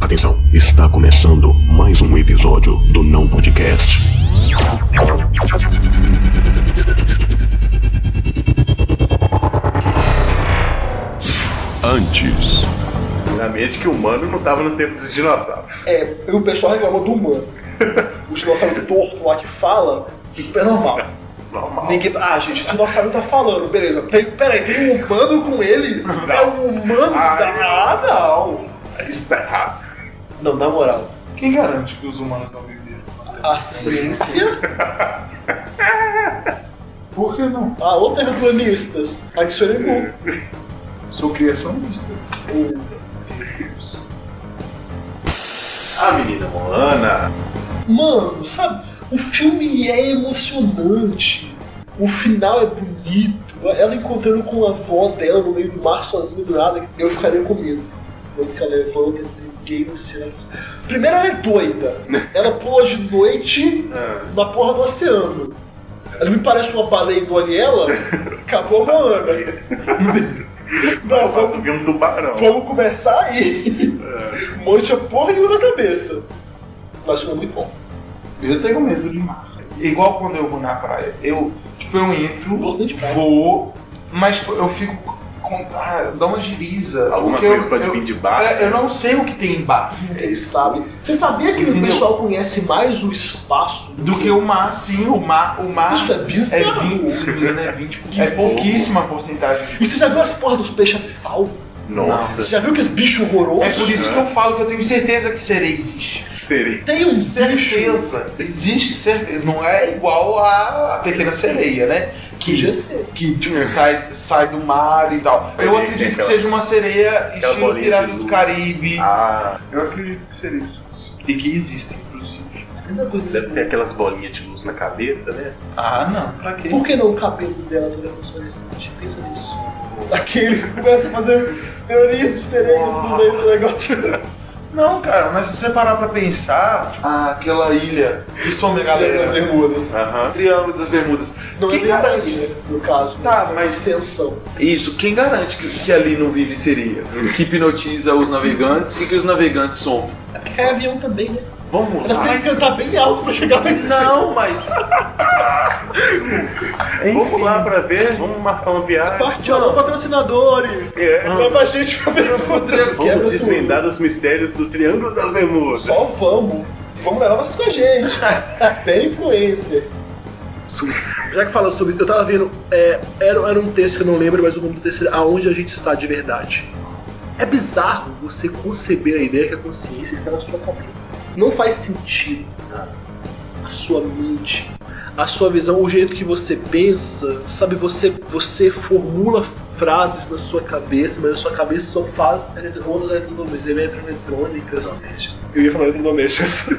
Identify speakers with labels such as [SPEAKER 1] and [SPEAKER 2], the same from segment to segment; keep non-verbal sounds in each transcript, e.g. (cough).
[SPEAKER 1] Atenção, está começando mais um episódio do Não Podcast. Antes,
[SPEAKER 2] Primeiramente que o humano não tava no tempo dos dinossauros.
[SPEAKER 3] É, e o pessoal reclamou do humano. O dinossauro torto lá que fala, super normal.
[SPEAKER 2] Normal. né?
[SPEAKER 3] Ninguém... Ah, gente, o dinossauro tá falando, beleza. Tem... Peraí, tem um humano com ele? É um humano?
[SPEAKER 2] Ah,
[SPEAKER 3] da... ah, não.
[SPEAKER 2] Isso tá errado.
[SPEAKER 3] Não, na moral,
[SPEAKER 4] Quem garante que os humanos não viveram?
[SPEAKER 3] a ciência...
[SPEAKER 4] Por que não?
[SPEAKER 3] Alô, terraplanistas, adicione um
[SPEAKER 4] Sou criacionista.
[SPEAKER 3] Beleza.
[SPEAKER 2] A menina Moana.
[SPEAKER 3] Mano, sabe? O filme é emocionante. O final é bonito. Ela encontrando com a avó dela no meio do mar sozinha do nada, eu ficaria com medo. Quando ela levanta, ninguém no céu. Primeiro ela é doida. Ela pula de noite
[SPEAKER 2] Ah,
[SPEAKER 3] na porra do oceano. Ela me parece uma baleia igual a ela, acabou a Moana. Não,
[SPEAKER 2] vai
[SPEAKER 3] vamos,
[SPEAKER 2] subir um tubarão.
[SPEAKER 3] vamos começar aí.
[SPEAKER 2] Ah,
[SPEAKER 3] Um monte de porra nenhuma na cabeça. Mas foi muito bom.
[SPEAKER 4] Eu tenho medo de mar. Igual quando eu vou na praia. Eu, tipo, eu entro,
[SPEAKER 3] Não gosto nem de praia.
[SPEAKER 4] vou, mas tipo, eu fico com. Ah, dá uma giriza.
[SPEAKER 2] Alguma
[SPEAKER 4] porque
[SPEAKER 2] coisa
[SPEAKER 4] eu,
[SPEAKER 2] pode
[SPEAKER 4] eu,
[SPEAKER 2] vir de baixo.
[SPEAKER 4] é, Eu não sei o que tem embaixo.
[SPEAKER 3] Quem sabe? Você sabia que o
[SPEAKER 4] Entendeu?
[SPEAKER 3] pessoal conhece mais o espaço
[SPEAKER 4] Do que o mar, sim, o mar. O mar
[SPEAKER 3] Isso é bizarro.
[SPEAKER 4] 20, se não me engano, é 20. É
[SPEAKER 3] Que
[SPEAKER 4] pouquíssima porcentagem.
[SPEAKER 3] E você já viu as porras dos peixes de sal?
[SPEAKER 2] Nossa,
[SPEAKER 3] Você já viu aqueles bichos
[SPEAKER 4] É
[SPEAKER 3] horrorosos?
[SPEAKER 4] por isso que eu falo que eu tenho certeza que existe.
[SPEAKER 2] serei.
[SPEAKER 3] Tem um bicho.
[SPEAKER 4] Certeza, existe certeza. Não é igual a, a Pequena Sereia, né?
[SPEAKER 3] Podia
[SPEAKER 4] Que,
[SPEAKER 3] ser.
[SPEAKER 4] que tipo, sai, sai do mar e tal. Eu
[SPEAKER 2] Tem
[SPEAKER 4] acredito que
[SPEAKER 2] aquela-
[SPEAKER 4] seja uma sereia estilo
[SPEAKER 2] bolinha de
[SPEAKER 4] Piratas do
[SPEAKER 2] luz.
[SPEAKER 4] Caribe.
[SPEAKER 2] Ah,
[SPEAKER 4] Eu acredito que seria isso. E que existem, inclusive.
[SPEAKER 3] A mesma coisa
[SPEAKER 2] deve ter
[SPEAKER 3] assim.
[SPEAKER 2] aquelas bolinhas de luz na cabeça, né?
[SPEAKER 4] Ah, não. Pra quê?
[SPEAKER 3] Por que não o cabelo dela toda fosforescente? Pensa nisso. Aqueles que começam a fazer teorias diferentes no meio do
[SPEAKER 4] (laughs)
[SPEAKER 3] negócio. (laughs)
[SPEAKER 4] Não, cara, mas se você parar pra pensar, ah, aquela ilha que some a
[SPEAKER 3] Das
[SPEAKER 4] galera.
[SPEAKER 3] bermudas.
[SPEAKER 2] Aham.
[SPEAKER 4] Triângulo das Bermudas.
[SPEAKER 3] Não é
[SPEAKER 4] Quem
[SPEAKER 3] verdade,
[SPEAKER 4] garante?
[SPEAKER 3] né? No caso.
[SPEAKER 4] Tá, mas-
[SPEAKER 3] Tensão.
[SPEAKER 5] Isso, quem garante que, que ali não vive seria? Que hipnotiza os navegantes e que os navegantes somem.
[SPEAKER 3] É avião também, né?
[SPEAKER 5] Vamos
[SPEAKER 4] Ah,
[SPEAKER 3] Elas
[SPEAKER 5] lá.
[SPEAKER 3] têm que cantar bem alto pra chegar lá em cima. (laughs)
[SPEAKER 5] Não, mas.
[SPEAKER 2] Vamos lá pra ver, vamos marcar uma viagem.
[SPEAKER 3] Parte alô, patrocinadores!
[SPEAKER 2] É.
[SPEAKER 4] Ah,
[SPEAKER 3] Dá pra gente fazer
[SPEAKER 2] Vamos desvendar os mistérios do Triângulo das Bermudas.
[SPEAKER 3] Só vamos. Vamos levar vocês com a gente.
[SPEAKER 6] (laughs)
[SPEAKER 3] Tem influencer.
[SPEAKER 6] Já que fala sobre isso, eu tava vendo. é, era, era um texto que eu não lembro, mas o nome do texto era Aonde a gente está de verdade. É bizarro você conceber a ideia que a consciência está na sua cabeça. Não faz sentido, cara. A sua mente, a sua visão, o jeito que você pensa, sabe? Você, você formula frases na sua cabeça, mas a sua cabeça só faz eletro- ondas eletrodomes- eletroeletrônicas. Eu ia falar eletrodomésticas.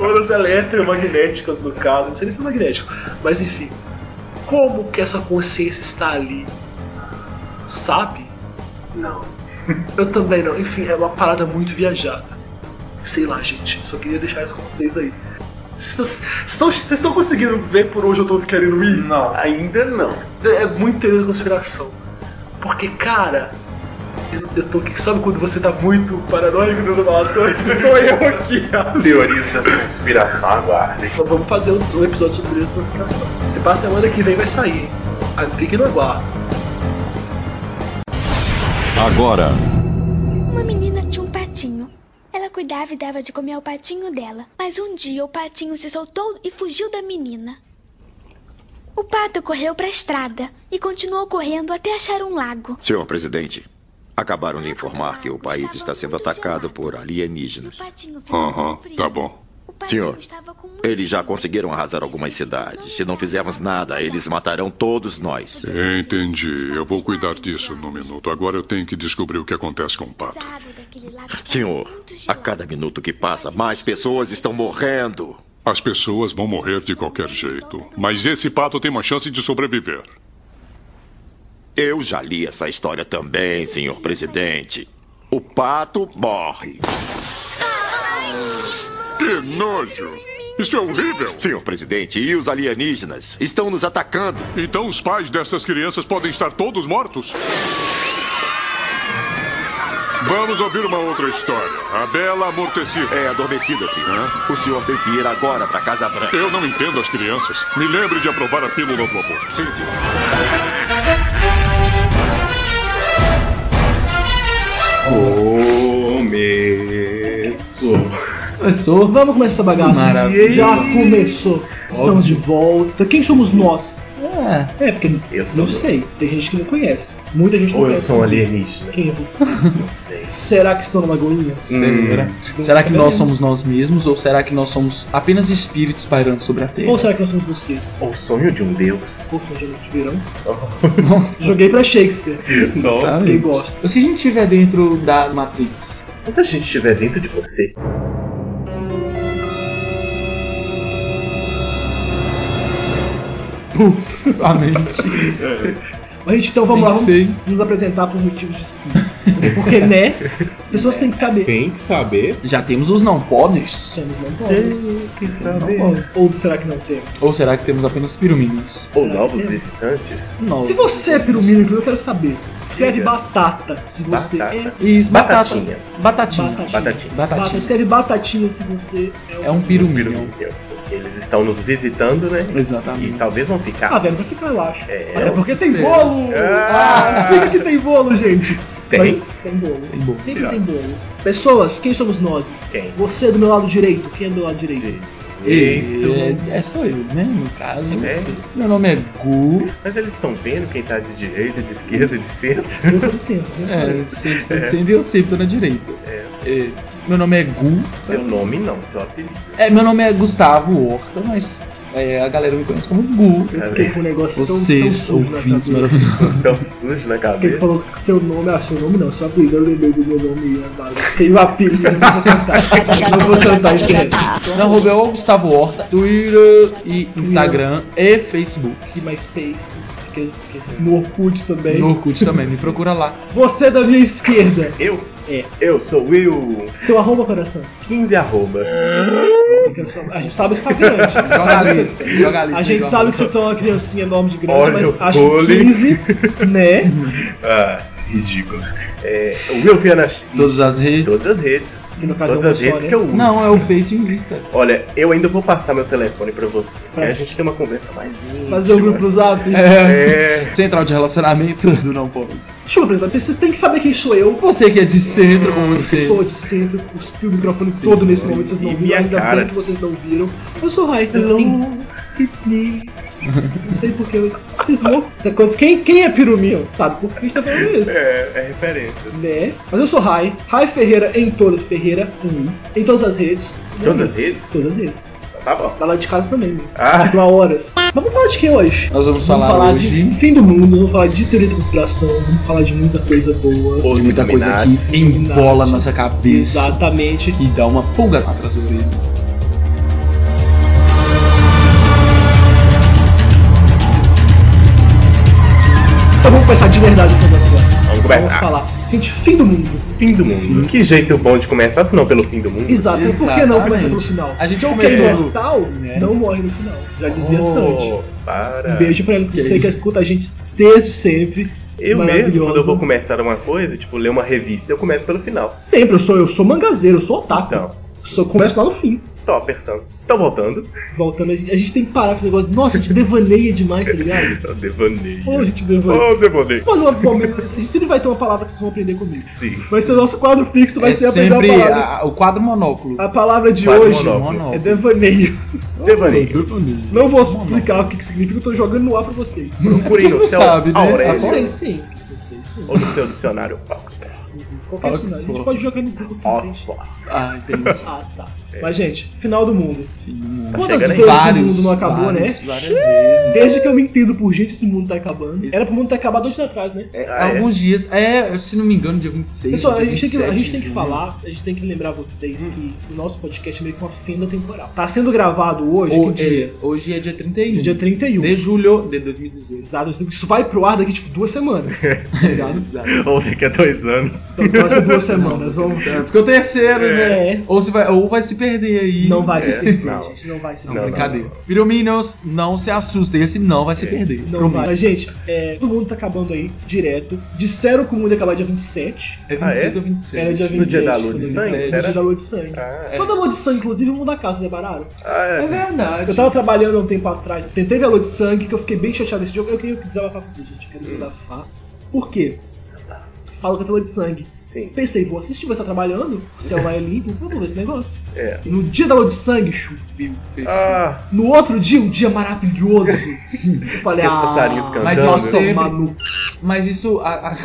[SPEAKER 6] ondas eletromagnéticas, no caso. Não sei nem se é magnético, mas enfim. Como que essa consciência está ali? Sabe? Não. Eu também não. Enfim, é uma parada muito viajada. Sei lá, gente. Só queria deixar isso com vocês aí. Vocês estão- vocês estão conseguindo ver por onde eu tô querendo ir?
[SPEAKER 4] Não.
[SPEAKER 2] Ainda não.
[SPEAKER 6] É muito teoria da conspiração. Porque, cara, eu, eu tô aqui. Sabe quando você tá muito paranoico tentando falar as coisas? Tô eu aqui, ó.
[SPEAKER 2] Teorias da conspiração, aguardem.
[SPEAKER 6] Mas Vamos fazer um, um episódio sobre teoria da conspiração. Se passa semana que vem, vai sair. hein? Ah, Fique no aguardo.
[SPEAKER 1] agora,
[SPEAKER 7] Uma menina tinha um patinho. Ela cuidava e dava de comer ao patinho dela. Mas um dia o patinho se soltou e fugiu da menina. O pato correu para a estrada e continuou correndo até achar um lago.
[SPEAKER 8] Senhor presidente, acabaram de informar que o país está sendo atacado por
[SPEAKER 7] E o
[SPEAKER 8] alienígenas.
[SPEAKER 7] patinho ficou
[SPEAKER 8] Aham,
[SPEAKER 7] com frio.
[SPEAKER 8] tá bom.
[SPEAKER 7] O patinho
[SPEAKER 8] Senhor,
[SPEAKER 7] estava com muito
[SPEAKER 8] Eles já
[SPEAKER 7] frio.
[SPEAKER 8] conseguiram arrasar algumas cidades. Se não fizermos nada, eles matarão todos nós.
[SPEAKER 9] Entendi. Eu vou cuidar disso no minuto. Agora eu tenho que descobrir o que acontece com o
[SPEAKER 7] Mas
[SPEAKER 9] pato.
[SPEAKER 7] a água daquele lago estava
[SPEAKER 8] Senhor,
[SPEAKER 7] muito
[SPEAKER 8] a
[SPEAKER 7] gelada.
[SPEAKER 8] cada minuto que passa, mais pessoas estão morrendo.
[SPEAKER 9] As pessoas vão morrer de qualquer jeito. Mas esse pato tem uma chance de sobreviver.
[SPEAKER 8] Eu já li essa história também, senhor presidente. O pato morre.
[SPEAKER 9] Que nojo! Isso é horrível!
[SPEAKER 8] Senhor presidente, e os alienígenas estão nos atacando.
[SPEAKER 9] Então os pais dessas crianças podem estar todos mortos? Vamos ouvir uma outra história. A Bela Amortecida.
[SPEAKER 8] É, adormecida-se.
[SPEAKER 9] Hã?
[SPEAKER 8] O senhor tem que ir agora para Casa Branca.
[SPEAKER 9] Eu não entendo as crianças. Me lembre de aprovar a pílula do aborto.
[SPEAKER 8] Sim, senhor.
[SPEAKER 2] Começo.
[SPEAKER 3] Começou. Vamos começar essa bagaça.
[SPEAKER 4] Maravilha.
[SPEAKER 3] Já começou. Estamos de volta. Quem somos nós?
[SPEAKER 4] É.
[SPEAKER 3] É, porque
[SPEAKER 2] Eu
[SPEAKER 3] não
[SPEAKER 2] sou.
[SPEAKER 3] sei. Tem gente que não conhece. Muita gente não
[SPEAKER 2] Ou eu
[SPEAKER 3] conhece.
[SPEAKER 2] sou um alienígena.
[SPEAKER 3] Quem é você?
[SPEAKER 2] Não sei.
[SPEAKER 3] Será que estou numa Hum. goinha?
[SPEAKER 4] Será?
[SPEAKER 3] Não
[SPEAKER 4] Será que
[SPEAKER 3] saberemos.
[SPEAKER 4] nós somos nós mesmos ou será que nós somos apenas espíritos pairando sobre a
[SPEAKER 3] Ou
[SPEAKER 4] terra?
[SPEAKER 3] será que nós somos vocês?
[SPEAKER 2] Ou sonho de um deus.
[SPEAKER 3] Ou foi um jogo de verão? Joguei pra Shakespeare.
[SPEAKER 2] Nossa.
[SPEAKER 3] Quem gosta.
[SPEAKER 4] Ou se a gente estiver dentro da Matrix?
[SPEAKER 2] Mas se a gente estiver dentro de você,
[SPEAKER 4] (laughs) A mente.
[SPEAKER 3] Mas, gente, então vamos lá. Vamos
[SPEAKER 4] Bem
[SPEAKER 3] nos apresentar por motivos de si. Porque, né? As pessoas têm que saber.
[SPEAKER 10] Tem que saber.
[SPEAKER 4] Já temos os não podres?
[SPEAKER 3] Somos não pobres.
[SPEAKER 2] quem
[SPEAKER 4] Não
[SPEAKER 2] sabe?
[SPEAKER 4] podres.
[SPEAKER 3] Ou será que não temos?
[SPEAKER 4] Ou será que temos apenas piruminos?
[SPEAKER 2] Ou novos visitantes.
[SPEAKER 4] Novos.
[SPEAKER 3] Se você é pirumínico, eu quero saber. Escreve
[SPEAKER 2] Diga.
[SPEAKER 3] batata se você é
[SPEAKER 2] Batata.
[SPEAKER 4] Isso, batata.
[SPEAKER 2] Batatinhas.
[SPEAKER 4] Batatinha.
[SPEAKER 3] batatinha.
[SPEAKER 2] Batatinha.
[SPEAKER 4] Batatinha.
[SPEAKER 3] Bata- Escreve batatinha se você
[SPEAKER 4] É um pirumino.
[SPEAKER 2] Deus. Eles estão nos visitando, né? E
[SPEAKER 4] Exatamente.
[SPEAKER 2] talvez vão ficar.
[SPEAKER 3] Ah, velho, pra que pra lá, acho.
[SPEAKER 2] É,
[SPEAKER 3] Até
[SPEAKER 4] um
[SPEAKER 2] eu-
[SPEAKER 3] porque tem
[SPEAKER 4] espero.
[SPEAKER 3] bolo!
[SPEAKER 4] É.
[SPEAKER 2] Ah!
[SPEAKER 3] Fica que tem bolo, gente!
[SPEAKER 2] Tem?
[SPEAKER 3] Mas tem bolo.
[SPEAKER 4] Tem bolo.
[SPEAKER 3] Sempre tem bolo. Pessoas, quem somos nós?
[SPEAKER 2] Quem?
[SPEAKER 3] Você do meu lado direito. Quem é do meu lado direito?
[SPEAKER 4] E, é, é só eu, né? No caso.
[SPEAKER 2] É.
[SPEAKER 4] você. Meu nome é Gu.
[SPEAKER 2] Mas eles estão vendo quem tá de direita, de esquerda, de centro.
[SPEAKER 3] Eu tô né? do centro.
[SPEAKER 4] É, sempre, sempre, sempre eu sempre tô na direita. É, meu nome é Gu.
[SPEAKER 2] Seu nome não, seu apelido.
[SPEAKER 4] É, meu nome é Gustavo Horta, mas é, a galera me conhece como Gu.
[SPEAKER 2] Tá
[SPEAKER 3] Fiquei
[SPEAKER 2] vendo?
[SPEAKER 3] com um negócio tão-
[SPEAKER 4] Vocês,
[SPEAKER 3] tão, sujo na
[SPEAKER 4] ouvintes
[SPEAKER 3] cabeça.
[SPEAKER 4] maravilhosos.
[SPEAKER 2] Tão sujo na
[SPEAKER 3] Quem
[SPEAKER 2] cabeça.
[SPEAKER 3] falou que seu nome, ah, seu nome não, seu apelido, eu lembrei do meu nome, é tem o apelido, eu não vou cantar, eu não vou
[SPEAKER 7] tá,
[SPEAKER 3] cantar isso aí.
[SPEAKER 5] Tá.
[SPEAKER 4] Meu arroba é o Gustavo Horta, Twitter e Instagram e Facebook.
[SPEAKER 3] Que MySpace, que esses- que esses no Orkut também.
[SPEAKER 4] No Orkut também, me procura lá.
[SPEAKER 3] Você da minha esquerda,
[SPEAKER 2] Eu?
[SPEAKER 3] É.
[SPEAKER 2] Eu sou Will.
[SPEAKER 3] seu arroba coração.
[SPEAKER 2] 15 arrobas.
[SPEAKER 3] A gente sabe que você tá grande.
[SPEAKER 4] Jornalista, jornalista.
[SPEAKER 3] A gente
[SPEAKER 4] jornalista.
[SPEAKER 3] sabe que você tá uma criancinha enorme de grande,
[SPEAKER 2] Olha
[SPEAKER 3] mas
[SPEAKER 2] o
[SPEAKER 3] acho que
[SPEAKER 2] bullying.
[SPEAKER 3] 15,
[SPEAKER 2] (laughs)
[SPEAKER 3] né?
[SPEAKER 2] Ah, ridículos. É, o Will Viana X.
[SPEAKER 4] Todas as
[SPEAKER 2] Em
[SPEAKER 4] redes.
[SPEAKER 2] Todas as redes.
[SPEAKER 3] Que no caso
[SPEAKER 2] Todas
[SPEAKER 3] é uma
[SPEAKER 2] as
[SPEAKER 3] só,
[SPEAKER 2] redes
[SPEAKER 3] né?
[SPEAKER 2] que eu uso.
[SPEAKER 4] Não, é o Face e o Insta.
[SPEAKER 2] Olha, eu ainda vou passar meu telefone pra vocês.
[SPEAKER 3] Pra-
[SPEAKER 2] Pra a gente ter uma conversa mais íntima.
[SPEAKER 3] Tá. Fazer um grupo pro zap.
[SPEAKER 4] (laughs) É.
[SPEAKER 2] É.
[SPEAKER 4] Central de relacionamento do Não Pode.
[SPEAKER 3] Deixa eu apresentar, vocês têm que saber quem sou eu.
[SPEAKER 4] Você que é de centro, como você.
[SPEAKER 3] Sou de centro, cuspiu o microfone
[SPEAKER 4] Sim,
[SPEAKER 3] todo nesse momento,
[SPEAKER 2] sim.
[SPEAKER 3] vocês não
[SPEAKER 2] E
[SPEAKER 3] viram,
[SPEAKER 2] minha
[SPEAKER 3] ainda
[SPEAKER 2] cara.
[SPEAKER 3] bem que vocês não viram. Eu sou Raika. It's me. (laughs) Não sei porque eu cismou. Essa coisa, quem, quem é Pirumion sabe por que a gente tá falando isso.
[SPEAKER 2] É, é referência.
[SPEAKER 3] Né? Mas eu sou Rai, Rai Ferreira em todo Ferreira, sim. Em todas as redes.
[SPEAKER 2] Em todas
[SPEAKER 3] É
[SPEAKER 2] as
[SPEAKER 3] isso.
[SPEAKER 2] redes?
[SPEAKER 3] Todas as redes.
[SPEAKER 2] Tá bom.
[SPEAKER 3] Pra lá de casa também, né?
[SPEAKER 2] Ah,
[SPEAKER 3] Tipo, há horas. Vamos falar de que hoje?
[SPEAKER 4] Nós vamos falar, hoje
[SPEAKER 3] de fim do mundo, vamos falar de teoria da conspiração, vamos falar de muita coisa boa.
[SPEAKER 4] de
[SPEAKER 2] os
[SPEAKER 4] muita coisa
[SPEAKER 2] Illuminatis.
[SPEAKER 4] que embola a nossa cabeça.
[SPEAKER 3] Exatamente.
[SPEAKER 4] Que dá uma pulga atrás do orelha.
[SPEAKER 3] Então vamos começar de verdade esse negócio agora.
[SPEAKER 2] Vamos
[SPEAKER 3] Vamos
[SPEAKER 2] começar.
[SPEAKER 3] falar. Gente, fim do mundo.
[SPEAKER 2] Fim do mundo. Que jeito bom de começar, se não pelo fim do mundo.
[SPEAKER 3] Exato. Então, Por que não começa
[SPEAKER 4] Exatamente.
[SPEAKER 3] pelo final?
[SPEAKER 4] A gente
[SPEAKER 3] Quem é
[SPEAKER 4] começou.
[SPEAKER 3] imortal
[SPEAKER 4] Né?
[SPEAKER 3] não morre no final. Já dizia Sandy.
[SPEAKER 2] Oh, para.
[SPEAKER 3] Um beijo pra ela, que eu sei que ela escuta a gente desde sempre.
[SPEAKER 2] Eu mesmo, quando eu
[SPEAKER 3] Maravilhosa.
[SPEAKER 2] vou começar uma coisa, tipo, ler uma revista, eu começo pelo final.
[SPEAKER 3] Sempre, eu sou, eu sou mangazeiro, eu sou otaku.
[SPEAKER 2] Então,
[SPEAKER 3] Só começo lá no fim.
[SPEAKER 2] Topperson. Então voltando.
[SPEAKER 3] Voltando, a gente, a gente tem que parar com esse negócio. Nossa, a gente devaneia demais, tá
[SPEAKER 2] (laughs)
[SPEAKER 3] ligado?
[SPEAKER 2] Eu devaneio.
[SPEAKER 3] Ô, a gente devaneia.
[SPEAKER 2] Oh, devaneio.
[SPEAKER 3] Mas no momento, a gente sempre vai ter uma palavra que vocês vão aprender comigo.
[SPEAKER 2] Sim.
[SPEAKER 3] Vai ser o nosso quadro fixo, vai
[SPEAKER 4] é
[SPEAKER 3] ser aprender a
[SPEAKER 4] sempre
[SPEAKER 3] palavra.
[SPEAKER 4] a- o quadro monóculo.
[SPEAKER 3] A palavra de
[SPEAKER 2] Quadro
[SPEAKER 3] hoje
[SPEAKER 2] monóculo.
[SPEAKER 3] é devaneio.
[SPEAKER 2] Devaneio.
[SPEAKER 3] Não vou explicar o que, que significa, eu tô jogando no ar pra vocês.
[SPEAKER 2] Procurem no
[SPEAKER 4] Você
[SPEAKER 2] seu
[SPEAKER 4] sabe,
[SPEAKER 3] Eu
[SPEAKER 4] né?
[SPEAKER 2] Aurélio
[SPEAKER 3] sei sim, eu sei sim.
[SPEAKER 2] ou no seu dicionário Oxford.
[SPEAKER 3] Qualquer
[SPEAKER 4] Fala que
[SPEAKER 3] sinal, a gente
[SPEAKER 4] sou.
[SPEAKER 3] pode jogar no Google também.
[SPEAKER 2] Oxford.
[SPEAKER 4] Ah, entendi.
[SPEAKER 3] Ah, tá.
[SPEAKER 4] É.
[SPEAKER 3] Mas, gente, final do mundo. Quantas
[SPEAKER 2] chegando em
[SPEAKER 3] vezes o
[SPEAKER 4] Tá vários.
[SPEAKER 3] mundo não acabou,
[SPEAKER 4] vários,
[SPEAKER 3] né?
[SPEAKER 4] Várias vezes.
[SPEAKER 3] Desde que eu me entendo por gente, esse mundo tá acabando. Era pro mundo ter acabado dois dias atrás, né?
[SPEAKER 4] É,
[SPEAKER 2] Ah, é.
[SPEAKER 4] alguns dias. É, se não me engano, dia 26.
[SPEAKER 3] Pessoal, a
[SPEAKER 4] dia
[SPEAKER 3] gente, tem que, a
[SPEAKER 4] 27
[SPEAKER 3] gente tem
[SPEAKER 4] de
[SPEAKER 3] que
[SPEAKER 4] junho. Hum.
[SPEAKER 3] falar, a gente tem que lembrar vocês que o nosso podcast é meio que uma fenda temporal. Tá sendo gravado hoje,
[SPEAKER 4] Ho-
[SPEAKER 3] que dia?
[SPEAKER 4] é, hoje é dia 31.
[SPEAKER 3] No dia 31.
[SPEAKER 4] de julho de
[SPEAKER 3] (laughs)
[SPEAKER 4] 2018.
[SPEAKER 3] Exato, isso vai pro ar daqui tipo duas semanas. tá ligado?
[SPEAKER 4] Exato.
[SPEAKER 2] Ou daqui a é dois anos.
[SPEAKER 3] Então, quase duas semanas, vamos ver.
[SPEAKER 4] É, porque o terceiro,
[SPEAKER 3] É.
[SPEAKER 4] né? Ou, se vai, ou vai se perder aí.
[SPEAKER 3] Não vai se
[SPEAKER 4] É.
[SPEAKER 3] perder,
[SPEAKER 4] Não.
[SPEAKER 3] gente. Não vai se
[SPEAKER 4] Não, É.
[SPEAKER 3] perder.
[SPEAKER 4] brincadeira. Pyrominions, não se assustem. Esse não vai se perder.
[SPEAKER 3] Não
[SPEAKER 4] Prometo.
[SPEAKER 3] vai. Mas, gente, é, todo mundo tá acabando aí, direto. Disseram que o mundo ia acabar dia 27.
[SPEAKER 4] É 26 ou 27?
[SPEAKER 3] Era dia 27.
[SPEAKER 4] No dia da lua de
[SPEAKER 3] quando
[SPEAKER 4] sangue,
[SPEAKER 3] eu disse, No
[SPEAKER 4] será?
[SPEAKER 3] dia da lua de sangue.
[SPEAKER 4] é.
[SPEAKER 3] Toda lua de sangue, inclusive, muda a casa, separaram?
[SPEAKER 11] Ah,
[SPEAKER 4] é. É verdade.
[SPEAKER 3] Eu tava trabalhando há um tempo atrás, tentei ver a lua de sangue, que eu fiquei bem chateado desse jogo. Eu queria desabafar com vocês, gente. Eu quero
[SPEAKER 4] Hum.
[SPEAKER 3] desabafar. Por quê? Falo que eu tô lua de sangue. Sim. Pensei, vou assistir, vou estar trabalhando, o céu lá é limpo, vamos ver esse
[SPEAKER 4] (laughs)
[SPEAKER 3] negócio.
[SPEAKER 11] É.
[SPEAKER 3] No dia da lua de sangue, choveu.
[SPEAKER 11] Ah.
[SPEAKER 3] No outro dia, um dia
[SPEAKER 4] (laughs)
[SPEAKER 3] maravilhoso. Eu falei,
[SPEAKER 4] Os
[SPEAKER 3] ah,
[SPEAKER 4] passarinhos cantando.
[SPEAKER 3] Mas
[SPEAKER 4] Mas
[SPEAKER 3] nossa,
[SPEAKER 4] você-
[SPEAKER 3] Manu.
[SPEAKER 4] Mas isso. a- (laughs) a-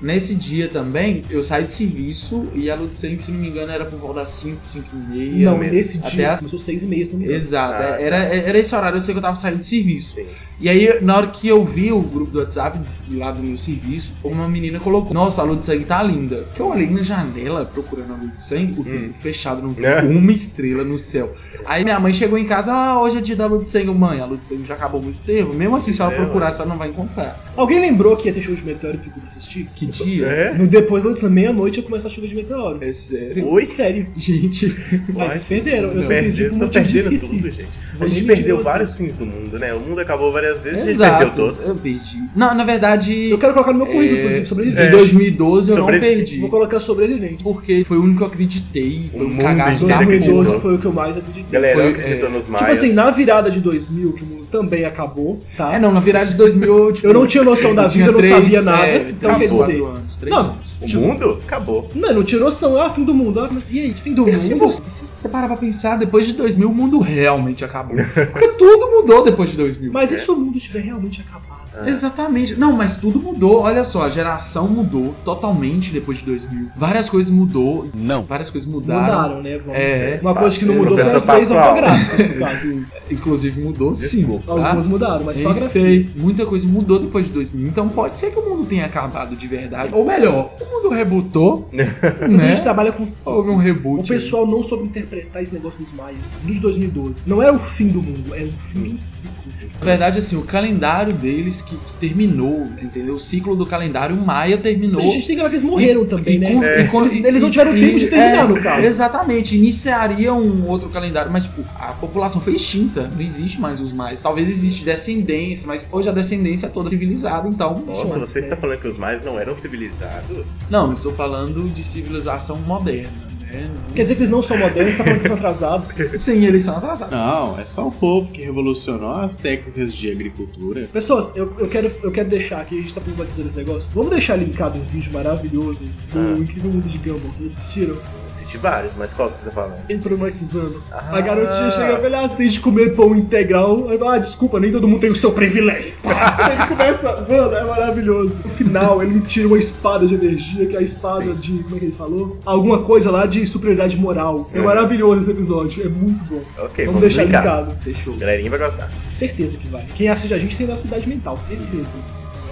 [SPEAKER 4] Nesse dia também, eu saí de serviço e a lua de sangue, se não me engano, era por volta das 5, 5 e meia.
[SPEAKER 3] Não, nesse
[SPEAKER 4] até
[SPEAKER 3] dia,
[SPEAKER 4] as
[SPEAKER 3] começou seis e meia, se não me engano.
[SPEAKER 4] Exato,
[SPEAKER 3] Ah,
[SPEAKER 4] é, era,
[SPEAKER 3] tá.
[SPEAKER 4] era esse horário, eu sei que eu tava saindo de serviço. E aí, na hora que eu vi o grupo do WhatsApp do- lá do meu serviço, uma menina colocou: Nossa, a lua de sangue tá linda. Que eu olhei na janela procurando a lua de sangue, o
[SPEAKER 3] Hum.
[SPEAKER 4] tempo fechado, não vi
[SPEAKER 3] É.
[SPEAKER 4] uma estrela no céu. Aí minha mãe chegou em casa: Ah, hoje é dia da lua de sangue. Eu, Mãe, a lua de sangue já acabou há muito tempo. Mesmo assim, se ela
[SPEAKER 3] É,
[SPEAKER 4] procurar,
[SPEAKER 3] ué.
[SPEAKER 4] a senhora não vai encontrar.
[SPEAKER 3] Alguém lembrou que ia ter show de meteoro que eu fui assistir? É.
[SPEAKER 4] Que dia?
[SPEAKER 3] No depois da noite, meia-noite, eu começo a chuva de meteoro.
[SPEAKER 4] É sério?
[SPEAKER 3] Oi? Sério.
[SPEAKER 4] Gente.
[SPEAKER 3] Mas vocês perderam. Eu
[SPEAKER 11] Não,
[SPEAKER 3] perdi
[SPEAKER 11] perderam,
[SPEAKER 3] por
[SPEAKER 11] tô
[SPEAKER 3] motivo de
[SPEAKER 11] perdendo
[SPEAKER 3] esqueci.
[SPEAKER 11] tudo, gente. A
[SPEAKER 3] Vou
[SPEAKER 11] gente
[SPEAKER 3] nem mentir
[SPEAKER 11] perdeu
[SPEAKER 3] pra você.
[SPEAKER 11] vários filmes do mundo, né? O mundo acabou várias vezes, a gente
[SPEAKER 4] Exato,
[SPEAKER 11] perdeu todos.
[SPEAKER 4] eu perdi. Não, na verdade. é, Eu
[SPEAKER 3] quero colocar no meu currículo, inclusive, sobrevivente.
[SPEAKER 4] Em 2012 eu não
[SPEAKER 3] Sobrevivente.
[SPEAKER 4] perdi. Vou
[SPEAKER 3] colocar sobrevivente.
[SPEAKER 4] Porque foi o único que eu acreditei. Foi um
[SPEAKER 3] mundo
[SPEAKER 4] cagaço da
[SPEAKER 3] 2012
[SPEAKER 4] porra. é,
[SPEAKER 3] foi o que eu mais acreditei.
[SPEAKER 4] Galera,
[SPEAKER 3] Foi-
[SPEAKER 4] acreditou nos
[SPEAKER 3] Tipo
[SPEAKER 4] maias.
[SPEAKER 3] assim, na virada de 2000, que o mundo também acabou, tá?
[SPEAKER 4] É, não, na virada de 2000, tipo,
[SPEAKER 3] eu não tinha noção da
[SPEAKER 4] eu
[SPEAKER 3] vida,
[SPEAKER 4] tinha
[SPEAKER 3] eu não
[SPEAKER 4] três,
[SPEAKER 3] sabia
[SPEAKER 4] é,
[SPEAKER 3] nada.
[SPEAKER 4] três,
[SPEAKER 3] então, quer
[SPEAKER 4] quatro
[SPEAKER 3] dizer...
[SPEAKER 4] anos, três
[SPEAKER 3] não,
[SPEAKER 4] anos.
[SPEAKER 11] O mundo acabou.
[SPEAKER 3] Não, não tinha noção. Ah, fim do mundo. Ah, e é isso, fim do mundo.
[SPEAKER 4] Se você, se você parar pra pensar, depois de 2000 o mundo realmente acabou. Porque tudo mudou depois de 2000.
[SPEAKER 3] Mas e se o mundo estiver realmente acabado?
[SPEAKER 4] É. Exatamente. Não, mas tudo mudou. Olha só, a geração mudou totalmente depois de 2000. Várias coisas mudou. Não. Várias coisas mudaram.
[SPEAKER 3] Mudaram, né? Vamos-
[SPEAKER 4] É.
[SPEAKER 3] Uma coisa que não mudou foi as leis ortográficas, no caso.
[SPEAKER 4] (laughs) Sim. Inclusive mudou sim. tá?
[SPEAKER 3] Desculpa. Algumas mudaram, mas só a grafia.
[SPEAKER 4] Enfim, Muita coisa mudou depois de 2000. Então pode ser que o mundo tenha acabado de verdade. Ou melhor, o
[SPEAKER 3] (laughs)
[SPEAKER 4] mundo rebutou.
[SPEAKER 3] Mas a gente
[SPEAKER 4] né?
[SPEAKER 3] trabalha com ciclos.
[SPEAKER 4] Houve um reboot
[SPEAKER 3] O pessoal não soube interpretar esse negócio dos maias dos 2012. Não era o fim do mundo, era o fim de um ciclo.
[SPEAKER 4] Na verdade, assim, o calendário deles que, que terminou, entendeu? O ciclo do calendário maia terminou.
[SPEAKER 3] A gente tem que ver que eles morreram também, né?
[SPEAKER 4] com- e com-
[SPEAKER 3] Eles,
[SPEAKER 4] e-
[SPEAKER 3] eles não
[SPEAKER 4] É, e-
[SPEAKER 3] tiveram tempo de
[SPEAKER 4] e-
[SPEAKER 3] terminar,
[SPEAKER 4] é,
[SPEAKER 3] no caso.
[SPEAKER 4] Exatamente, iniciaria um outro calendário, mas tipo, a população foi extinta, não existe mais os mais. Talvez existe descendência, mas hoje a descendência é toda civilizada, então.
[SPEAKER 11] Nossa,
[SPEAKER 4] existe
[SPEAKER 11] você
[SPEAKER 4] mais,
[SPEAKER 11] está
[SPEAKER 4] né?
[SPEAKER 11] falando que os maias não eram civilizados?
[SPEAKER 4] Não, eu estou falando de civilização moderna, né?
[SPEAKER 3] Quer dizer que eles não são modernos, tá falando que são atrasados.
[SPEAKER 4] Sim, eles são atrasados.
[SPEAKER 2] Não, é só o povo que revolucionou as técnicas de agricultura.
[SPEAKER 3] Pessoas, eu, eu, quero, eu quero deixar aqui, a gente tá problematizando esse negócio. Vamos deixar linkado um vídeo maravilhoso do
[SPEAKER 11] Ah.
[SPEAKER 3] Incrível Mundo de Gumball. Vocês assistiram?
[SPEAKER 11] Assisti vários, mas qual que você tá falando?
[SPEAKER 3] Ele problematizando. A garotinha chega e fala, ah, você tem de comer pão integral. Aí, fala, ah, desculpa, nem todo mundo tem o seu privilégio. (laughs) Pá, ele começa, mano, é maravilhoso. No final, ele tira uma espada de energia, que é a espada de, como é que ele falou? Alguma coisa lá de superioridade moral. É,
[SPEAKER 11] É.
[SPEAKER 3] maravilhoso esse episódio, é muito bom.
[SPEAKER 11] Ok,
[SPEAKER 3] vamos, deixar
[SPEAKER 11] linkar.
[SPEAKER 3] linkado.
[SPEAKER 4] Fechou.
[SPEAKER 11] Galerinha vai gostar.
[SPEAKER 3] Certeza que vai. Quem assiste a gente tem velocidade mental, certeza.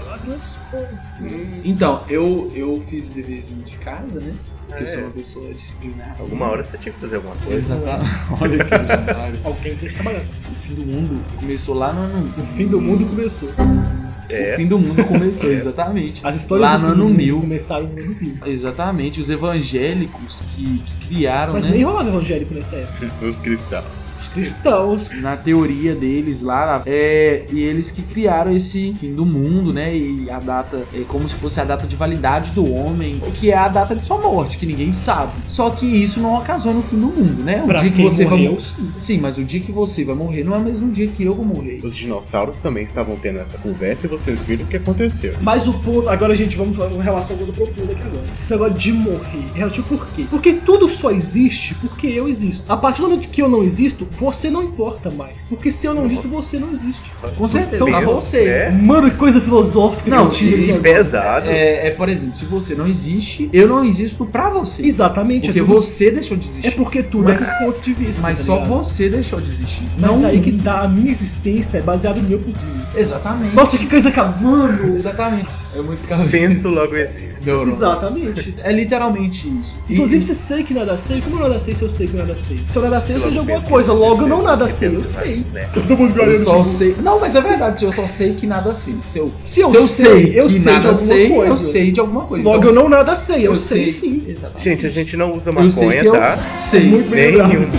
[SPEAKER 3] Ela grandes coisas.
[SPEAKER 4] Então, eu, eu fiz o deverzinho de casa, né? Porque
[SPEAKER 11] É.
[SPEAKER 4] eu sou uma pessoa disciplinada.
[SPEAKER 11] Alguma hora você tinha que fazer alguma coisa.
[SPEAKER 3] né?
[SPEAKER 4] Exatamente. (laughs) Olha que legendário.
[SPEAKER 3] Alguém tem que trabalhar. O
[SPEAKER 4] fim do mundo começou lá no ano. O
[SPEAKER 3] fim do mundo começou.
[SPEAKER 4] O fim do mundo começou, exatamente.
[SPEAKER 3] É. As histórias
[SPEAKER 4] lá
[SPEAKER 3] do
[SPEAKER 4] no
[SPEAKER 3] fim do
[SPEAKER 4] ano
[SPEAKER 3] mundo
[SPEAKER 4] mil.
[SPEAKER 3] começaram no ano mil.
[SPEAKER 4] Exatamente, os evangélicos que, que criaram,
[SPEAKER 3] Mas
[SPEAKER 4] né?
[SPEAKER 3] nem rolava evangélico nessa época.
[SPEAKER 2] Os cristãos.
[SPEAKER 3] Os cristãos.
[SPEAKER 4] Na teoria deles lá, é, e eles que criaram esse fim do mundo, né? E a data, é como se fosse a data de validade do homem, o que é a data de sua morte, que ninguém sabe. Só que isso não ocasiona o fim do mundo, né? O
[SPEAKER 2] Pra
[SPEAKER 4] dia que
[SPEAKER 2] quem
[SPEAKER 4] você
[SPEAKER 2] morreu,
[SPEAKER 4] vai sim. sim, mas o dia que você vai morrer não é o mesmo dia que eu vou morrer.
[SPEAKER 2] Os dinossauros também estavam tendo essa conversa e vocês viram o que aconteceu.
[SPEAKER 3] Mas o ponto. Agora, gente, vamos falar em relação a uma coisa profunda aqui agora. Esse negócio de morrer. Relativo por quê? Porque tudo só existe porque eu existo. A partir do momento que eu não existo, você não importa mais. Porque se eu não existo, você não existe.
[SPEAKER 2] tá
[SPEAKER 4] Com certeza.
[SPEAKER 3] Então,
[SPEAKER 4] Meu,
[SPEAKER 3] você.
[SPEAKER 4] é.
[SPEAKER 2] né?
[SPEAKER 3] Mano, que coisa filosófica
[SPEAKER 4] Não,
[SPEAKER 3] que eu tive aqui
[SPEAKER 4] se-
[SPEAKER 3] agora.
[SPEAKER 4] pesado. É, é, por exemplo, se você não existe, eu não existo pra você.
[SPEAKER 3] Exatamente.
[SPEAKER 4] Porque
[SPEAKER 3] é tudo-
[SPEAKER 4] você deixou de existir.
[SPEAKER 3] É porque tudo é por ponto de vista.
[SPEAKER 4] Mas
[SPEAKER 3] tá
[SPEAKER 4] só
[SPEAKER 3] ligado?
[SPEAKER 4] você deixou de existir.
[SPEAKER 3] Mas
[SPEAKER 4] não
[SPEAKER 12] tá.
[SPEAKER 3] aí que dá, a minha existência é baseada no meu ponto de vista.
[SPEAKER 4] Exatamente.
[SPEAKER 3] Nossa, que coisa coisa acabando.
[SPEAKER 12] Exatamente. É muito cabeça.
[SPEAKER 3] Penso,
[SPEAKER 12] logo existo.
[SPEAKER 3] Exatamente.
[SPEAKER 12] É literalmente isso.
[SPEAKER 3] Inclusive, se sei que nada sei, como eu nada sei se eu sei que eu nada sei? Se eu nada sei, eu sei de alguma coisa. Logo, eu não nada sei, eu
[SPEAKER 2] né?
[SPEAKER 3] sei. Todo mundo me
[SPEAKER 12] Eu
[SPEAKER 3] olhando
[SPEAKER 12] só
[SPEAKER 3] tipo,
[SPEAKER 12] sei. Não, mas é verdade, eu só sei que nada sei. Se eu,
[SPEAKER 3] Se eu sei, eu
[SPEAKER 12] que
[SPEAKER 3] sei de
[SPEAKER 12] nada
[SPEAKER 3] alguma
[SPEAKER 12] sei,
[SPEAKER 3] coisa.
[SPEAKER 12] eu sei de alguma coisa.
[SPEAKER 3] Logo,
[SPEAKER 12] Então,
[SPEAKER 3] eu não nada sei, eu, sei, sim.
[SPEAKER 12] Exatamente.
[SPEAKER 2] Gente, a gente não usa
[SPEAKER 12] Eu sei
[SPEAKER 2] maconha,
[SPEAKER 12] que eu
[SPEAKER 2] tá?
[SPEAKER 12] sei. Muito (laughs) bem
[SPEAKER 2] Nenhum.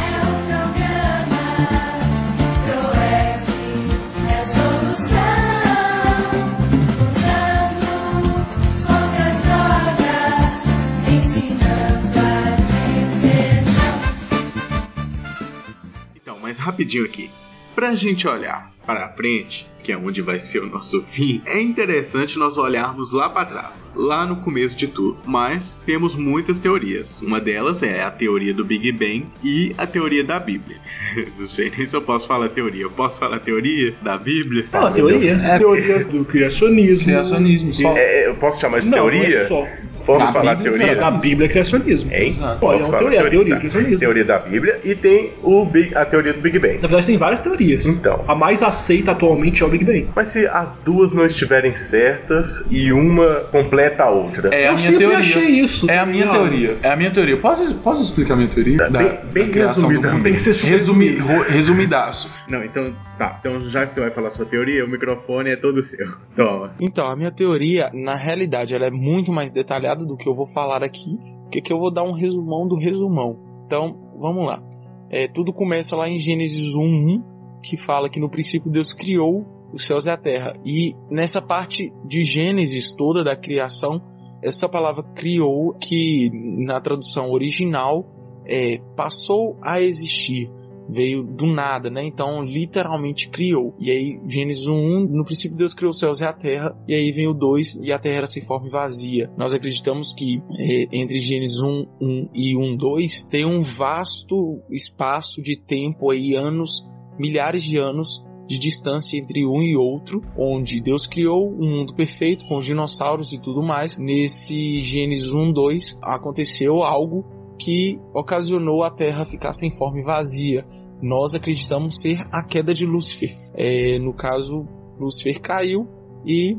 [SPEAKER 13] Então, mas rapidinho aqui. Pra gente olhar para frente, que é onde vai ser o nosso (laughs) fim, é interessante nós olharmos lá para trás, lá no começo de tudo. Mas temos muitas teorias. Uma delas é a teoria do Big Bang e a teoria da Bíblia. (laughs) Não sei nem se eu posso falar teoria. Eu posso falar teoria da Bíblia?
[SPEAKER 2] Fala, teoria. É.
[SPEAKER 13] Teorias do criacionismo.
[SPEAKER 12] Criacionismo, só.
[SPEAKER 2] É, eu posso chamar
[SPEAKER 13] de
[SPEAKER 2] não,
[SPEAKER 13] teoria?
[SPEAKER 2] Não, é só.
[SPEAKER 13] Posso
[SPEAKER 2] Da
[SPEAKER 13] falar
[SPEAKER 2] Bíblia,
[SPEAKER 13] teoria?
[SPEAKER 2] Da Bíblia é criacionismo.
[SPEAKER 13] Hein?
[SPEAKER 2] Pô, é
[SPEAKER 13] Posso
[SPEAKER 2] uma
[SPEAKER 13] falar
[SPEAKER 2] teoria, é a teoria
[SPEAKER 13] teoria?
[SPEAKER 2] do criacionismo.
[SPEAKER 13] Teoria
[SPEAKER 2] da Bíblia e tem o Big- a teoria do Big Bang. Na verdade, tem várias teorias. Então. A mais aceita atualmente é o Big Bang. Mas se as duas não estiverem certas e uma completa a outra.
[SPEAKER 4] É a minha teoria. É a minha
[SPEAKER 2] ó.
[SPEAKER 4] teoria. É a minha teoria. Posso, posso explicar a minha teoria? Da,
[SPEAKER 2] bem- bem
[SPEAKER 4] criação do
[SPEAKER 2] resumida,
[SPEAKER 4] mundo?
[SPEAKER 2] tem que ser super
[SPEAKER 4] Resumi, ro- resumidaço.
[SPEAKER 2] Não, então tá. Então já que você vai falar sua teoria, o microfone é todo seu. Toma.
[SPEAKER 5] Então, a minha teoria, na realidade, ela é muito mais detalhada do que eu vou falar aqui, porque aqui eu vou dar um resumão do resumão. Então, vamos lá. É, tudo começa lá em Gênesis 1, 1, que fala que no princípio Deus criou os céus e a terra. E nessa parte de Gênesis toda da criação, essa palavra criou, que na tradução original é, passou a existir, veio do nada, né? Então, literalmente criou. E aí, Gênesis 1, no princípio Deus criou os céus e a terra, e aí vem o 2, e a terra era sem forma e vazia. Nós acreditamos que é, entre Gênesis 1, 1 e 1, 2, tem um vasto espaço de tempo aí, anos, milhares de anos, de distância entre um e outro, onde Deus criou um mundo perfeito com os dinossauros e tudo mais. Nesse Gênesis 1, 2, aconteceu algo que ocasionou a Terra ficar sem forma e vazia. Nós acreditamos ser a queda de Lúcifer. É, no caso, Lúcifer caiu e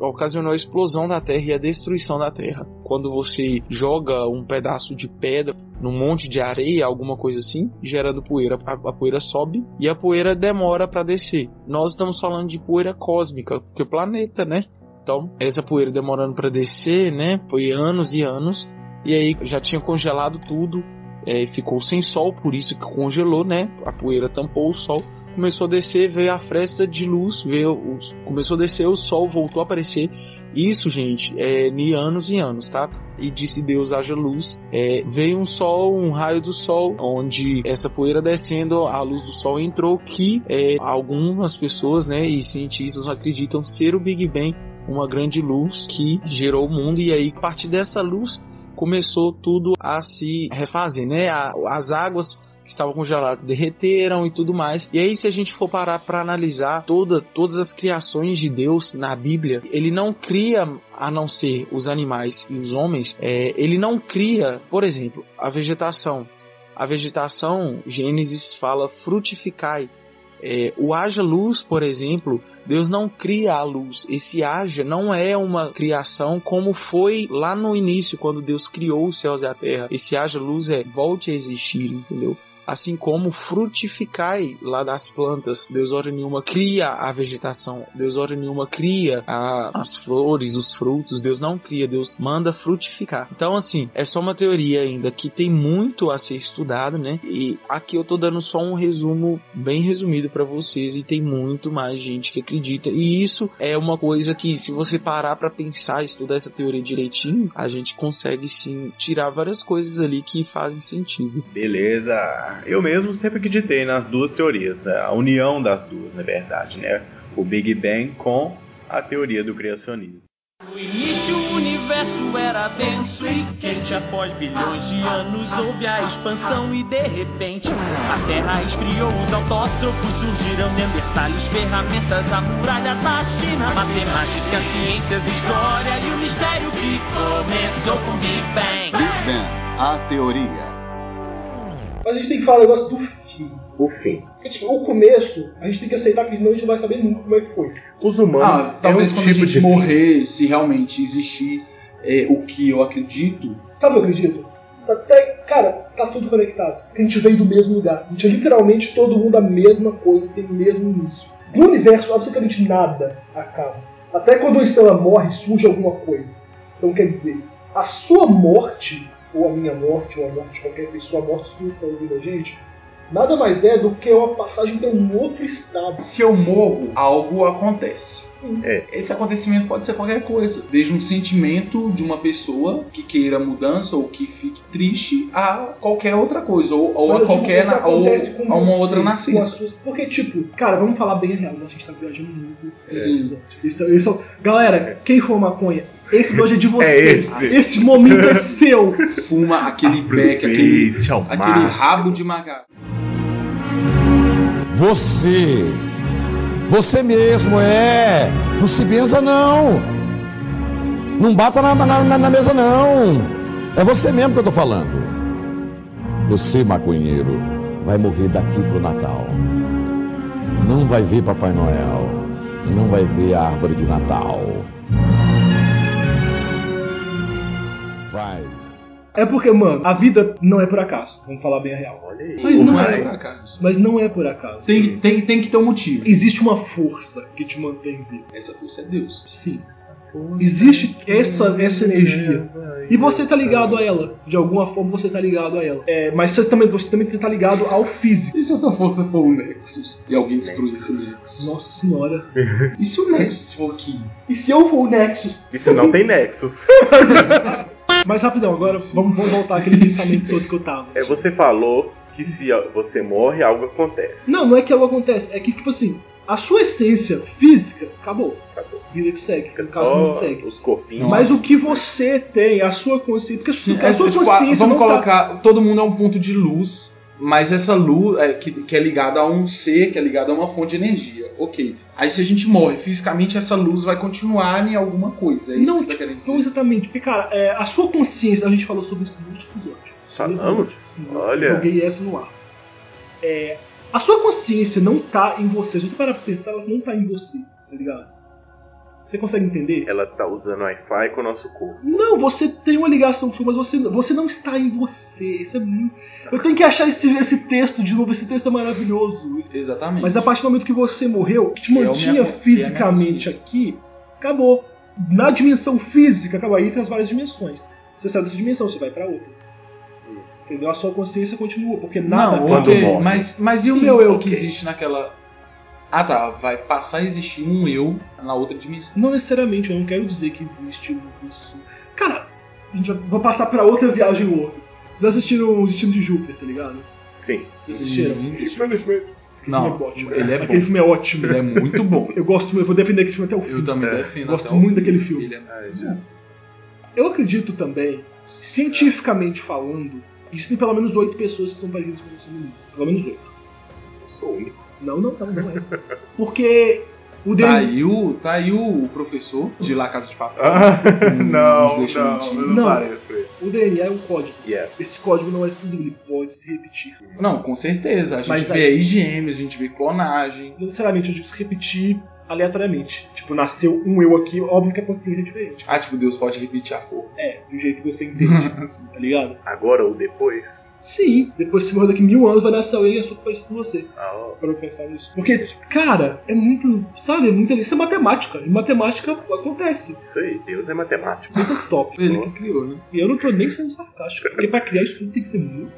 [SPEAKER 5] ocasionou a explosão da Terra e a destruição da Terra. Quando você joga um pedaço de pedra num monte de areia, alguma coisa assim, gerando poeira, a, a poeira sobe e a poeira demora para descer. Nós estamos falando de poeira cósmica, porque planeta, né? Então, essa poeira demorando para descer, né? Foi anos e anos. E aí já tinha congelado tudo, é, ficou sem sol, por isso que congelou, né? A poeira tampou o sol. Começou a descer, veio a fresta de luz, veio os- começou a descer, o sol voltou a aparecer. Isso, gente, é de anos e anos, tá? E disse Deus haja luz. É, veio um sol, um raio do sol, onde essa poeira descendo, a luz do sol entrou, que é, algumas pessoas, né, e cientistas acreditam ser o Big Bang, uma grande luz que gerou o mundo. E aí, a partir dessa luz, começou tudo a se refazer, né? A- As águas que estavam congeladas derreteram e tudo mais. E aí, se a gente for parar para analisar toda, todas as criações de Deus na Bíblia, ele não cria a não ser os animais e os homens. É, ele não cria, por exemplo, a vegetação. A vegetação, Gênesis fala frutificai. É, o haja luz, por exemplo, Deus não cria a luz. Esse haja não é uma criação como foi lá no início, quando Deus criou os céus e a terra. Esse haja luz é volte a existir, entendeu? Assim como frutificai lá das plantas, Deus hora nenhuma cria a vegetação, Deus hora nenhuma cria a- as flores, os frutos, Deus não cria, Deus manda frutificar. Então assim, é só uma teoria ainda que tem muito a ser estudado, né? E aqui eu tô dando só um resumo bem resumido pra vocês e tem muito mais gente que acredita. E isso é uma coisa que se você parar pra pensar, estudar essa teoria direitinho, a gente consegue sim tirar várias coisas ali que fazem sentido.
[SPEAKER 2] Beleza. Eu mesmo sempre acreditei nas duas teorias, a união das duas, na verdade, né? O Big Bang com a teoria do criacionismo.
[SPEAKER 14] No início o universo era denso e quente. Após bilhões de anos houve a expansão e de repente a Terra esfriou. Os autótrofos surgiram neandertales, ferramentas, a muralha da China, matemática, ciências, história e o mistério que começou com Big Bang.
[SPEAKER 15] Big Bang, a teoria.
[SPEAKER 16] Mas a gente tem que falar o negócio do fim.
[SPEAKER 2] o fim.
[SPEAKER 3] Porque, tipo, o começo, a gente tem que aceitar que senão a gente não vai saber nunca como é que foi.
[SPEAKER 2] Os humanos
[SPEAKER 4] Ah, talvez
[SPEAKER 2] é um
[SPEAKER 4] quando
[SPEAKER 2] tipo
[SPEAKER 4] a gente
[SPEAKER 2] de
[SPEAKER 4] morrer, se realmente existir é, o que eu acredito.
[SPEAKER 3] Sabe o que eu acredito? Tá Até, cara, tá tudo conectado. Porque a gente veio do mesmo lugar. A gente é literalmente todo mundo a mesma coisa, tem o mesmo início. No universo, absolutamente nada acaba. Até quando uma estrela morre, surge alguma coisa. Então quer dizer, a sua morte, ou a minha morte, ou a morte de qualquer pessoa, a morte sua que tá ouvindo a gente, nada mais é do que uma passagem para um outro estado.
[SPEAKER 4] Se eu morro, algo acontece. É,
[SPEAKER 3] Sim.
[SPEAKER 4] Esse acontecimento pode ser qualquer coisa, desde um sentimento de uma pessoa que queira mudança ou que fique triste a qualquer outra coisa, ou, ou
[SPEAKER 3] Mas
[SPEAKER 4] a
[SPEAKER 3] eu digo
[SPEAKER 4] qualquer
[SPEAKER 3] o que
[SPEAKER 4] na- ou
[SPEAKER 3] acontece com
[SPEAKER 4] a uma
[SPEAKER 3] você,
[SPEAKER 4] outra
[SPEAKER 3] com as
[SPEAKER 4] nascença.
[SPEAKER 3] suas- Porque, tipo, cara, vamos falar bem a real. Nossa, a gente tá viajando muito nesse
[SPEAKER 4] Sim.
[SPEAKER 3] episódio. Esse, esse, é o- galera, quem for maconha, esse episódio é de vocês.
[SPEAKER 4] esse.
[SPEAKER 3] momento é seu.
[SPEAKER 4] Fuma aquele beck, aquele, aquele rabo de macaco.
[SPEAKER 15] Você! Você mesmo, é! Não se benza, não! Não bata na, na- na mesa, não! É você mesmo que eu tô falando. Você, maconheiro, vai morrer daqui pro Natal. Não vai ver Papai Noel. Não vai ver a árvore de Natal. Vai.
[SPEAKER 3] É porque, mano, a vida não é por acaso. Vamos falar bem a real. Mas
[SPEAKER 4] Ou
[SPEAKER 3] não
[SPEAKER 4] vai
[SPEAKER 3] é.
[SPEAKER 4] por acaso.
[SPEAKER 3] Mas não é por acaso.
[SPEAKER 4] Tem, tem, tem que ter um motivo.
[SPEAKER 3] Existe uma força que te mantém vivo.
[SPEAKER 4] Essa força é Deus.
[SPEAKER 3] Sim. Existe essa, essa energia. E você tá ligado a ela. De alguma forma você tá ligado a ela. É, mas você também, você também tá ligado ao físico.
[SPEAKER 4] E se essa força for o Nexus e alguém destruir esse Nexus?
[SPEAKER 3] Nossa senhora.
[SPEAKER 4] (laughs) E se o Nexus for aqui?
[SPEAKER 3] E se eu for o Nexus?
[SPEAKER 2] Isso não tem nexus.
[SPEAKER 3] Mas rapidão, agora vamos, vamos voltar
[SPEAKER 4] (laughs)
[SPEAKER 3] aquele pensamento todo que eu tava.
[SPEAKER 2] É, você falou que se você morre, algo acontece.
[SPEAKER 3] Não, não é que algo acontece. É que, tipo assim, a sua essência física acabou. Vida que segue.
[SPEAKER 4] É
[SPEAKER 3] No caso,
[SPEAKER 2] É Só
[SPEAKER 3] não segue.
[SPEAKER 2] os corpinhos.
[SPEAKER 3] Mas o que você tem, a sua consciência. Porque
[SPEAKER 4] Sim,
[SPEAKER 3] a
[SPEAKER 4] é,
[SPEAKER 3] sua
[SPEAKER 4] tipo,
[SPEAKER 3] consciência.
[SPEAKER 4] vamos
[SPEAKER 3] não Tá...
[SPEAKER 4] colocar, todo mundo é um ponto de luz, mas essa luz é, que, que é ligada a um ser, que é ligada a uma fonte de energia. Ok. Aí se a gente morre fisicamente, essa luz vai continuar em alguma coisa. É isso
[SPEAKER 3] Não, tipo,
[SPEAKER 4] que você tá querendo dizer.
[SPEAKER 3] Não exatamente. Porque, cara, é, a sua consciência. A gente falou sobre isso no último episódio.
[SPEAKER 2] Falamos?
[SPEAKER 3] Sim,
[SPEAKER 2] Olha.
[SPEAKER 3] Eu joguei essa no ar. É, a sua consciência não tá em você. Se você parar pra pensar, ela não tá em você. Tá ligado? Você consegue entender?
[SPEAKER 2] Ela tá usando Wi-Fi com o nosso corpo.
[SPEAKER 3] Não, você tem uma ligação com isso, mas você, você não está em você. Isso é muito... Eu tenho que achar esse, esse texto de novo, esse texto é maravilhoso.
[SPEAKER 4] Exatamente.
[SPEAKER 3] Mas a partir do momento que você morreu, o que te
[SPEAKER 4] Eu me
[SPEAKER 3] mantinha
[SPEAKER 4] acon-
[SPEAKER 3] fisicamente aqui, acabou. Na dimensão física, acabou. Aí tem as várias dimensões. Você sai dessa dimensão, você vai pra outra. Entendeu? A sua consciência continua, porque nada
[SPEAKER 4] Não,
[SPEAKER 3] acaba.
[SPEAKER 4] ok, mas, mas e o
[SPEAKER 3] Sim,
[SPEAKER 4] meu eu
[SPEAKER 3] ok.
[SPEAKER 4] que existe naquela. Ah tá, vai passar a existir um eu na outra dimensão.
[SPEAKER 3] Não necessariamente, eu não quero dizer que existe um curso. Cara, a gente vai- vou passar pra outra viagem louca. Vocês assistiram o Destino de Júpiter, tá ligado?
[SPEAKER 2] Sim.
[SPEAKER 3] Vocês assistiram?
[SPEAKER 2] Infelizmente.
[SPEAKER 4] Não,
[SPEAKER 3] Hum. filme é ótimo.
[SPEAKER 4] ele é bom.
[SPEAKER 3] Aquele filme é ótimo.
[SPEAKER 4] Ele é muito bom.
[SPEAKER 3] Eu gosto, eu vou defender aquele filme até o fim.
[SPEAKER 4] Eu também defendo.
[SPEAKER 3] Gosto
[SPEAKER 4] até o-
[SPEAKER 3] muito daquele filme.
[SPEAKER 4] Ele é
[SPEAKER 3] Eu acredito também, cientificamente falando, existem pelo menos oito pessoas que são parecidas com você no mundo. Pelo menos oito.
[SPEAKER 2] Eu sou o único.
[SPEAKER 3] Não, não, não, não é. Porque o
[SPEAKER 4] Tá
[SPEAKER 3] DNA.
[SPEAKER 4] aí o, tá aí o professor de lá Casa de Papel.
[SPEAKER 3] Ah, (laughs)
[SPEAKER 2] Ah, (laughs)
[SPEAKER 4] Hum,
[SPEAKER 2] não,
[SPEAKER 4] deixa
[SPEAKER 2] não,
[SPEAKER 4] mentir.
[SPEAKER 2] eu não pareço com ele.
[SPEAKER 3] O DNA é um código.
[SPEAKER 2] Yes.
[SPEAKER 3] Esse código não é exclusivo, ele pode se repetir.
[SPEAKER 4] Não, com certeza. A gente
[SPEAKER 3] Mas
[SPEAKER 4] vê
[SPEAKER 3] aí-
[SPEAKER 4] aí gêmeos, a gente vê clonagem.
[SPEAKER 3] Não necessariamente, eu digo se repetir aleatoriamente. Tipo, nasceu um eu aqui, óbvio que a consciência é diferente.
[SPEAKER 4] Ah, tipo, Deus pode repetir a força.
[SPEAKER 3] É, do jeito que você entende, tá ligado?
[SPEAKER 2] Agora ou depois?
[SPEAKER 3] Sim, depois se morrer daqui mil anos vai nascer alguém e é super parecido com você.
[SPEAKER 2] Ah, ó.
[SPEAKER 3] Pra eu pensar nisso. Porque, cara, é muito. Sabe, é muito. Isso é matemática. E matemática acontece.
[SPEAKER 2] Isso aí, Deus é matemático.
[SPEAKER 3] Isso é top.
[SPEAKER 4] Ele que criou, né?
[SPEAKER 3] E eu não tô nem sendo sarcástico, porque pra criar isso tudo tem que ser muito.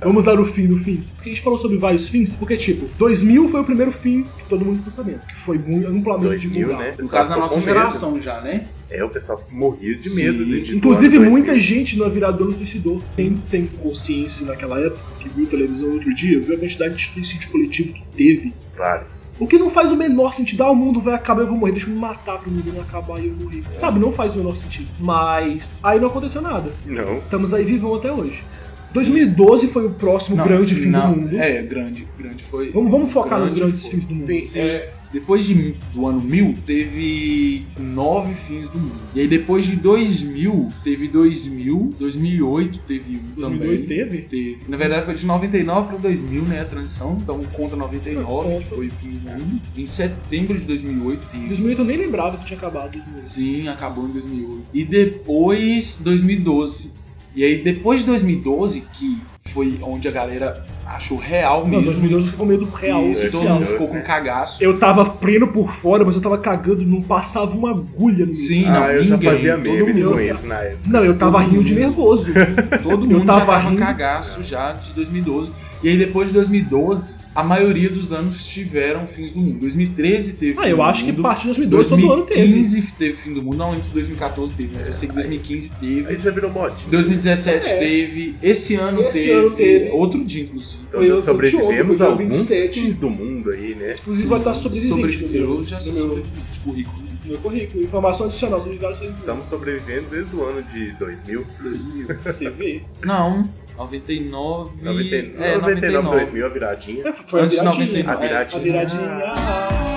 [SPEAKER 3] Vamos dar o fim do fim. Porque a gente falou sobre vários fins, porque tipo, 2000 foi o primeiro fim que todo mundo ficou sabendo. Que foi muito um amplamente
[SPEAKER 2] 2000,
[SPEAKER 3] divulgado.
[SPEAKER 2] né?
[SPEAKER 4] No
[SPEAKER 2] Só
[SPEAKER 4] caso da
[SPEAKER 2] ficou
[SPEAKER 4] nossa
[SPEAKER 2] com medo.
[SPEAKER 4] geração já, né?
[SPEAKER 2] É, o pessoal morria de
[SPEAKER 4] Sim.
[SPEAKER 2] medo. né, De, de
[SPEAKER 3] Inclusive,
[SPEAKER 2] do ano
[SPEAKER 3] muita
[SPEAKER 2] 2000.
[SPEAKER 3] gente na virada do ano suicidou. Quem tem consciência naquela época, que viu televisão outro dia, viu a quantidade de suicídio coletivo que teve.
[SPEAKER 2] Vários.
[SPEAKER 3] O que não faz o menor sentido. Ah, o mundo vai acabar, eu vou morrer. Deixa eu me matar pro mundo não acabar e eu morrer.
[SPEAKER 4] É.
[SPEAKER 3] Sabe, não faz o menor sentido. Mas aí não aconteceu nada.
[SPEAKER 2] Não.
[SPEAKER 3] Estamos aí vivão até hoje. 2012 foi o próximo grande fim
[SPEAKER 4] não,
[SPEAKER 3] do mundo.
[SPEAKER 4] É, grande, grande foi.
[SPEAKER 3] Vamos, vamos focar
[SPEAKER 4] grande
[SPEAKER 3] nos grandes
[SPEAKER 4] foi.
[SPEAKER 3] filmes do mundo.
[SPEAKER 4] Sim, é, Depois de, do ano 1000, teve nove fins do mundo. E aí depois de 2000, teve 2000, 2008 teve um
[SPEAKER 3] 2008
[SPEAKER 4] também.
[SPEAKER 3] teve?
[SPEAKER 4] Teve. Na verdade foi de 99 para 2000, né, a transição. Então conta 99, que foi o fim do mundo. Em setembro de 2008 teve.
[SPEAKER 3] 2008 eu nem lembrava que tinha acabado 2008.
[SPEAKER 4] Sim, acabou em 2008. E depois, 2012. E aí, depois de 2012, que foi onde a galera achou real mesmo.
[SPEAKER 3] Não, 2012 ficou meio do real
[SPEAKER 4] e todo
[SPEAKER 3] oficial.
[SPEAKER 4] mundo ficou com cagaço.
[SPEAKER 3] Eu tava pleno por fora, mas eu tava cagando, não passava uma agulha no
[SPEAKER 4] Sim,
[SPEAKER 3] meu.
[SPEAKER 4] não, Ah, eu já ninguém, fazia todo
[SPEAKER 2] memes com isso na época.
[SPEAKER 3] Não, eu tava rindo de nervoso.
[SPEAKER 4] (laughs) Todo
[SPEAKER 3] Eu
[SPEAKER 4] mundo já
[SPEAKER 3] tava
[SPEAKER 4] tava
[SPEAKER 3] rindo.
[SPEAKER 4] cagaço já de 2012. E aí, depois de 2012, a maioria dos anos tiveram fins do mundo. 2013 teve
[SPEAKER 3] Ah,
[SPEAKER 4] fim
[SPEAKER 3] eu
[SPEAKER 4] do
[SPEAKER 3] acho que
[SPEAKER 4] mundo.
[SPEAKER 3] parte de 2012 todo ano teve.
[SPEAKER 4] 2015 teve fim do mundo. Não lembro se 2014 teve, mas eu sei que 2015 teve. Aí
[SPEAKER 2] já virou mote.
[SPEAKER 4] 2017
[SPEAKER 3] É.
[SPEAKER 4] teve. Esse ano,
[SPEAKER 3] Esse
[SPEAKER 4] teve,
[SPEAKER 3] ano teve.
[SPEAKER 4] Outro dia, inclusive.
[SPEAKER 2] Então já sobrevivemos a alguns fins do mundo aí, né?
[SPEAKER 3] Inclusive vai estar sobrevivente
[SPEAKER 4] Sobre-
[SPEAKER 3] no meu,
[SPEAKER 4] eu já sou
[SPEAKER 3] no meu,
[SPEAKER 4] sobrevivente, currículo.
[SPEAKER 3] no meu currículo. Informação adicional sobre vários países.
[SPEAKER 2] Estamos sobrevivendo desde o ano de 2000. 2000.
[SPEAKER 3] Você vê.
[SPEAKER 4] Não, 99.
[SPEAKER 2] 99,
[SPEAKER 4] é,
[SPEAKER 2] 99,
[SPEAKER 4] 99.
[SPEAKER 2] 2000, a viradinha.
[SPEAKER 3] É, Foi a
[SPEAKER 4] Antes de
[SPEAKER 3] viradinha.
[SPEAKER 4] 99,
[SPEAKER 3] é,
[SPEAKER 4] é.
[SPEAKER 3] A viradinha.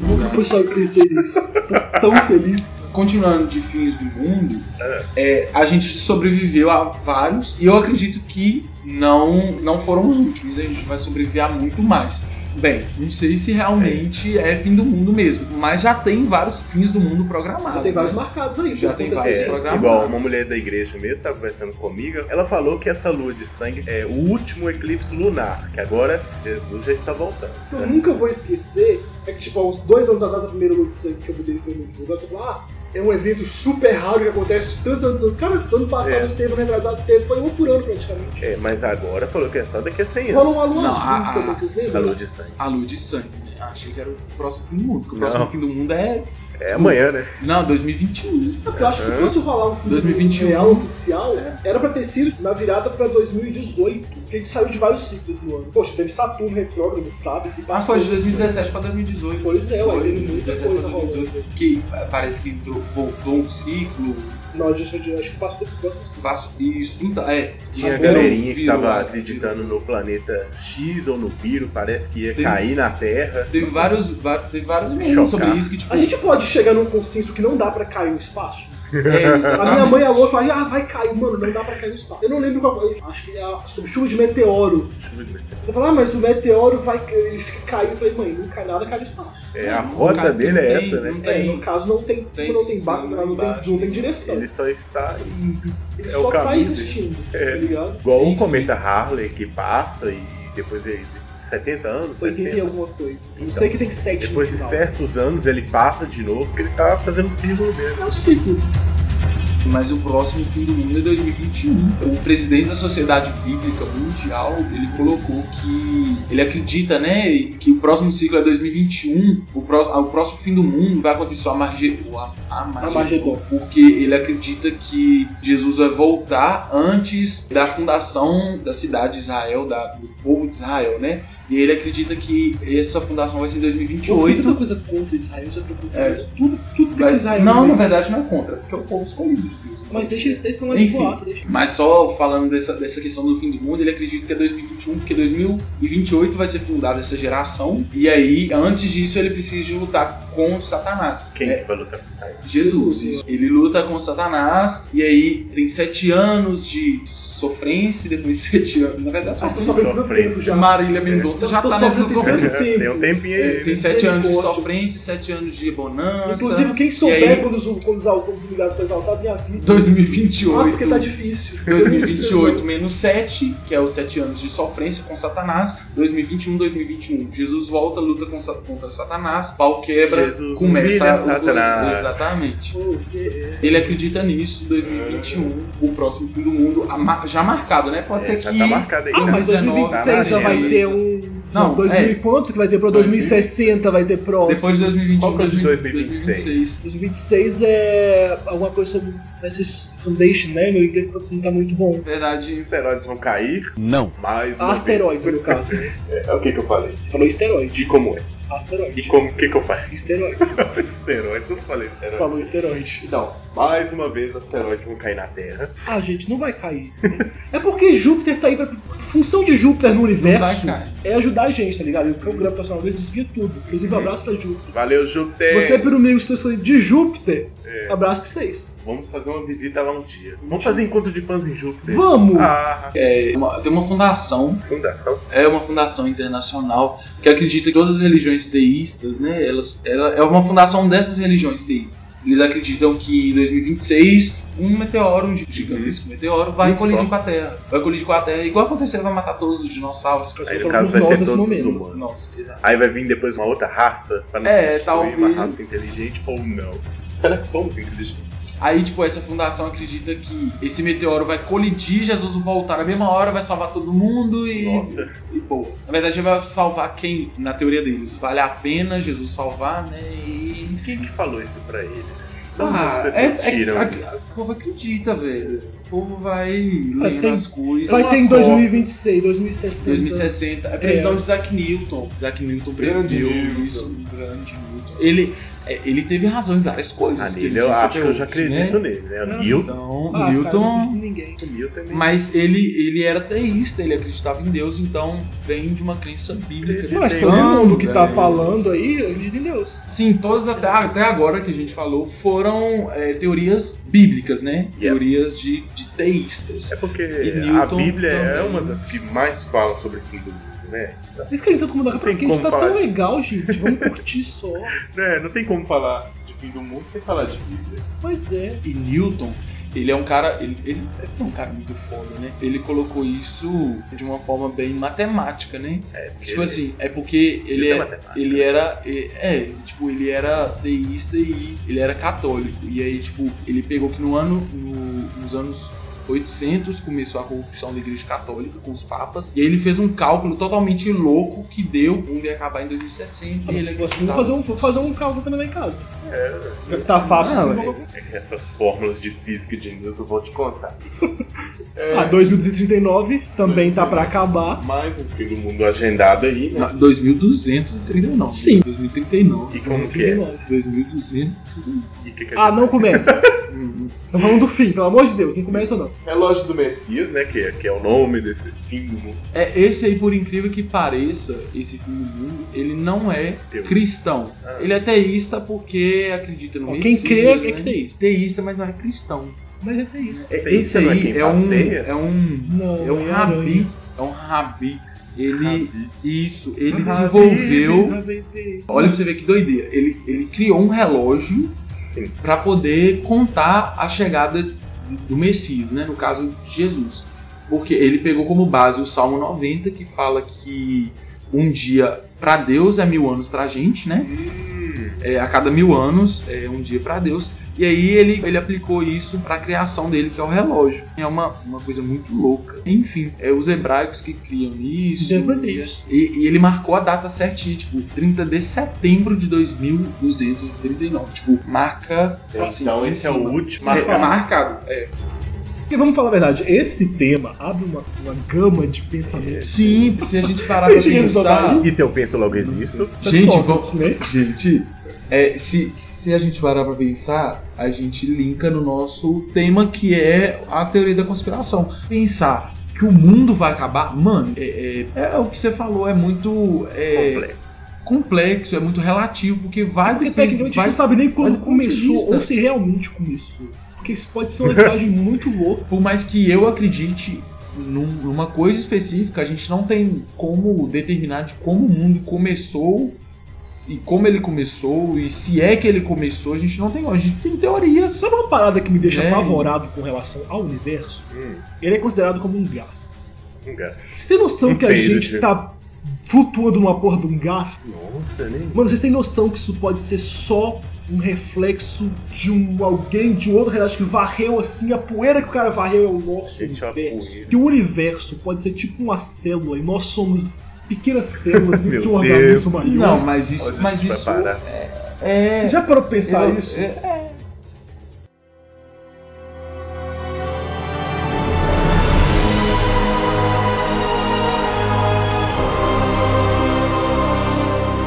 [SPEAKER 3] Eu Nunca pensava que pensei nisso. Tô tão feliz.
[SPEAKER 4] Continuando de fins do mundo, é, a gente sobreviveu a vários e eu acredito que não, não foram os últimos, a gente vai sobreviver a muito mais. Bem, não sei se realmente é, fim do mundo mesmo, mas já tem vários fins do mundo programados.
[SPEAKER 3] Já tem vários
[SPEAKER 4] né?
[SPEAKER 3] marcados aí.
[SPEAKER 4] Já tem vários
[SPEAKER 2] É,
[SPEAKER 4] programados.
[SPEAKER 2] igual uma mulher da igreja mesmo estava conversando comigo, ela falou que essa lua de sangue é o último eclipse lunar, que agora Jesus já está voltando.
[SPEAKER 3] O que eu nunca vou esquecer é que, tipo, há uns dois anos atrás, a primeira luta de sangue que eu mudei foi muito divulgada. Você falou, ah, é um evento super raro que acontece de tantos anos. anos. Cara, ano passado
[SPEAKER 2] É.
[SPEAKER 3] teve, ano atrasado teve, foi um por ano praticamente.
[SPEAKER 2] É, mas agora falou que é só daqui a 100 anos.
[SPEAKER 3] Rola uma lua azul também, vocês
[SPEAKER 2] a
[SPEAKER 3] lembram?
[SPEAKER 2] lua de sangue.
[SPEAKER 4] A luz de sangue, né? Achei que era o próximo fim do mundo, porque o
[SPEAKER 2] Não.
[SPEAKER 4] próximo fim do mundo é.
[SPEAKER 2] É amanhã, né?
[SPEAKER 4] Não, 2021.
[SPEAKER 3] É porque eu acho que se fosse rolar um filme
[SPEAKER 4] 2021.
[SPEAKER 3] real oficial, era pra ter sido na virada pra 2018, porque a gente saiu de vários ciclos no ano. Poxa, teve Saturno retrógrado, sabe? Que
[SPEAKER 4] Ah,
[SPEAKER 3] passou
[SPEAKER 4] foi de 2017 pra 2018.
[SPEAKER 3] Pois é, ué,
[SPEAKER 4] Foi,
[SPEAKER 3] teve muita
[SPEAKER 4] 2017
[SPEAKER 3] coisa
[SPEAKER 4] pra
[SPEAKER 3] rolando.
[SPEAKER 4] 2018, Que pa- parece que entrou, voltou um ciclo.
[SPEAKER 3] Não, a gente acho que passou pro próximo ciclo.
[SPEAKER 4] Passo, isso, então, é.
[SPEAKER 2] Tinha a
[SPEAKER 4] Virou,
[SPEAKER 2] galerinha que
[SPEAKER 4] virou,
[SPEAKER 2] tava
[SPEAKER 4] é.
[SPEAKER 2] acreditando no planeta X ou no Piro, parece que ia
[SPEAKER 4] Teve-
[SPEAKER 2] cair na Terra.
[SPEAKER 4] Teve vários, va- teve vários
[SPEAKER 2] Se
[SPEAKER 4] memes
[SPEAKER 2] chocar.
[SPEAKER 4] sobre isso que,
[SPEAKER 3] (laughs)
[SPEAKER 4] tipo.
[SPEAKER 3] A gente pode chegar num consenso que não dá pra cair no espaço?
[SPEAKER 4] É,
[SPEAKER 3] A
[SPEAKER 4] exatamente.
[SPEAKER 3] minha mãe é louca, fala, ah, vai cair, mano, não dá pra cair no espaço. Eu não lembro qual foi, acho que é a- sobre chuva de meteoro. Eu falo, ah, mas o meteoro vai, ca- ele fica caindo. Eu falei, mãe, não cai nada, cai no espaço.
[SPEAKER 2] É, a rota dele é essa, né?
[SPEAKER 3] É, no caso não tem, tipo,
[SPEAKER 4] tem
[SPEAKER 3] não tem barco,
[SPEAKER 4] cima,
[SPEAKER 3] não, tem- não
[SPEAKER 4] embaixo.
[SPEAKER 3] tem, direção.
[SPEAKER 2] Ele só está indo.
[SPEAKER 3] Ele
[SPEAKER 2] é
[SPEAKER 3] só
[SPEAKER 2] o
[SPEAKER 3] tá
[SPEAKER 2] caminho dele.
[SPEAKER 3] existindo,
[SPEAKER 4] É.
[SPEAKER 3] tá ligado?
[SPEAKER 2] Igual o cometa Harley que passa e depois de 70 anos,
[SPEAKER 3] 80 e
[SPEAKER 2] 60.
[SPEAKER 3] alguma coisa. Não
[SPEAKER 2] Então,
[SPEAKER 3] sei que tem 7 no
[SPEAKER 2] Depois de
[SPEAKER 3] final.
[SPEAKER 2] certos anos ele passa de novo, porque ele tá fazendo círculo dele.
[SPEAKER 3] É um ciclo.
[SPEAKER 4] Mas o próximo fim do mundo é 2021. O presidente da Sociedade Bíblica Mundial, ele colocou que ele acredita, né, que o próximo ciclo é 2021, o próximo, o próximo fim do mundo vai acontecer só a Marge, o a, a
[SPEAKER 3] Ah,
[SPEAKER 4] Margedon,
[SPEAKER 3] Armagedon.
[SPEAKER 4] porque ele acredita que Jesus vai voltar antes da fundação da cidade de Israel, da- do povo de Israel, né? E ele acredita que essa fundação vai ser em
[SPEAKER 3] Por que
[SPEAKER 4] 2028.
[SPEAKER 3] tanta coisa contra Israel, já tô
[SPEAKER 4] É.
[SPEAKER 3] pensando tudo, tudo tem que
[SPEAKER 4] Mas-
[SPEAKER 3] Israel.
[SPEAKER 4] não,
[SPEAKER 3] né?
[SPEAKER 4] na verdade não é contra, porque é o povo escolhido de Deus.
[SPEAKER 3] Mas deixa eles, eles estão lá de
[SPEAKER 4] Enfim.
[SPEAKER 3] boaça, deixa.
[SPEAKER 4] Mas só falando dessa, dessa questão do fim do mundo, ele acredita que é 2021, porque 2028 vai ser fundada essa geração, e aí, antes disso, ele precisa de lutar com Satanás.
[SPEAKER 2] Quem
[SPEAKER 4] É,
[SPEAKER 2] que vai lutar essa guerra?
[SPEAKER 4] Jesus, isso. Ele luta com Satanás, e aí tem sete anos de sofrência, e depois (laughs) sete anos. Na verdade, só
[SPEAKER 3] Ah, tô
[SPEAKER 4] tem
[SPEAKER 3] sofrendo tanto tempo já.
[SPEAKER 4] Marília Mendonça já
[SPEAKER 3] Tô
[SPEAKER 4] tá
[SPEAKER 3] sofrendo tanto
[SPEAKER 4] nessa sofrência.
[SPEAKER 3] tempo.
[SPEAKER 2] Tem um tempinho aí.
[SPEAKER 4] É, tem sete
[SPEAKER 3] Ele
[SPEAKER 4] anos de
[SPEAKER 3] pode.
[SPEAKER 4] sofrência, sete anos de bonança.
[SPEAKER 3] Inclusive, quem
[SPEAKER 4] e
[SPEAKER 3] souber
[SPEAKER 4] aí,
[SPEAKER 3] quando, os, quando os, quando os humilhados foram exaltados, me avisa.
[SPEAKER 4] 2028.
[SPEAKER 3] Ah, porque tá difícil.
[SPEAKER 4] 2028 menos 7, que é os 7 anos de sofrência com Satanás. 2021, 2021. Jesus volta, luta com Sa- contra Satanás, pau quebra,
[SPEAKER 2] Jesus
[SPEAKER 4] começa
[SPEAKER 2] humilha
[SPEAKER 4] o
[SPEAKER 2] Satanás.
[SPEAKER 4] Exatamente.
[SPEAKER 3] Oh, yeah.
[SPEAKER 4] Ele acredita nisso, 2021, o próximo fim do mundo, a ma- já marcado, né? Pode
[SPEAKER 2] É,
[SPEAKER 4] ser
[SPEAKER 2] já
[SPEAKER 4] que.
[SPEAKER 2] tá marcado aí,
[SPEAKER 3] Ah, mas
[SPEAKER 4] 2019,
[SPEAKER 3] 2026 já
[SPEAKER 4] tá na
[SPEAKER 3] vai
[SPEAKER 4] agenda.
[SPEAKER 3] ter um.
[SPEAKER 4] Não,
[SPEAKER 3] Não, 2000
[SPEAKER 4] é.
[SPEAKER 3] e quanto que vai ter pro 2060 vai ter próximo.
[SPEAKER 4] Depois de 2021,
[SPEAKER 2] Qual que é o de
[SPEAKER 4] 2026.
[SPEAKER 2] 2026?
[SPEAKER 3] 2026 é alguma coisa sobre esses foundation, né? Meu inglês tá- não tá muito bom.
[SPEAKER 4] Verdade.
[SPEAKER 2] Asteroides vão cair.
[SPEAKER 17] Não.
[SPEAKER 2] Mais uma
[SPEAKER 3] Asteroides,
[SPEAKER 2] vez.
[SPEAKER 3] no caso. né?
[SPEAKER 2] É, o que que eu falei?
[SPEAKER 3] Você falou esteroide.
[SPEAKER 2] E como é?
[SPEAKER 3] Asteroide.
[SPEAKER 2] E como, o que que eu falei? (laughs)
[SPEAKER 3] Esteroide.
[SPEAKER 2] Esteroides, eu não falei esteroides.
[SPEAKER 3] Falou esteroide.
[SPEAKER 4] Então,
[SPEAKER 2] Mais uma vez, asteroides vão cair na Terra.
[SPEAKER 3] Ah, gente, não vai cair. é porque Júpiter tá aí pra. a Função de Júpiter no universo
[SPEAKER 2] vai cair.
[SPEAKER 3] é ajudar a gente, tá ligado? E o campo gravitacional dele desvia tudo.
[SPEAKER 2] Uhum.
[SPEAKER 3] Inclusive, abraço pra Júpiter.
[SPEAKER 2] Valeu, Júpiter!
[SPEAKER 3] Você, pelo meio estação de Júpiter,
[SPEAKER 2] É.
[SPEAKER 3] abraço pra vocês.
[SPEAKER 2] Vamos fazer uma visita lá um dia. Vamos fazer encontro de fãs em Júpiter.
[SPEAKER 3] Vamos!
[SPEAKER 2] Ah,
[SPEAKER 4] É, uma- tem uma fundação.
[SPEAKER 2] Fundação?
[SPEAKER 4] É uma fundação internacional que acredita que todas as religiões teístas, né? Elas, ela é uma fundação dessas religiões teístas. Eles acreditam que em 2026 um meteoro, um gigantesco meteoro, vai
[SPEAKER 2] Um
[SPEAKER 4] colidir
[SPEAKER 2] só.
[SPEAKER 4] com a Terra. Vai colidir com a Terra, igual aconteceu, vai matar todos os dinossauros.
[SPEAKER 2] Aí, no caso, vai ser todos os humanos. Aí vai vir depois uma outra raça pra nos
[SPEAKER 4] É,
[SPEAKER 2] destruir,
[SPEAKER 4] talvez.
[SPEAKER 2] uma raça inteligente ou não. Será que somos inteligentes?
[SPEAKER 4] Aí, tipo, essa fundação acredita que esse meteoro vai colidir, Jesus vai voltar na mesma hora, vai salvar todo mundo e.
[SPEAKER 2] Nossa.
[SPEAKER 4] E pô. Na verdade, ele vai salvar quem, na teoria deles? Vale a pena Jesus salvar, né? E.
[SPEAKER 2] Quem que falou isso pra eles?
[SPEAKER 4] Ah,
[SPEAKER 2] As pessoas
[SPEAKER 4] é, é,
[SPEAKER 2] tiram
[SPEAKER 4] ac-
[SPEAKER 2] isso.
[SPEAKER 4] O povo acredita, velho. O povo vai lendo
[SPEAKER 3] tem-
[SPEAKER 4] as coisas.
[SPEAKER 3] Vai ter em
[SPEAKER 4] Nossa,
[SPEAKER 3] 2026, 2060.
[SPEAKER 4] 2060. É previsão
[SPEAKER 3] É.
[SPEAKER 4] de Isaac Newton. Isaac Newton
[SPEAKER 3] Grande
[SPEAKER 4] previu
[SPEAKER 3] Newton.
[SPEAKER 4] isso. Grande Newton. Ele, é, ele teve razão em várias coisas.
[SPEAKER 2] Ah,
[SPEAKER 4] que
[SPEAKER 2] nele
[SPEAKER 4] ele
[SPEAKER 2] eu
[SPEAKER 4] disse
[SPEAKER 2] acho
[SPEAKER 4] até
[SPEAKER 2] que eu já
[SPEAKER 4] hoje,
[SPEAKER 2] acredito
[SPEAKER 4] né?
[SPEAKER 2] nele, né? O
[SPEAKER 4] Não,
[SPEAKER 2] Newton.
[SPEAKER 4] Então,
[SPEAKER 2] Ah, cara,
[SPEAKER 4] Newton.
[SPEAKER 2] não O Newton é meio-
[SPEAKER 4] Mas ele, ele era teísta, ele acreditava em Deus, então vem de uma crença bíblica.
[SPEAKER 3] Mas
[SPEAKER 4] Tem
[SPEAKER 3] todo
[SPEAKER 4] um,
[SPEAKER 3] mundo que tá
[SPEAKER 4] velho.
[SPEAKER 3] falando aí acredita em Deus.
[SPEAKER 4] Sim, todas até, até agora que a gente falou foram é, teorias bíblicas, né? Teorias de, de teístas.
[SPEAKER 2] É porque
[SPEAKER 4] E
[SPEAKER 2] a
[SPEAKER 4] Newton
[SPEAKER 2] Bíblia é
[SPEAKER 4] também.
[SPEAKER 2] uma das que mais falam sobre o fim do mundo, né?
[SPEAKER 3] Vocês querem tanto mudar pra
[SPEAKER 2] tem
[SPEAKER 3] que a gente
[SPEAKER 2] como
[SPEAKER 3] tá
[SPEAKER 2] falar
[SPEAKER 3] tão
[SPEAKER 2] disso.
[SPEAKER 3] legal, gente. Vamos curtir só.
[SPEAKER 2] É, não tem como falar de fim do mundo sem falar de Bíblia.
[SPEAKER 3] Pois é.
[SPEAKER 4] E Newton, ele é um cara. Ele, ele é um cara muito foda, né? Ele colocou isso de uma forma bem matemática, né? tipo
[SPEAKER 2] ele-
[SPEAKER 4] assim, é porque ele,
[SPEAKER 2] ele é
[SPEAKER 4] é-
[SPEAKER 2] matemático.
[SPEAKER 4] ele era. e- É, tipo, ele era teísta e ele era católico. E aí, tipo, ele pegou que no ano. no- nos anos 800 começou a corrupção da Igreja Católica com os papas. E aí ele fez um cálculo totalmente louco que deu o mundo ia acabar em 2060. e ele assim,
[SPEAKER 3] Vou
[SPEAKER 4] acreditava.
[SPEAKER 3] fazer um, vou fazer um cálculo também lá em casa.
[SPEAKER 2] É.
[SPEAKER 3] Tá fácil assim,
[SPEAKER 2] é-
[SPEAKER 3] vamos-
[SPEAKER 2] é que essas fórmulas de física de Newton eu vou te contar.
[SPEAKER 4] É.
[SPEAKER 3] Ah, 2039 também tá pra acabar.
[SPEAKER 2] Mais um fim do mundo agendado aí, né?
[SPEAKER 4] 2239. Sim. 2039.
[SPEAKER 2] E como que é?
[SPEAKER 4] 2200.
[SPEAKER 2] E que que a
[SPEAKER 3] Ah,
[SPEAKER 2] gente-
[SPEAKER 3] não começa. Então vamos do fim, pelo amor de Deus, não começa não.
[SPEAKER 2] Relógio do Messias, né? Que é, que é o nome desse fim do mundo.
[SPEAKER 4] É, esse aí, por incrível que pareça, esse filme do mundo, ele não é cristão.
[SPEAKER 2] Ah.
[SPEAKER 4] Ele é teísta porque acredita no
[SPEAKER 3] Ó, quem
[SPEAKER 4] Messias.
[SPEAKER 3] crê é que
[SPEAKER 4] teísta. Teísta, mas não é cristão.
[SPEAKER 3] Mas até isso.
[SPEAKER 4] É, esse
[SPEAKER 2] não é
[SPEAKER 4] aí
[SPEAKER 2] quem
[SPEAKER 4] é, um,
[SPEAKER 2] pasteia?
[SPEAKER 4] é um.
[SPEAKER 3] Não,
[SPEAKER 4] é um
[SPEAKER 3] é
[SPEAKER 4] rabi.
[SPEAKER 3] aranha.
[SPEAKER 4] É um rabi. Ele. Isso, ele
[SPEAKER 2] Ah,
[SPEAKER 3] Rabi,
[SPEAKER 4] desenvolveu.
[SPEAKER 3] rabi.
[SPEAKER 4] Olha pra você ver que doideira. Ele, ele criou um relógio pra poder contar a chegada do Messias, né? No caso de Jesus. Porque ele pegou como base o Salmo 90, que fala que um dia pra Deus é mil anos pra gente, né? É, a cada mil anos é um dia pra Deus. E aí ele, ele aplicou isso pra criação dele, que é o relógio. É uma, uma coisa muito louca. Enfim, é os hebraicos que criam isso.
[SPEAKER 3] é Devaneios.
[SPEAKER 4] E, e ele marcou a data certinha, tipo, 30 de setembro de 2239. Tipo, marca. assim,
[SPEAKER 2] Então
[SPEAKER 4] em
[SPEAKER 2] esse é o
[SPEAKER 4] cima.
[SPEAKER 2] último
[SPEAKER 4] É,
[SPEAKER 2] marcado.
[SPEAKER 4] marcado, é.
[SPEAKER 3] Porque vamos falar a verdade, esse tema abre uma, uma gama de pensamentos.
[SPEAKER 4] Sim, É, se a gente parar
[SPEAKER 3] Se a
[SPEAKER 4] pra
[SPEAKER 3] gente resolver
[SPEAKER 4] pensar.
[SPEAKER 2] E se eu penso, logo existo.
[SPEAKER 4] Gente,
[SPEAKER 3] Sócrates,
[SPEAKER 4] igual- gente é, se, se a gente parar pra pensar, a gente linka no nosso tema que é a teoria da conspiração. Pensar que o mundo vai acabar, mano, é, é- é o que você falou, é muito. é,
[SPEAKER 2] complexo.
[SPEAKER 4] é muito relativo, porque vai
[SPEAKER 3] Porque
[SPEAKER 4] depender-
[SPEAKER 3] tecnicamente a
[SPEAKER 4] vai-
[SPEAKER 3] gente não sabe nem
[SPEAKER 4] vai
[SPEAKER 3] quando
[SPEAKER 4] do ponto de
[SPEAKER 3] começou
[SPEAKER 4] vista.
[SPEAKER 3] ou se realmente começou. Porque isso pode ser uma linguagem muito louca.
[SPEAKER 4] Por mais que eu acredite num- numa coisa específica, a gente não tem como determinar de como o mundo começou e como ele começou e se é que ele começou, a gente não tem, a gente tem teorias.
[SPEAKER 3] Sabe uma parada que me deixa
[SPEAKER 4] É.
[SPEAKER 3] apavorado com relação ao universo?
[SPEAKER 2] Hum,
[SPEAKER 3] Ele é considerado como um gás.
[SPEAKER 2] um gás.
[SPEAKER 3] Vocês têm noção
[SPEAKER 2] Um
[SPEAKER 3] que a
[SPEAKER 2] peido,
[SPEAKER 3] gente
[SPEAKER 2] tipo.
[SPEAKER 3] tá flutuando numa porra de um gás?
[SPEAKER 2] Nossa, nem.
[SPEAKER 8] né?
[SPEAKER 3] Mano, vocês têm noção que isso pode ser só um reflexo de um alguém de outra realidade que varreu assim, a poeira que o cara varreu é o nosso
[SPEAKER 2] Gente, é uma
[SPEAKER 3] universo.
[SPEAKER 2] poeira.
[SPEAKER 3] Que o universo pode ser tipo uma célula e nós somos pequenas células dentro de um
[SPEAKER 2] (laughs) Meu Deus.
[SPEAKER 3] organismo maior.
[SPEAKER 4] Não, mas isso,
[SPEAKER 2] Olha,
[SPEAKER 4] mas
[SPEAKER 2] a gente vai
[SPEAKER 4] isso
[SPEAKER 2] parar.
[SPEAKER 4] é
[SPEAKER 3] Você já parou pra pensar
[SPEAKER 4] eu-
[SPEAKER 3] isso?
[SPEAKER 4] é-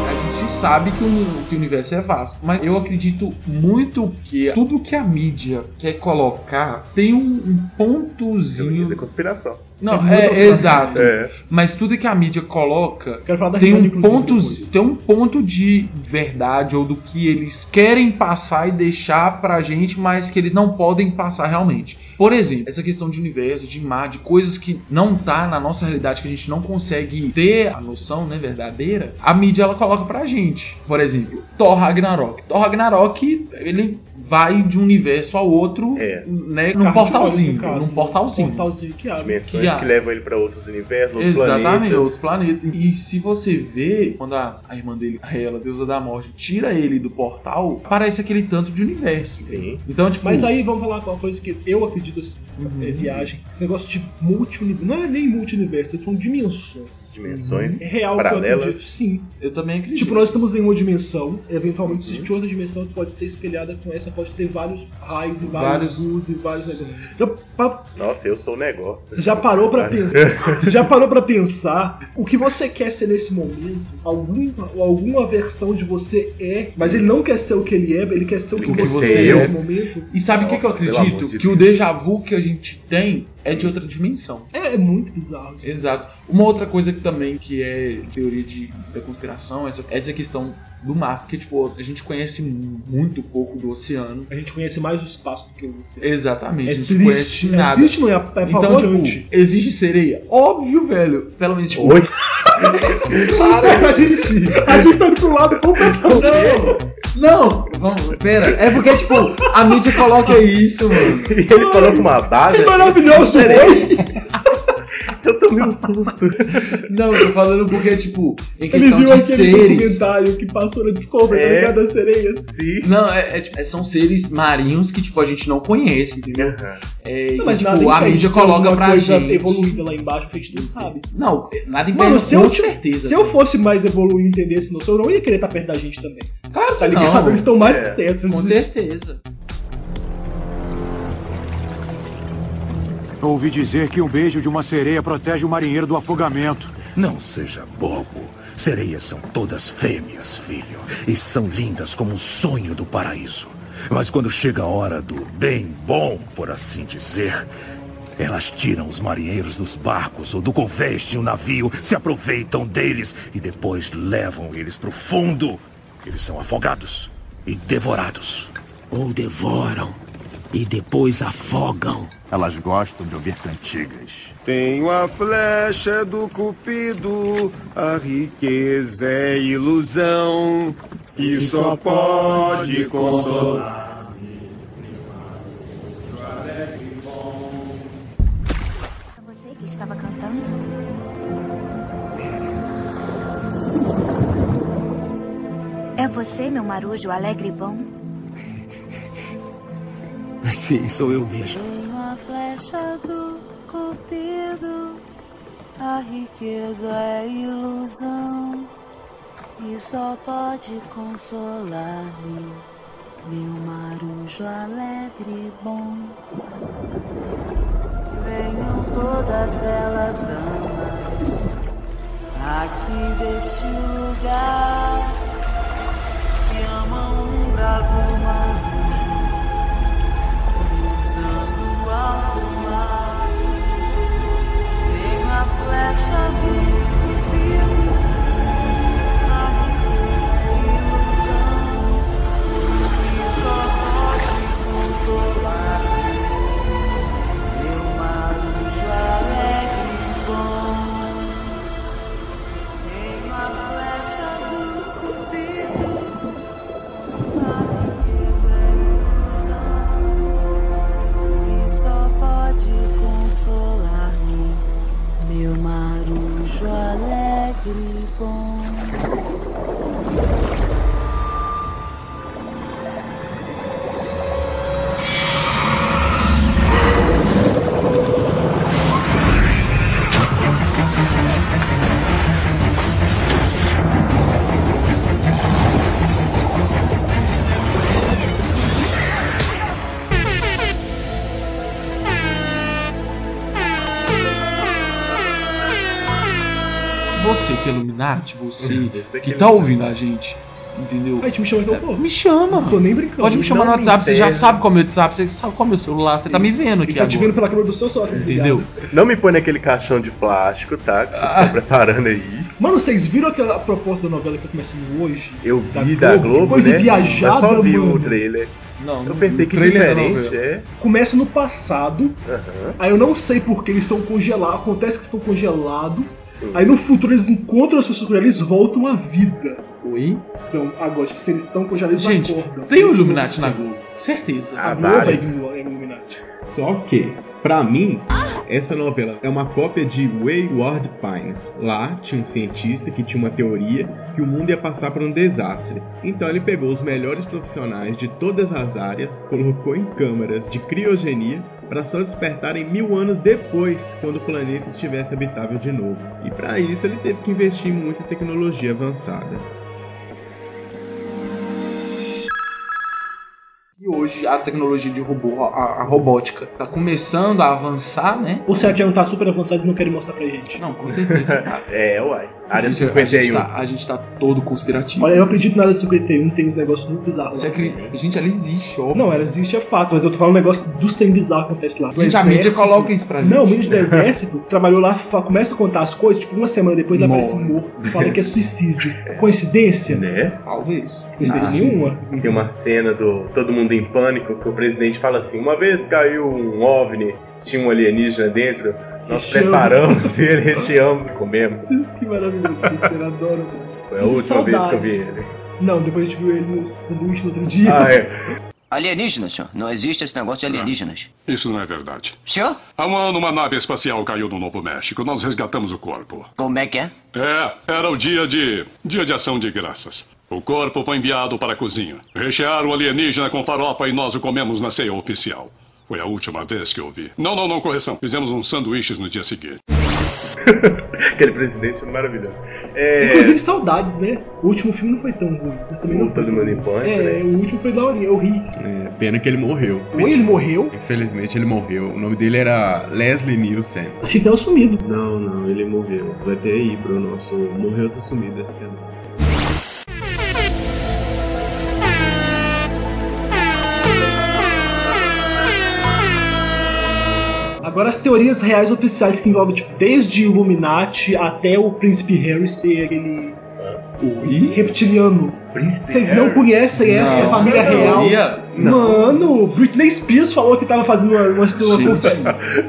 [SPEAKER 4] A gente sabe que o, que o universo é vasto, mas eu acredito muito que tudo que a mídia quer colocar tem um, um pontozinho.
[SPEAKER 2] de conspiração.
[SPEAKER 4] Não,
[SPEAKER 2] Tem
[SPEAKER 4] é,
[SPEAKER 2] muitas
[SPEAKER 4] exato.
[SPEAKER 2] É.
[SPEAKER 4] Mas tudo que a mídia coloca
[SPEAKER 3] Quero falar da
[SPEAKER 4] tem,
[SPEAKER 3] Rihanna,
[SPEAKER 4] um
[SPEAKER 3] inclusive,
[SPEAKER 4] ponto,
[SPEAKER 3] depois.
[SPEAKER 4] tem um ponto de verdade ou do que eles querem passar e deixar pra gente, mas que eles não podem passar realmente. Por exemplo, essa questão de universo, de mar, de coisas que não tá na nossa realidade, que a gente não consegue ter a noção né, verdadeira, a mídia ela coloca pra gente. Por exemplo, Thor Ragnarok. Thor Ragnarok, ele vai de um universo ao outro, né, num
[SPEAKER 3] Carro de
[SPEAKER 4] portalzinho,
[SPEAKER 3] olho, no caso, né?
[SPEAKER 4] num portalzinho.
[SPEAKER 3] portalzinho que abre.
[SPEAKER 2] Dimensões que,
[SPEAKER 4] que a-
[SPEAKER 2] levam ele pra outros universos, outros
[SPEAKER 4] Exatamente, os
[SPEAKER 2] planetas.
[SPEAKER 4] planetas. E se você vê, quando a, a irmã dele, a ela, deusa da morte, tira ele do portal, parece aquele tanto de universo. Sim. Então, tipo.
[SPEAKER 3] Mas aí vamos falar uma coisa que eu acredito assim, é viagem. Esse negócio de multi-universo. Não é nem multi-universo, são dimensões.
[SPEAKER 2] Dimensões
[SPEAKER 3] É real que
[SPEAKER 2] paralelas.
[SPEAKER 3] eu acredito, sim.
[SPEAKER 4] Eu também acredito.
[SPEAKER 3] Tipo, nós estamos em uma dimensão, eventualmente existe outra dimensão que pode ser espelhada com essa, pode ter vários raios e vários
[SPEAKER 2] Vários-
[SPEAKER 3] luzes e vários negócios. Já, pa-
[SPEAKER 4] Uhum.
[SPEAKER 2] Nossa, eu sou o negócio.
[SPEAKER 3] você já parou pra pensar? Você já parou para pensar o que você quer ser nesse momento? Alguma, ou alguma versão de você é, mas ele não quer ser o que ele é, ele quer ser o que,
[SPEAKER 4] que
[SPEAKER 3] você,
[SPEAKER 4] você
[SPEAKER 3] é
[SPEAKER 4] é.
[SPEAKER 3] nesse momento.
[SPEAKER 4] E sabe o que, que eu acredito? que o déjà vu que a gente tem é de outra dimensão.
[SPEAKER 3] É, é muito bizarro. isso.
[SPEAKER 4] Exato. Uma outra coisa que também que é teoria de, da conspiração, essa, essa é questão do mar, porque tipo, a gente conhece mu- muito pouco do oceano.
[SPEAKER 3] A gente conhece mais o espaço do que o oceano.
[SPEAKER 4] Exatamente,
[SPEAKER 3] É
[SPEAKER 4] a gente
[SPEAKER 3] triste,
[SPEAKER 4] não conhece
[SPEAKER 3] é
[SPEAKER 4] nada.
[SPEAKER 3] triste, não é? É
[SPEAKER 4] então,
[SPEAKER 3] (laughs) apavorante.
[SPEAKER 4] tipo, existe sereia? Óbvio, velho. Pelo menos, tipo.
[SPEAKER 2] Oi?
[SPEAKER 3] a gente, a gente tá indo pro lado completamente.
[SPEAKER 4] Não! Vamos, pera. É porque, tipo, a mídia coloca isso, mano.
[SPEAKER 2] E ele falou com uma base.
[SPEAKER 4] Que maravilhoso,
[SPEAKER 2] Diferente. (laughs) Eu tomei um susto.
[SPEAKER 4] Não, eu tô falando porque, tipo, em
[SPEAKER 3] Ele
[SPEAKER 4] questão
[SPEAKER 3] viu
[SPEAKER 4] de
[SPEAKER 3] aquele
[SPEAKER 4] seres.
[SPEAKER 3] documentário Tá, que passou na Discovery, tá
[SPEAKER 4] É.
[SPEAKER 3] ligado? Das sereias.
[SPEAKER 2] Sim.
[SPEAKER 4] Não, é, é, tipo, é, são seres marinhos que, tipo, a gente não conhece, entendeu? É, e
[SPEAKER 3] Não,
[SPEAKER 4] que,
[SPEAKER 3] mas nada
[SPEAKER 4] tipo, a
[SPEAKER 3] impede
[SPEAKER 4] mídia
[SPEAKER 3] de ter
[SPEAKER 4] coloca
[SPEAKER 3] alguma
[SPEAKER 4] pra
[SPEAKER 3] coisa
[SPEAKER 4] gente.
[SPEAKER 3] evoluída lá embaixo que a gente não sabe.
[SPEAKER 4] Não, nada impede,
[SPEAKER 3] Mano, se
[SPEAKER 4] com
[SPEAKER 3] eu, ti-
[SPEAKER 4] certeza.
[SPEAKER 3] se eu fosse mais evoluído e entendesse noção, eu não ia querer estar perto da gente também.
[SPEAKER 4] Claro
[SPEAKER 3] tá ligado?
[SPEAKER 4] não.
[SPEAKER 3] Eles estão mais
[SPEAKER 4] É,
[SPEAKER 3] que certos.
[SPEAKER 4] com
[SPEAKER 3] Eles-
[SPEAKER 4] certeza.
[SPEAKER 18] Ouvi dizer que um beijo de uma sereia protege o marinheiro do afogamento.
[SPEAKER 1] Não seja bobo. Sereias são todas fêmeas, filho. E são lindas como um sonho do paraíso. Mas quando chega a hora do bem bom, por assim dizer, elas tiram os marinheiros dos barcos ou do convés de um navio, se aproveitam deles e depois levam eles para o fundo. Eles são afogados e devorados. Ou devoram e depois afogam.
[SPEAKER 18] Elas gostam de ouvir cantigas.
[SPEAKER 8] Tenho a flecha do Cupido, a riqueza é ilusão e só pode consolar.
[SPEAKER 7] Você que estava cantando? É você, meu marujo alegre e bom?
[SPEAKER 1] Sim, sou eu mesmo.
[SPEAKER 19] Uma flecha do cupido, a riqueza é ilusão e só pode consolar-me, meu marujo alegre e bom. Venham todas belas damas aqui deste lugar que amam um bravo marujo cruzando o alto mar. Tenho a flecha do cupido, a riqueza e ilusão que só pode consolar. Meu marujo alegre e bom. Tenho a flecha do cupido, a riqueza e ilusão e só pode consolar-me, meu marujo alegre e bom.
[SPEAKER 4] Você que é Illuminati, você
[SPEAKER 2] Você que é
[SPEAKER 4] que tá
[SPEAKER 2] Illuminati.
[SPEAKER 3] é
[SPEAKER 4] tá ouvindo a gente, Entendeu?
[SPEAKER 3] Aí te me chama então, pô.
[SPEAKER 4] Me chama.
[SPEAKER 3] Não tô nem brincando.
[SPEAKER 4] Pode me chamar no
[SPEAKER 3] Não
[SPEAKER 4] WhatsApp, você já
[SPEAKER 3] interessa.
[SPEAKER 4] sabe qual é o meu WhatsApp, você sabe qual é o meu celular, você tá me vendo aqui
[SPEAKER 3] Ele tá te
[SPEAKER 4] agora.
[SPEAKER 3] vendo pela câmera do seu celular. tá desligado.
[SPEAKER 4] Entendeu?
[SPEAKER 2] Não me põe naquele caixão de plástico, tá? Que vocês
[SPEAKER 3] Ah.
[SPEAKER 2] estão preparando aí.
[SPEAKER 3] Mano, vocês viram aquela proposta da novela que tá começando hoje?
[SPEAKER 2] Eu vi da Globo,
[SPEAKER 3] que Tá coisa
[SPEAKER 2] né?
[SPEAKER 3] viajada,
[SPEAKER 2] Mas só vi
[SPEAKER 3] mano.
[SPEAKER 2] o trailer.
[SPEAKER 4] Não,
[SPEAKER 2] Eu pensei que diferente, é.
[SPEAKER 3] Começa no passado,
[SPEAKER 2] Aham.
[SPEAKER 3] aí eu não sei porque eles são congelados, acontece que estão congelados, aí no futuro eles encontram as pessoas congeladas, eles voltam à vida.
[SPEAKER 4] Oi?
[SPEAKER 3] Então, agora, tipo, se eles estão congelados,
[SPEAKER 4] Gente,
[SPEAKER 3] eles acordam.
[SPEAKER 4] tem o Illuminati na Globo. Certeza.
[SPEAKER 2] Ah,
[SPEAKER 3] A Globo é
[SPEAKER 13] vários.
[SPEAKER 3] Illu- é Illuminati.
[SPEAKER 13] Só que, pra mim, essa novela é uma cópia de Wayward Pines. Lá tinha um cientista que tinha uma teoria que o mundo ia passar por um desastre. Então ele pegou os melhores profissionais de todas as áreas, colocou em câmaras de criogenia para só despertarem mil anos depois, quando o planeta estivesse habitável de novo. E para isso ele teve que investir muito em tecnologia avançada.
[SPEAKER 4] E hoje a tecnologia de robô, a, a robótica, tá começando a avançar, né?
[SPEAKER 3] Ou será que já não tá super avançado e não querem mostrar pra gente?
[SPEAKER 4] Não, com certeza. (laughs)
[SPEAKER 2] é, uai.
[SPEAKER 4] A
[SPEAKER 2] Área
[SPEAKER 4] gente- a
[SPEAKER 2] 51.
[SPEAKER 4] gente tá- a gente tá todo conspirativo.
[SPEAKER 3] Olha, eu acredito na área 51, tem uns negócios muito bizarros.
[SPEAKER 4] Você
[SPEAKER 3] lá.
[SPEAKER 4] acredita? Gente, ela existe, ó.
[SPEAKER 3] Não, ela existe é fato, mas eu tô falando um negócio dos trem bizarro que acontece lá. Do
[SPEAKER 4] Gente, a mídia
[SPEAKER 3] exército.
[SPEAKER 4] coloca isso pra gente.
[SPEAKER 3] Não, o ministro do
[SPEAKER 4] (laughs)
[SPEAKER 3] exército trabalhou lá, fa- começa a contar as coisas, tipo, uma semana depois ele
[SPEAKER 4] Morre.
[SPEAKER 3] aparece morto. Fala que é
[SPEAKER 4] (laughs)
[SPEAKER 3] suicídio. Coincidência?
[SPEAKER 2] Né?
[SPEAKER 4] Talvez.
[SPEAKER 3] Coincidência
[SPEAKER 2] Ah,
[SPEAKER 3] nenhuma.
[SPEAKER 2] Tem uma cena do Todo Mundo em Pânico que o presidente fala assim: uma vez caiu um OVNI, tinha um alienígena dentro, nós
[SPEAKER 3] Recheamos.
[SPEAKER 2] preparamos (laughs) ele, recheamos e comemos.
[SPEAKER 3] Que maravilhoso, eu adoro.
[SPEAKER 2] Foi a última vez que eu vi ele.
[SPEAKER 3] Não, depois a gente viu ele no sanduíche no outro dia.
[SPEAKER 2] Ah, é.
[SPEAKER 11] Alienígenas, senhor. Não existe esse negócio de alienígenas.
[SPEAKER 9] Isso não é verdade.
[SPEAKER 11] Senhor?
[SPEAKER 9] Há um ano, uma nave espacial caiu no Novo México. Nós resgatamos o corpo.
[SPEAKER 11] Como é que é?
[SPEAKER 9] É, era o dia de. Dia de ação de graças. O corpo foi enviado para a cozinha. Rechearam o alienígena com farofa e nós o comemos na ceia oficial. Foi a última vez que eu vi. Não, não, não, correção. Fizemos uns sanduíches no dia seguinte.
[SPEAKER 2] Aquele presidente é maravilhoso. É,
[SPEAKER 3] Inclusive, saudades, né? O último filme não foi tão ruim. Mas também não
[SPEAKER 2] o Todo Mundo em Pânico,
[SPEAKER 3] É,
[SPEAKER 2] né?
[SPEAKER 3] o último foi da hora, eu ri.
[SPEAKER 13] É, pena que ele morreu.
[SPEAKER 3] Ou ele morreu,
[SPEAKER 13] Infelizmente ele morreu. O nome dele era Leslie Nielsen.
[SPEAKER 3] achei que tava sumido.
[SPEAKER 13] Não, não, ele morreu. Vai ter aí, Bruno. Nosso morreu tá sumido essa semana.
[SPEAKER 3] Agora as teorias reais oficiais que envolvem, tipo, desde Illuminati até o Príncipe Harry ser aquele reptiliano. Vocês não
[SPEAKER 2] Harry?
[SPEAKER 3] conhecem essa
[SPEAKER 2] Não.
[SPEAKER 3] é a família
[SPEAKER 2] Essa
[SPEAKER 3] real?
[SPEAKER 2] teoria?
[SPEAKER 3] Mano, Britney Spears falou que tava fazendo uma, uma, uma
[SPEAKER 4] Gente,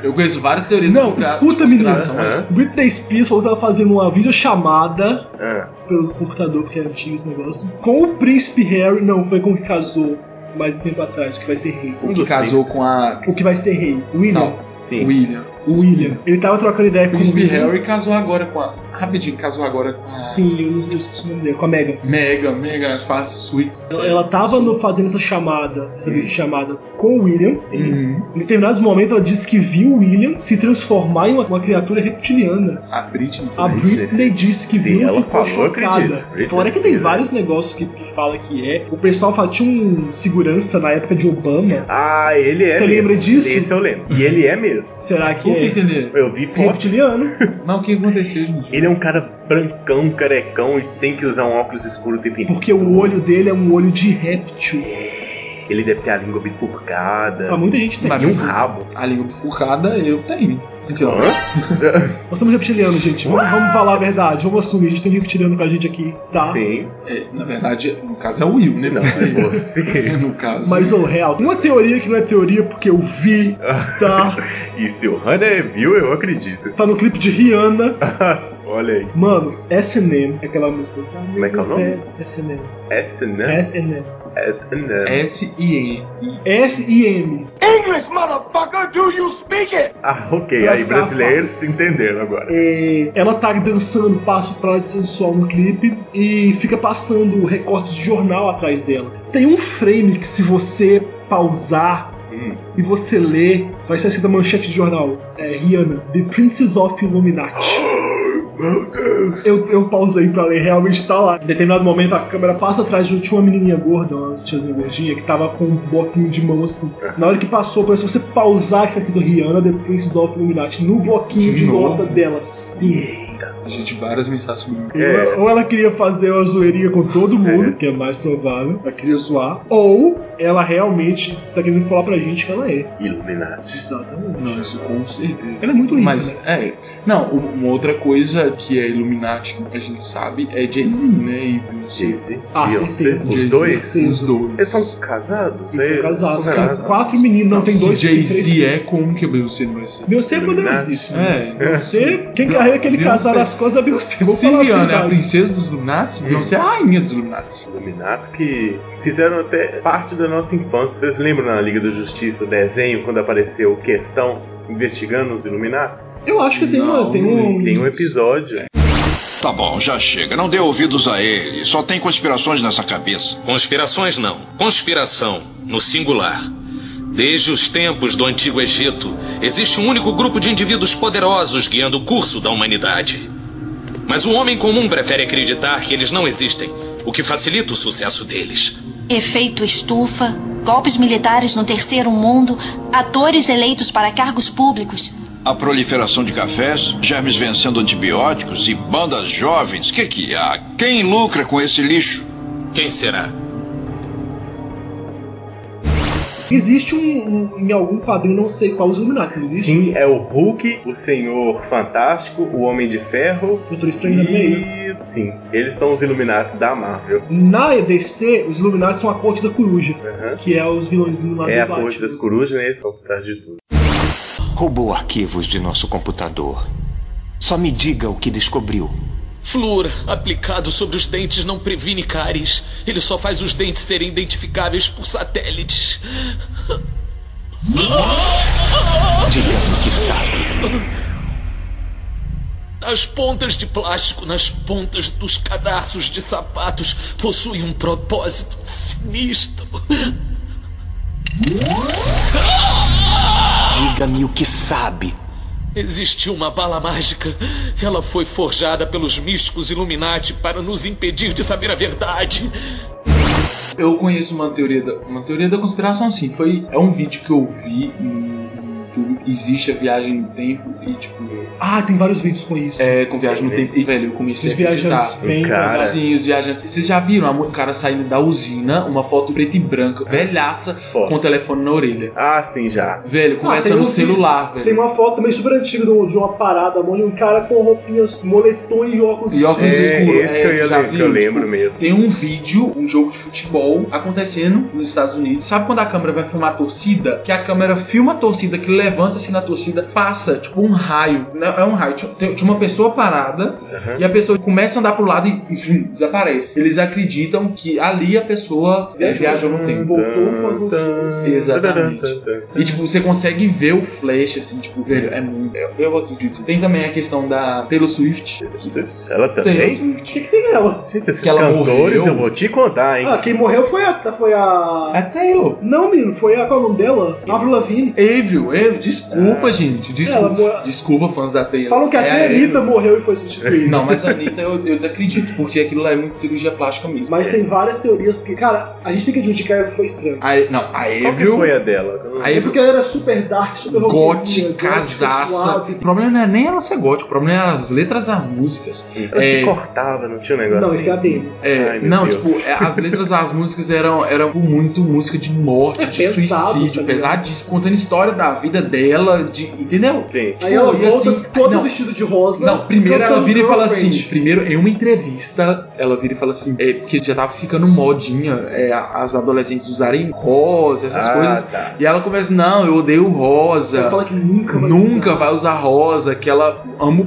[SPEAKER 4] eu conheço várias teorias.
[SPEAKER 3] Não,
[SPEAKER 4] da-
[SPEAKER 3] escuta, menino.
[SPEAKER 4] conspirações.
[SPEAKER 3] Britney Spears falou que tava fazendo uma videochamada
[SPEAKER 2] Ah.
[SPEAKER 3] pelo computador, porque era antigo esse negócio. Com o príncipe Harry, não, foi com o que casou mais um tempo atrás, que vai ser rei.
[SPEAKER 4] O que casou com a.
[SPEAKER 3] O que vai ser rei? William?
[SPEAKER 4] Não.
[SPEAKER 2] Sim.
[SPEAKER 4] William.
[SPEAKER 3] O William. Ele tava trocando ideia
[SPEAKER 4] O
[SPEAKER 3] com
[SPEAKER 4] Príncipe
[SPEAKER 3] o William.
[SPEAKER 4] Harry casou agora com a. Rapidinho, casou agora com a.
[SPEAKER 3] Sim, eu não eu esqueci o nome dele, com a Megan.
[SPEAKER 4] Mega, mega, faz suítes.
[SPEAKER 3] Ela- Ela tava no- fazendo essa chamada, essa videochamada com o William.
[SPEAKER 4] Uhum.
[SPEAKER 3] Em determinados momentos, ela disse que viu o William se transformar em uma, uma criatura reptiliana.
[SPEAKER 4] A Britney.
[SPEAKER 3] A Britney disse que
[SPEAKER 2] se
[SPEAKER 3] viu
[SPEAKER 2] ela
[SPEAKER 3] e ficou
[SPEAKER 2] falou, eu acredito. né?
[SPEAKER 3] chocada.
[SPEAKER 2] Britney
[SPEAKER 3] Fora que tem
[SPEAKER 2] Spears.
[SPEAKER 3] vários negócios que, que fala que é. O pessoal fala, tinha um segurança na época de Obama.
[SPEAKER 2] Ah, ele é.
[SPEAKER 3] Você
[SPEAKER 2] mesmo.
[SPEAKER 3] lembra disso?
[SPEAKER 2] Esse eu lembro. E ele é mesmo.
[SPEAKER 3] Será que
[SPEAKER 4] O que
[SPEAKER 3] é?
[SPEAKER 4] que ele um
[SPEAKER 2] Eu vi fotos.
[SPEAKER 3] Reptiliano.
[SPEAKER 4] Mas o que aconteceu, gente?
[SPEAKER 2] Ele é um cara brancão, carecão e tem que usar um óculos escuro o tempo inteiro.
[SPEAKER 3] Porque o olho dele é um olho de réptil.
[SPEAKER 2] Ele deve ter a língua bifurcada.
[SPEAKER 3] Pra muita gente tem.
[SPEAKER 2] E um rabo.
[SPEAKER 4] A língua bifurcada eu tenho. Aqui, ó.
[SPEAKER 3] Nós somos reptilianos, gente. Vamos, vamos falar a verdade, vamos assumir. A gente tem reptiliano com a gente aqui, tá?
[SPEAKER 2] Sim.
[SPEAKER 4] É, na verdade, no caso é o Will, né?
[SPEAKER 2] Não, é você.
[SPEAKER 4] (laughs) no caso.
[SPEAKER 3] Mas o real, uma teoria que não é teoria porque eu vi,
[SPEAKER 2] Ah.
[SPEAKER 3] tá?
[SPEAKER 2] E se o Hannah viu, eu acredito. (laughs)
[SPEAKER 3] Tá no clipe de Rihanna.
[SPEAKER 2] Olha aí.
[SPEAKER 3] Mano, SNM, é aquela música. Como
[SPEAKER 2] é que é o nome?
[SPEAKER 3] SNM.
[SPEAKER 2] Essa, né?
[SPEAKER 3] SNM.
[SPEAKER 2] Essa,
[SPEAKER 3] É.
[SPEAKER 2] né?
[SPEAKER 4] S-I-N.
[SPEAKER 3] S-I-M.
[SPEAKER 20] English, motherfucker, do you speak it?
[SPEAKER 2] Ah, ok. Aí brasileiros se entenderam agora.
[SPEAKER 3] É, ela tá dançando passo pra lá de sensual no clipe e fica passando recortes de jornal atrás dela. Tem um frame que se você pausar
[SPEAKER 2] Hum.
[SPEAKER 3] e você ler, vai ser escrita a manchete de jornal. É, Rihanna, The Princess of Illuminati. Eu, eu pausei pra ler, realmente tá lá. Em determinado momento a câmera passa atrás de um, tinha uma menininha gorda, uma tiazinha gordinha, que tava com um bloquinho de mão assim. Na hora que passou, parece que você pausar isso aqui do Rihanna, The Princess of Illuminati, no bloquinho de
[SPEAKER 4] De
[SPEAKER 3] nota
[SPEAKER 4] novo?
[SPEAKER 3] dela. Sim.
[SPEAKER 2] vida.
[SPEAKER 4] Gente, várias mensagens subliminares.
[SPEAKER 3] Ou ela- Ou ela queria fazer uma zoeirinha com todo mundo, que é mais provável, ela queria zoar, ou ela realmente tá querendo falar pra gente que ela é.
[SPEAKER 2] Iluminati.
[SPEAKER 3] Exatamente.
[SPEAKER 4] Não, isso com certeza.
[SPEAKER 3] Ela é muito rica,
[SPEAKER 4] Mas, é. Não, u- uma outra coisa que é Illuminati, que a gente sabe, é Jay-Z,
[SPEAKER 3] Hum.
[SPEAKER 4] né? E
[SPEAKER 2] Jay-Z.
[SPEAKER 3] Ah, certeza.
[SPEAKER 2] Os
[SPEAKER 3] Jay-Z,
[SPEAKER 2] dois?
[SPEAKER 3] certeza.
[SPEAKER 4] Os dois.
[SPEAKER 2] Eles são casados?
[SPEAKER 3] Eles são
[SPEAKER 2] Eles
[SPEAKER 3] casados,
[SPEAKER 2] são
[SPEAKER 3] tem quatro meninos, não, tem
[SPEAKER 4] Se
[SPEAKER 3] dois. tem três
[SPEAKER 4] Jay-Z é,
[SPEAKER 3] filhos.
[SPEAKER 4] como que Beyoncé não vai ser?
[SPEAKER 3] Beyoncé é poderosíssimo.
[SPEAKER 2] É.
[SPEAKER 3] Beyoncé, quem carrega aquele
[SPEAKER 4] Beyoncé.
[SPEAKER 3] casal nas costas é Beyoncé. Vamos falar
[SPEAKER 2] né,
[SPEAKER 4] Siriana é a
[SPEAKER 3] verdade.
[SPEAKER 4] princesa dos Illuminati, Beyoncé é a rainha dos Illuminati.
[SPEAKER 2] Illuminati que fizeram até parte da nossa infância. Vocês lembram na Liga da Justiça o desenho quando apareceu questão investigando os Illuminatis?
[SPEAKER 3] Eu acho que tem, uma, tem um.
[SPEAKER 2] Tem um
[SPEAKER 4] É.
[SPEAKER 2] episódio.
[SPEAKER 21] Tá bom, já chega. Não dê ouvidos a ele. Só tem conspirações nessa cabeça.
[SPEAKER 19] Conspirações não. Conspiração, no singular. Desde os tempos do Antigo Egito, existe um único grupo de indivíduos poderosos guiando o curso da humanidade. Mas o homem comum prefere acreditar que eles não existem, o que facilita o sucesso deles.
[SPEAKER 22] Efeito estufa, golpes militares no terceiro mundo, atores eleitos para cargos públicos.
[SPEAKER 21] A proliferação de cafés, germes vencendo antibióticos e bandas jovens. Que que há? Quem lucra com esse lixo?
[SPEAKER 19] Quem será?
[SPEAKER 3] Existe um, um- Em algum quadrinho, não sei qual, os Illuminati, não existe?
[SPEAKER 2] Sim, é o Hulk, o Senhor Fantástico, o Homem de Ferro.
[SPEAKER 3] Doutor Estranho
[SPEAKER 2] e... Sim, eles são os Illuminati da Marvel.
[SPEAKER 3] Na EDC, os Illuminati são a corte da coruja, que é os vilões Illuminati
[SPEAKER 2] É a
[SPEAKER 3] do Batman.
[SPEAKER 2] corte das corujas, né? Eles são por trás de tudo.
[SPEAKER 23] Roubou arquivos de nosso computador. Só me diga o que descobriu.
[SPEAKER 19] Flúor aplicado sobre os dentes não previne cáries. Ele só faz os dentes serem identificáveis por satélites.
[SPEAKER 23] Diga-me o que sabe.
[SPEAKER 19] As pontas de plástico nas pontas dos cadarços de sapatos possuem um propósito sinistro.
[SPEAKER 23] Diga-me o que sabe.
[SPEAKER 19] Existiu uma bala mágica. Ela foi forjada pelos místicos Illuminati para nos impedir de saber a verdade.
[SPEAKER 4] Eu conheço uma teoria da, uma teoria da conspiração, sim. Foi, é um vídeo que eu vi no YouTube. Existe a viagem no tempo e, tipo.
[SPEAKER 3] Ah, tem vários vídeos com isso.
[SPEAKER 4] É, com viagem no tempo. E, velho, eu comecei
[SPEAKER 3] Os
[SPEAKER 4] a acreditar.
[SPEAKER 3] viajantes vêm, Cara.
[SPEAKER 2] né?
[SPEAKER 4] Sim, os viajantes. Vocês já viram a mo- o cara saindo da usina, uma foto preta e branca, velhaça, com o telefone na orelha.
[SPEAKER 2] Ah, sim, já.
[SPEAKER 4] Velho,
[SPEAKER 3] Ah,
[SPEAKER 4] conversa
[SPEAKER 3] tem
[SPEAKER 4] no
[SPEAKER 3] um vídeo-
[SPEAKER 4] celular,
[SPEAKER 3] Tem
[SPEAKER 4] velho.
[SPEAKER 3] uma foto também super antiga de um- de uma parada, mano, e um cara com roupinhas, moletom e óculos
[SPEAKER 4] E óculos escuros.
[SPEAKER 2] É
[SPEAKER 4] É,
[SPEAKER 2] esse que eu ia
[SPEAKER 4] você já
[SPEAKER 2] lem- que eu
[SPEAKER 4] viu?
[SPEAKER 2] lembro
[SPEAKER 4] Tipo,
[SPEAKER 2] mesmo.
[SPEAKER 4] Tem um vídeo, um jogo de futebol acontecendo nos Estados Unidos. Sabe quando a câmera vai filmar a torcida? Que a câmera filma a torcida, que levanta assim na torcida, passa tipo um raio. Não, é um raio. Tinha- Tem, tinha uma pessoa parada e a pessoa começa a andar pro lado e, e zum, desaparece. Eles acreditam que ali a pessoa é, viajou
[SPEAKER 2] Hum,
[SPEAKER 4] no tempo. Voltou com Exatamente. E tipo, você consegue ver o flash, assim, tipo, velho, é muito. Eu, eu
[SPEAKER 3] um
[SPEAKER 4] acredito. Tem também a questão da Taylor Swift.
[SPEAKER 2] Ela
[SPEAKER 4] Taylor
[SPEAKER 2] também?
[SPEAKER 4] Swift.
[SPEAKER 3] O que, que tem nela?
[SPEAKER 2] Gente, esses
[SPEAKER 4] Que ela
[SPEAKER 2] cantores
[SPEAKER 4] morreu.
[SPEAKER 2] eu vou te contar, hein?
[SPEAKER 3] Ah, quem morreu foi a. Foi a.
[SPEAKER 4] A É Taylor.
[SPEAKER 3] Não, menino, foi a. Qual é o nome dela? Avril Lavigne.
[SPEAKER 4] Avril, Avril, desculpa, gente.
[SPEAKER 3] Ah. Ela
[SPEAKER 4] Desculpa,
[SPEAKER 3] mora-
[SPEAKER 4] desculpa, fãs da Taylor.
[SPEAKER 3] Falam que
[SPEAKER 4] É
[SPEAKER 3] até a Anitta
[SPEAKER 4] Avril.
[SPEAKER 3] morreu e foi substituída.
[SPEAKER 4] Não, mas a Anitta eu, eu desacredito, porque aquilo lá é muito cirurgia plástica mesmo.
[SPEAKER 3] Mas tem várias teorias que, cara, a gente tem que admitir que a Eva foi estranha.
[SPEAKER 4] A, não, a Avril.
[SPEAKER 3] Qual que é foi a
[SPEAKER 2] dela?
[SPEAKER 4] A
[SPEAKER 3] é
[SPEAKER 4] Avril
[SPEAKER 3] porque ela era super dark, super
[SPEAKER 4] Gote,
[SPEAKER 3] roqueirinha, é gótica,
[SPEAKER 4] casaça.
[SPEAKER 3] suave.
[SPEAKER 4] O problema não é nem ela ser gótica, o problema é as letras das músicas.
[SPEAKER 2] Ela se
[SPEAKER 4] É,
[SPEAKER 2] cortava, não tinha um negócio
[SPEAKER 3] Não, isso é
[SPEAKER 2] assim?
[SPEAKER 3] ADM.
[SPEAKER 4] É,
[SPEAKER 2] Ai, meu
[SPEAKER 4] não,
[SPEAKER 2] Deus.
[SPEAKER 4] tipo, é, as letras das músicas eram, eram muito música de morte,
[SPEAKER 3] É
[SPEAKER 4] de
[SPEAKER 3] pesado, tá
[SPEAKER 4] suicídio,
[SPEAKER 3] ligado?
[SPEAKER 4] pesadíssimo, contando história da vida dela, de, entendeu? Sim.
[SPEAKER 3] Aí ela volta todo vestido de rosa.
[SPEAKER 4] Não, primeiro ela
[SPEAKER 3] cantando
[SPEAKER 4] vira e fala
[SPEAKER 3] Girlfriend.
[SPEAKER 4] assim. Primeiro, em uma entrevista, ela vira e fala assim: é, porque já tava ficando modinha é, as adolescentes usarem rosa, essas
[SPEAKER 3] Ah,
[SPEAKER 4] coisas.
[SPEAKER 3] tá.
[SPEAKER 4] E ela começa: não, eu odeio rosa.
[SPEAKER 3] Ela fala que nunca vai
[SPEAKER 4] Nunca vai usar rosa, que ela ama o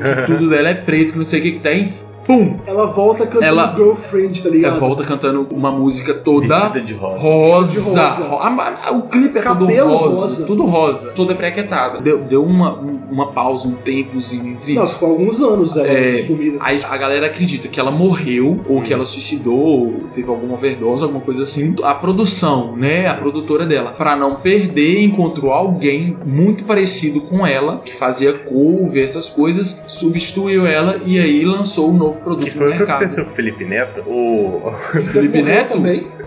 [SPEAKER 3] (laughs)
[SPEAKER 4] que tudo dela é preto, que não sei o que que tem. Pum!
[SPEAKER 3] Ela volta cantando
[SPEAKER 4] Ela-
[SPEAKER 3] Girlfriend, tá ligado?
[SPEAKER 4] Ela volta cantando uma música toda
[SPEAKER 2] de rosa.
[SPEAKER 4] rosa.
[SPEAKER 3] Vestida de rosa.
[SPEAKER 4] Ro- a- a- o clipe é
[SPEAKER 3] Cabelo
[SPEAKER 4] todo rosa,
[SPEAKER 3] rosa.
[SPEAKER 4] tudo rosa, toda prequetada. Deu, deu uma, um- uma pausa, um tempozinho entre
[SPEAKER 3] Não,
[SPEAKER 4] isso.
[SPEAKER 3] ficou alguns anos ela
[SPEAKER 4] É,
[SPEAKER 3] sumida.
[SPEAKER 4] Aí a galera acredita que ela morreu, ou
[SPEAKER 3] Hum.
[SPEAKER 4] que ela suicidou, ou teve alguma overdose, alguma coisa assim. A produção, né? A produtora dela, pra não perder, encontrou alguém muito parecido com ela, que fazia cover, essas coisas, substituiu ela e aí lançou um novo produto
[SPEAKER 2] Que foi
[SPEAKER 4] no
[SPEAKER 2] o que
[SPEAKER 4] mercado.
[SPEAKER 2] aconteceu com o Felipe Neto? O. (laughs)
[SPEAKER 4] Felipe Neto?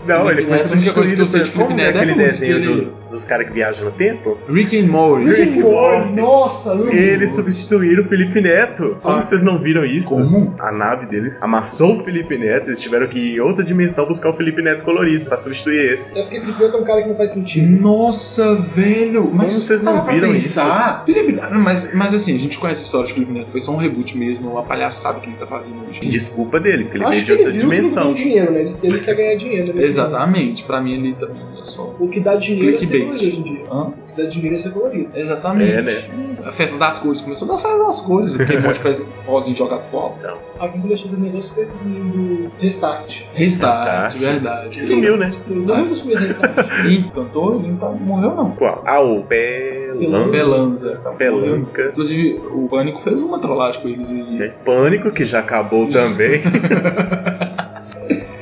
[SPEAKER 2] Não, ele foi
[SPEAKER 4] Neto, a única coisa que
[SPEAKER 2] substituído
[SPEAKER 4] eu sei
[SPEAKER 2] por.
[SPEAKER 4] de Felipe
[SPEAKER 2] Como é
[SPEAKER 4] Neto é
[SPEAKER 2] aquele
[SPEAKER 4] a música
[SPEAKER 2] desenho
[SPEAKER 4] dele.
[SPEAKER 2] do. dos caras que viajam no tempo?
[SPEAKER 4] Rick and Morty.
[SPEAKER 24] Rick and Morty, nossa! amo.
[SPEAKER 2] Eles substituíram o Felipe Neto. Como vocês não viram isso? Como? A nave deles amassou o Felipe Neto. Eles tiveram que ir em outra dimensão buscar o Felipe Neto colorido pra substituir esse.
[SPEAKER 3] É porque Felipe Neto é um cara que não faz sentido.
[SPEAKER 4] Nossa, velho! Mas
[SPEAKER 2] Como vocês não
[SPEAKER 4] para pra
[SPEAKER 2] viram
[SPEAKER 4] pensar, Felipe Neto- mas, mas assim, a gente conhece a história de Felipe Neto. Foi só um reboot mesmo, uma palhaçada que ele tá fazendo hoje.
[SPEAKER 2] Desculpa dele, porque Hum. ele veio
[SPEAKER 3] Acho
[SPEAKER 2] de
[SPEAKER 3] que ele
[SPEAKER 2] outra
[SPEAKER 3] viu que não
[SPEAKER 2] dimensão.
[SPEAKER 3] tem dinheiro, né? Ele, ele quer ganhar dinheiro. Né?
[SPEAKER 4] Exatamente, pra mim ele também é só.
[SPEAKER 3] O que dá dinheiro é ser
[SPEAKER 4] Clickbait.
[SPEAKER 3] colorido hoje em dia.
[SPEAKER 4] Hã?
[SPEAKER 3] O que dá dinheiro é ser colorido.
[SPEAKER 4] Exatamente.
[SPEAKER 2] É, né?
[SPEAKER 4] A festa das cores começou das festas das cores, porque um monte de festa rosa em jogar bola.
[SPEAKER 3] Alguém começou com esse um negócio foi com os meninos do Restart.
[SPEAKER 4] Restart, verdade.
[SPEAKER 2] Que sumiu, né?
[SPEAKER 3] Não é um dos meninos
[SPEAKER 2] (laughs)
[SPEAKER 3] do Restart.
[SPEAKER 4] Ih, cantor, não tá- morreu não.
[SPEAKER 2] Qual? Ah, o Pelan...
[SPEAKER 4] Belanza.
[SPEAKER 2] Tá Pelanca.
[SPEAKER 4] Inclusive, o Pânico fez uma trollagem com eles e.
[SPEAKER 2] Tem Pânico, que já acabou também.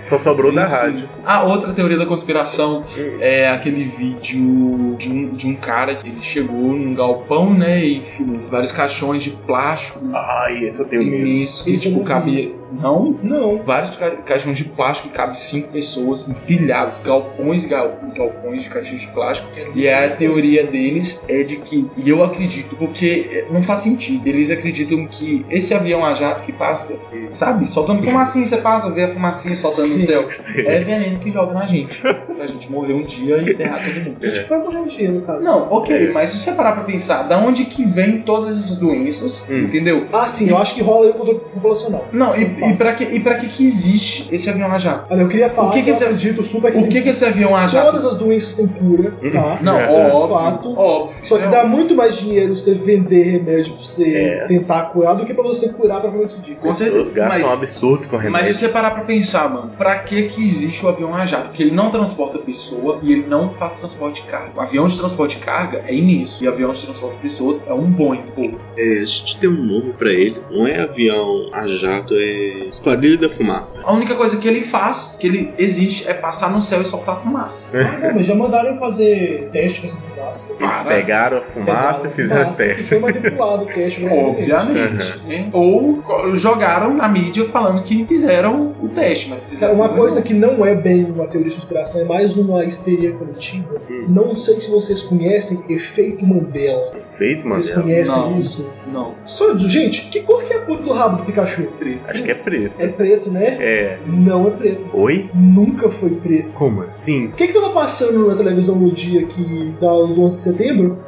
[SPEAKER 2] Só sobrou da rádio.
[SPEAKER 4] Ah, outra teoria da conspiração é aquele vídeo de um, de um cara que ele chegou num galpão, né, e filmou vários caixões de plástico
[SPEAKER 2] Ai, esse eu tenho medo.
[SPEAKER 4] imensos que,
[SPEAKER 3] Isso eu
[SPEAKER 4] tipo,
[SPEAKER 3] não
[SPEAKER 4] cabia... Não?
[SPEAKER 3] Não.
[SPEAKER 4] vários ca- caixões de plástico que cabe cinco pessoas empilhados, galpões e gal- galpões de caixões de plástico. E a teoria deles é de que, e eu acredito, porque eh, não faz sentido. Eles acreditam que esse avião a jato que passa, sabe, soltando fumacinha, você passa, vê a fumacinha soltando no céu. É veneno que joga na gente. Pra gente morrer um dia e enterrar todo mundo. É.
[SPEAKER 3] A gente vai morrer um dia, no caso.
[SPEAKER 4] Não, ok, mas se você parar pra pensar, da onde que vem todas essas doenças,
[SPEAKER 2] Hum.
[SPEAKER 4] entendeu?
[SPEAKER 3] Ah, sim, eu acho que rola aí o controle populacional.
[SPEAKER 4] Não, e, e pra que, e pra que que existe esse avião a jato?
[SPEAKER 3] Olha, eu queria falar
[SPEAKER 4] O que que
[SPEAKER 3] eu
[SPEAKER 4] esse-
[SPEAKER 3] acredito super que
[SPEAKER 4] O que que esse avião a jato
[SPEAKER 3] todas as doenças têm cura,
[SPEAKER 2] Uhum.
[SPEAKER 3] tá?
[SPEAKER 4] Não,
[SPEAKER 3] Isso é um
[SPEAKER 4] óbvio,
[SPEAKER 3] fato.
[SPEAKER 4] óbvio.
[SPEAKER 3] Só que
[SPEAKER 4] Isso é
[SPEAKER 3] dá muito mais dinheiro você vender remédio pra você
[SPEAKER 2] É.
[SPEAKER 3] tentar curar do que pra você curar propriamente dito.
[SPEAKER 4] Com
[SPEAKER 2] Os
[SPEAKER 4] certeza.
[SPEAKER 2] gastos são
[SPEAKER 4] Mas,
[SPEAKER 2] absurdos com
[SPEAKER 4] mas se
[SPEAKER 2] remédio.
[SPEAKER 4] você parar pra pensar, mano, pra que que existe o avião a jato? Porque ele não transporta pessoa e ele não faz transporte de carga. O avião de transporte de carga é imenso. E o avião de transporte de pessoa é um Boeing. pô.
[SPEAKER 25] É, a gente tem um nome pra eles. Não é avião a jato, é Esquadrilha da Fumaça.
[SPEAKER 4] A única coisa que ele faz, que ele existe, é passar no céu e soltar fumaça.
[SPEAKER 3] Ah, não, mas já mandaram fazer teste com essa fumaça.
[SPEAKER 2] Eles pegaram a fumaça
[SPEAKER 3] Pegaram
[SPEAKER 2] e fizeram
[SPEAKER 3] fumaça,
[SPEAKER 2] teste.
[SPEAKER 3] Que foi manipulado o teste.
[SPEAKER 4] Obviamente. né? Ou co- jogaram na mídia falando que fizeram o teste, mas
[SPEAKER 3] Cara,
[SPEAKER 4] fizeram.
[SPEAKER 3] uma
[SPEAKER 4] não.
[SPEAKER 3] coisa que não é bem uma teoria de conspiração, é mais uma histeria coletiva. Não sei se vocês conhecem efeito Mandela.
[SPEAKER 2] Feito, mano.
[SPEAKER 3] Vocês conhecem
[SPEAKER 4] Não.
[SPEAKER 3] isso?
[SPEAKER 4] Não.
[SPEAKER 3] Só, gente, que cor que é a ponta do rabo do Pikachu?
[SPEAKER 2] Acho que é preto.
[SPEAKER 3] É preto, né?
[SPEAKER 2] É.
[SPEAKER 3] Não é preto.
[SPEAKER 2] Oi?
[SPEAKER 3] Nunca foi preto.
[SPEAKER 2] Como assim?
[SPEAKER 3] O que que tava passando na televisão no dia que da do 11 de setembro?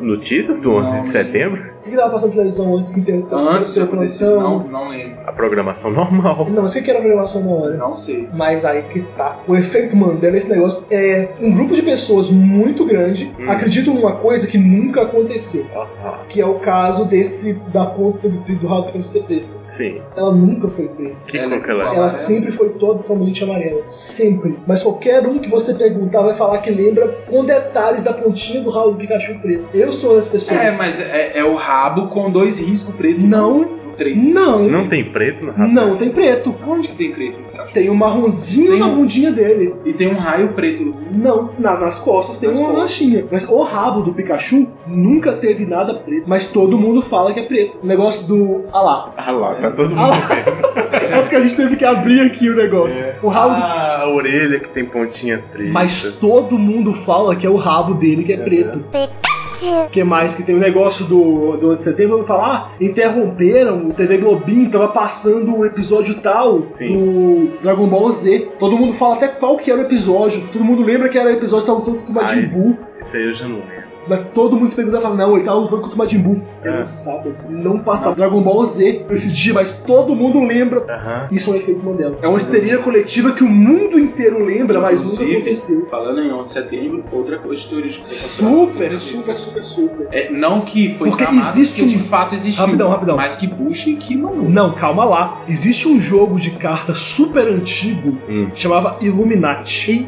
[SPEAKER 2] Notícias do 11
[SPEAKER 4] Não,
[SPEAKER 2] de
[SPEAKER 4] né?
[SPEAKER 2] setembro?
[SPEAKER 3] O que que tava passando na televisão Então, antes que inter-
[SPEAKER 4] Antes
[SPEAKER 3] aconteceu
[SPEAKER 4] né? de
[SPEAKER 3] a
[SPEAKER 4] acontecer,
[SPEAKER 3] conexão?
[SPEAKER 4] não, não lembro.
[SPEAKER 2] A programação normal.
[SPEAKER 3] Não, mas o que que era a programação na hora?
[SPEAKER 4] Não sei.
[SPEAKER 3] Mas aí que tá. O efeito Mandela, esse negócio é um grupo de pessoas muito grande
[SPEAKER 2] Hum.
[SPEAKER 3] acreditam numa coisa que nunca aconteceu.
[SPEAKER 2] Aham,
[SPEAKER 3] Que é o caso desse da ponta do, do rabo que ser preto.
[SPEAKER 2] sim.
[SPEAKER 3] Ela nunca foi preta.
[SPEAKER 2] Que
[SPEAKER 4] Ela é
[SPEAKER 2] cor que ela é?
[SPEAKER 4] igual.
[SPEAKER 3] Ela
[SPEAKER 4] Amarela.
[SPEAKER 3] sempre foi totalmente amarela. Sempre. Mas qualquer um que você perguntar vai falar que lembra com detalhes da pontinha do rabo do Pikachu preto. Eu sou das pessoas.
[SPEAKER 4] É, mas é, é o rabo com dois riscos preto. e
[SPEAKER 3] Não.
[SPEAKER 4] branco. Três.
[SPEAKER 3] Não,
[SPEAKER 2] Não tem preto no rabo?
[SPEAKER 3] não tem preto.
[SPEAKER 4] Onde que tem preto no Pikachu?
[SPEAKER 3] Tem um marronzinho
[SPEAKER 4] Tem
[SPEAKER 3] na
[SPEAKER 4] um-
[SPEAKER 3] bundinha dele.
[SPEAKER 4] E tem um raio preto no
[SPEAKER 3] Não, na- nas costas tem
[SPEAKER 4] Nas
[SPEAKER 3] uma
[SPEAKER 4] costas.
[SPEAKER 3] manchinha. Mas o rabo do Pikachu nunca teve nada preto. Mas todo mundo fala que é preto. O negócio do. Ah lá.
[SPEAKER 2] Ah lá, tá todo
[SPEAKER 3] Ah
[SPEAKER 2] mundo
[SPEAKER 3] lá. (laughs) é porque a gente teve que abrir aqui o negócio. O rabo do
[SPEAKER 2] Ah, a orelha que tem pontinha preta.
[SPEAKER 3] Mas todo mundo fala que é o rabo dele que é preto. O que mais que tem o negócio do, do 11 de setembro? Eu vou falar, ah, interromperam o TV Globinho, tava passando o episódio tal do Dragon Ball Z. Todo mundo fala até qual que era o episódio, todo mundo lembra que era o episódio que tava lutando contra o
[SPEAKER 2] Ah,
[SPEAKER 3] Majin
[SPEAKER 2] esse,
[SPEAKER 3] Buu.
[SPEAKER 2] esse aí eu já não lembro.
[SPEAKER 3] Mas todo mundo se pergunta e fala, não, ele tava lutando contra o Majin Buu. Eu
[SPEAKER 2] É.
[SPEAKER 3] não sabia, não passava Dragon Ball Z esse dia, mas todo mundo lembra.
[SPEAKER 2] Aham.
[SPEAKER 3] Isso é um efeito Mandela. É uma histeria coletiva que o mundo inteiro lembra, mas nunca
[SPEAKER 4] Inclusive,
[SPEAKER 3] aconteceu.
[SPEAKER 4] Falando em 11 de setembro, outra coisa de teoria de conspiração.
[SPEAKER 3] Super, super, super, super.
[SPEAKER 4] É, não que foi
[SPEAKER 3] Porque
[SPEAKER 4] tramado,
[SPEAKER 3] existe
[SPEAKER 4] porque
[SPEAKER 3] um-
[SPEAKER 4] de fato existiu.
[SPEAKER 3] Rapidão, rapidão.
[SPEAKER 4] Mas que Bush e que mandou.
[SPEAKER 3] Não, calma lá. Existe um jogo de carta super antigo
[SPEAKER 2] Hum.
[SPEAKER 3] que chamava Illuminati.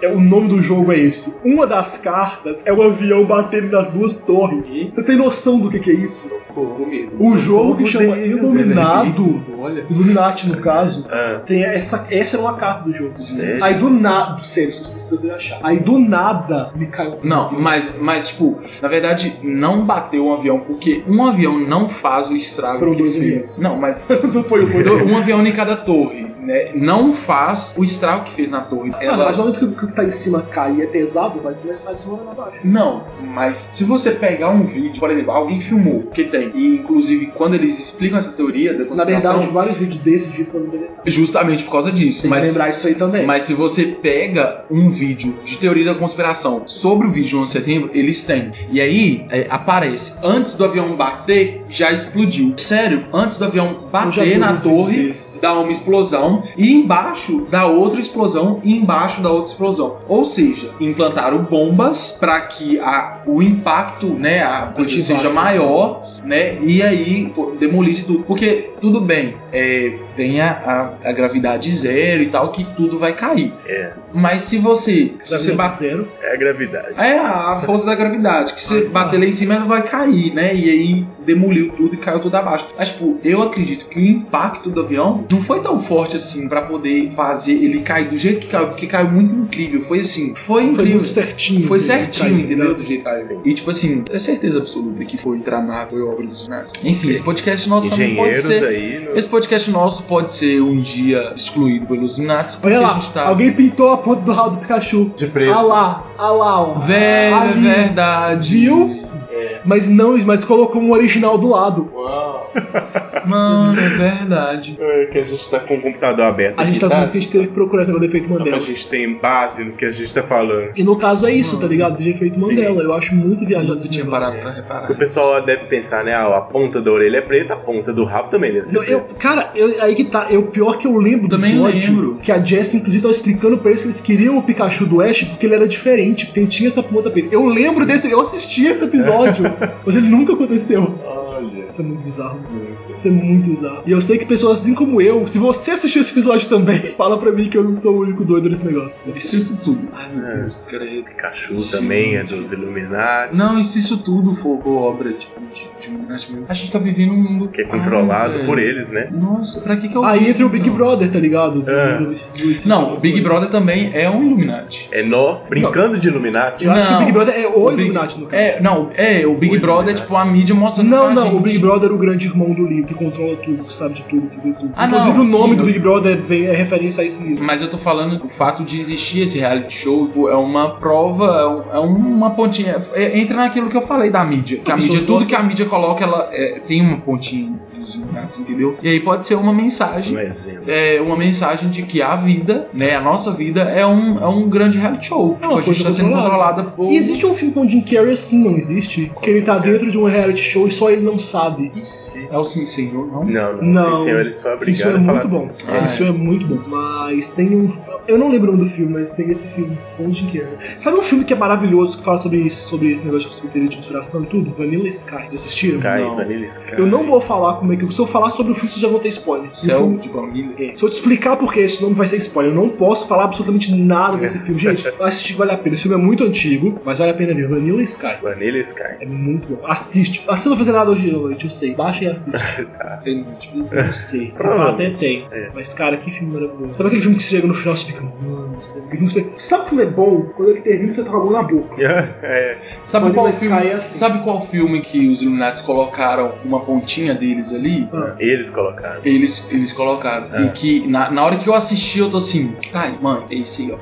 [SPEAKER 3] É, o nome do jogo é esse. Uma das cartas é o avião batendo nas duas torres.
[SPEAKER 4] E
[SPEAKER 3] Você tem noção do que, que é isso?
[SPEAKER 4] ficou com medo.
[SPEAKER 3] O jogo que chama
[SPEAKER 2] dele, né?
[SPEAKER 3] Iluminado
[SPEAKER 4] Olha.
[SPEAKER 3] Illuminati, no caso, tem essa, essa é uma carta do jogo.
[SPEAKER 4] Sério?
[SPEAKER 3] Aí do nada, sério, vocês precisam achar. Aí do nada, me caiu. (laughs)
[SPEAKER 4] Não, mas, mas tipo, na verdade, não bateu um avião, porque um avião não faz o estrago
[SPEAKER 3] Foram
[SPEAKER 4] que
[SPEAKER 3] dois
[SPEAKER 4] fez.
[SPEAKER 3] aviões.
[SPEAKER 4] Não, mas.
[SPEAKER 3] foi, foi.
[SPEAKER 4] Do- um avião em cada torre, né? Não faz o estrago que fez na torre.
[SPEAKER 3] Mas, Ah, mas no momento que o que tá em cima cai e é pesado, vai começar a desmoronar abaixo.
[SPEAKER 4] Não, mas se você pegar um vídeo, por exemplo, alguém filmou que tem, e inclusive quando eles explicam essa teoria da
[SPEAKER 3] Na
[SPEAKER 4] conspiração, é
[SPEAKER 3] verdade, vários vídeos desses de quando ele
[SPEAKER 4] justamente por causa disso.
[SPEAKER 3] Tem que
[SPEAKER 4] mas,
[SPEAKER 3] lembrar Tá, isso aí também.
[SPEAKER 4] Mas se você pega um vídeo de teoria da conspiração sobre o vídeo do 11 de setembro, eles têm. E aí é, aparece, antes do avião bater, já explodiu. Sério, antes do avião
[SPEAKER 3] Eu já vi
[SPEAKER 4] bater na
[SPEAKER 3] uns vídeos
[SPEAKER 4] torre, dá uma explosão, e embaixo dá outra explosão, e embaixo dá outra explosão. Ou seja, implantaram bombas para que a, o impacto, né, a coisa
[SPEAKER 3] Ativasse.
[SPEAKER 4] seja maior, né, e aí pô, demolisse tudo. Porque, tudo bem, é, tem a, a- a gravidade zero e tal, que tudo vai cair.
[SPEAKER 2] É.
[SPEAKER 4] Mas se você. Se você bater.
[SPEAKER 3] zero?
[SPEAKER 2] É a gravidade.
[SPEAKER 4] É a força da gravidade, que você bater lá em cima ela vai cair, né? E aí demoliu tudo e caiu tudo abaixo. Mas, tipo, eu acredito que o impacto do avião não foi tão forte assim pra poder fazer ele cair do jeito que caiu, porque caiu muito incrível. Foi assim, foi incrível.
[SPEAKER 3] muito certinho,
[SPEAKER 4] Foi
[SPEAKER 3] né?
[SPEAKER 4] certinho,
[SPEAKER 3] Caiu,
[SPEAKER 4] entendeu?
[SPEAKER 3] né?
[SPEAKER 4] Do jeito que caiu. E, tipo assim, é certeza absoluta que foi entrar na água e obra dos nazis. Enfim, esse podcast nosso também pode
[SPEAKER 2] Engenheiros
[SPEAKER 4] ser.
[SPEAKER 2] aí no-
[SPEAKER 4] Esse podcast nosso pode ser um dia excluído pelos Illuminati, porque
[SPEAKER 3] Olha
[SPEAKER 4] a
[SPEAKER 3] lá,
[SPEAKER 4] gente tá.
[SPEAKER 3] alguém pintou a ponta do ralo do Pikachu.
[SPEAKER 2] De preto.
[SPEAKER 3] Ah lá, ah lá, ó.
[SPEAKER 4] Velho, é
[SPEAKER 3] Ali.
[SPEAKER 4] verdade.
[SPEAKER 3] Viu?
[SPEAKER 4] É.
[SPEAKER 3] Mas não, mas colocou um original do lado.
[SPEAKER 4] Mano, é verdade.
[SPEAKER 2] É que a gente tá com o computador aberto.
[SPEAKER 3] A gente tá
[SPEAKER 2] aqui,
[SPEAKER 3] com a gente teve que procurar esse negócio do efeito
[SPEAKER 2] Então,
[SPEAKER 3] Mandela.
[SPEAKER 2] A gente tem base no que a gente tá falando.
[SPEAKER 3] E no caso é isso, tá ligado? Do efeito Mandela. Eu acho muito viajado esse negócio.
[SPEAKER 4] pra reparar.
[SPEAKER 2] O pessoal deve pensar, né? ah, A ponta da orelha é preta, a ponta do rabo também deve ser
[SPEAKER 3] Eu, eu- cara, eu- aí que tá. Eu, pior que eu lembro
[SPEAKER 4] Também
[SPEAKER 3] do episódio
[SPEAKER 4] lembro.
[SPEAKER 3] que a Jess, inclusive, tava explicando pra eles que eles queriam o Pikachu do Ash porque ele era diferente, porque ele tinha essa ponta preta. Eu lembro desse, eu assisti esse episódio, mas ele nunca aconteceu.
[SPEAKER 2] Olha.
[SPEAKER 3] Isso é muito bizarro. Isso é muito bizarro. E eu sei que pessoas assim como eu, se você assistiu esse episódio também, fala pra mim que eu não sou o único doido nesse negócio.
[SPEAKER 4] E se isso tudo? Ai meu Deus, creio.
[SPEAKER 2] Pikachu também é dos Illuminati.
[SPEAKER 4] Não, e se isso tudo for obra tipo, de, de Illuminati mesmo? A gente tá vivendo um mundo.
[SPEAKER 2] Que é controlado
[SPEAKER 4] Ah,
[SPEAKER 2] por
[SPEAKER 4] velho.
[SPEAKER 2] eles, né?
[SPEAKER 4] Nossa, pra que que eu.
[SPEAKER 3] Aí entra o Big Brother, tá ligado? Do-
[SPEAKER 2] É.
[SPEAKER 3] do- do- do-
[SPEAKER 4] Não, o Big Brother também é um Illuminati.
[SPEAKER 2] É nós brincando de Illuminati.
[SPEAKER 3] Eu acho que o
[SPEAKER 4] Não.
[SPEAKER 3] Big Brother é o
[SPEAKER 4] O Big-
[SPEAKER 3] Illuminati, no caso.
[SPEAKER 4] É, não, é, o Big
[SPEAKER 2] O
[SPEAKER 4] Brother é
[SPEAKER 2] Illuminati.
[SPEAKER 4] tipo a mídia mostrando.
[SPEAKER 3] Não,
[SPEAKER 4] pra
[SPEAKER 3] não,
[SPEAKER 4] gente.
[SPEAKER 3] o Big Brother é o grande irmão do livro, que controla tudo, que sabe de tudo, que vê tudo.
[SPEAKER 4] Ah,
[SPEAKER 3] Inclusive
[SPEAKER 4] não,
[SPEAKER 3] o nome
[SPEAKER 4] sim,
[SPEAKER 3] do
[SPEAKER 4] eu-
[SPEAKER 3] Big Brother vem, é referência a isso mesmo.
[SPEAKER 4] Mas eu tô falando o fato de existir esse reality show pô, é uma prova, é um- é uma pontinha. é- entra naquilo que eu falei da mídia. Que a
[SPEAKER 3] As
[SPEAKER 4] mídia,
[SPEAKER 3] pessoas
[SPEAKER 4] tudo
[SPEAKER 3] gostam.
[SPEAKER 4] que a mídia coloca, ela é, tem uma pontinha dos Illuminati, entendeu? E aí pode ser uma mensagem.
[SPEAKER 2] Um exemplo.
[SPEAKER 4] é uma mensagem de que a vida, né, a nossa vida é um, é um grande reality show.
[SPEAKER 3] É uma
[SPEAKER 4] Tipo, a gente
[SPEAKER 3] coisa
[SPEAKER 4] tá sendo
[SPEAKER 3] controlada.
[SPEAKER 4] controlada por.
[SPEAKER 3] E existe um filme com o Jim Carrey assim, não existe? Que ele tá dentro de um reality show e só ele não sabe.
[SPEAKER 4] É o sim senhor, não?
[SPEAKER 2] Não, não.
[SPEAKER 3] Não.
[SPEAKER 2] Sim, senhor, ele só é
[SPEAKER 3] Sim,
[SPEAKER 2] obrigado
[SPEAKER 3] é
[SPEAKER 2] a falar
[SPEAKER 3] muito bom.
[SPEAKER 2] assim.
[SPEAKER 4] Ah,
[SPEAKER 3] Sim, é muito bom. Mas tem um. Eu não lembro o nome do filme, mas tem esse filme com o Jim Carrey. Sabe um filme que é maravilhoso que fala sobre, isso, sobre esse negócio de conspiração de conspiração e tudo? Vanilla Sky. Vocês assistiram?
[SPEAKER 2] assim. Sky,
[SPEAKER 3] Não.
[SPEAKER 2] Vanilla Sky.
[SPEAKER 3] Eu não vou falar como é que. Se eu falar sobre o filme, vocês já vão ter spoiler. E o
[SPEAKER 4] Céu
[SPEAKER 3] filme-
[SPEAKER 4] um de família.
[SPEAKER 3] Se eu te explicar porque esse nome vai ser spoiler, eu não posso falar absolutamente nada desse filme. Gente, assistir vale a pena. Esse filme é muito antigo, mas vale a pena ver. Vanilla Sky.
[SPEAKER 2] Vanilla Sky. (laughs)
[SPEAKER 3] É muito bom. Assiste. Ah, Você não vai fazer nada hoje à noite, eu sei. Baixa e assiste.
[SPEAKER 4] Tem, tipo,
[SPEAKER 3] Não sei. Você
[SPEAKER 2] Provavelmente.
[SPEAKER 3] até tem. Mas, cara, que filme maravilhoso. Sabe aquele filme que você chega no final e você fica, mano, você... é você- Sabe que filme é bom? Quando ele termina, você tá com a mão na boca.
[SPEAKER 2] É.
[SPEAKER 4] Sabe
[SPEAKER 3] Vanilla
[SPEAKER 4] qual,
[SPEAKER 3] Sky
[SPEAKER 4] filme,
[SPEAKER 3] é assim.
[SPEAKER 4] sabe qual filme que os Illuminati colocaram uma pontinha deles ali?
[SPEAKER 2] Eles colocaram. (laughs)
[SPEAKER 4] Eles, eles colocaram.
[SPEAKER 2] É.
[SPEAKER 4] E que na, na hora que eu assisti, eu tô assim, ai, mano, é isso aí, ó.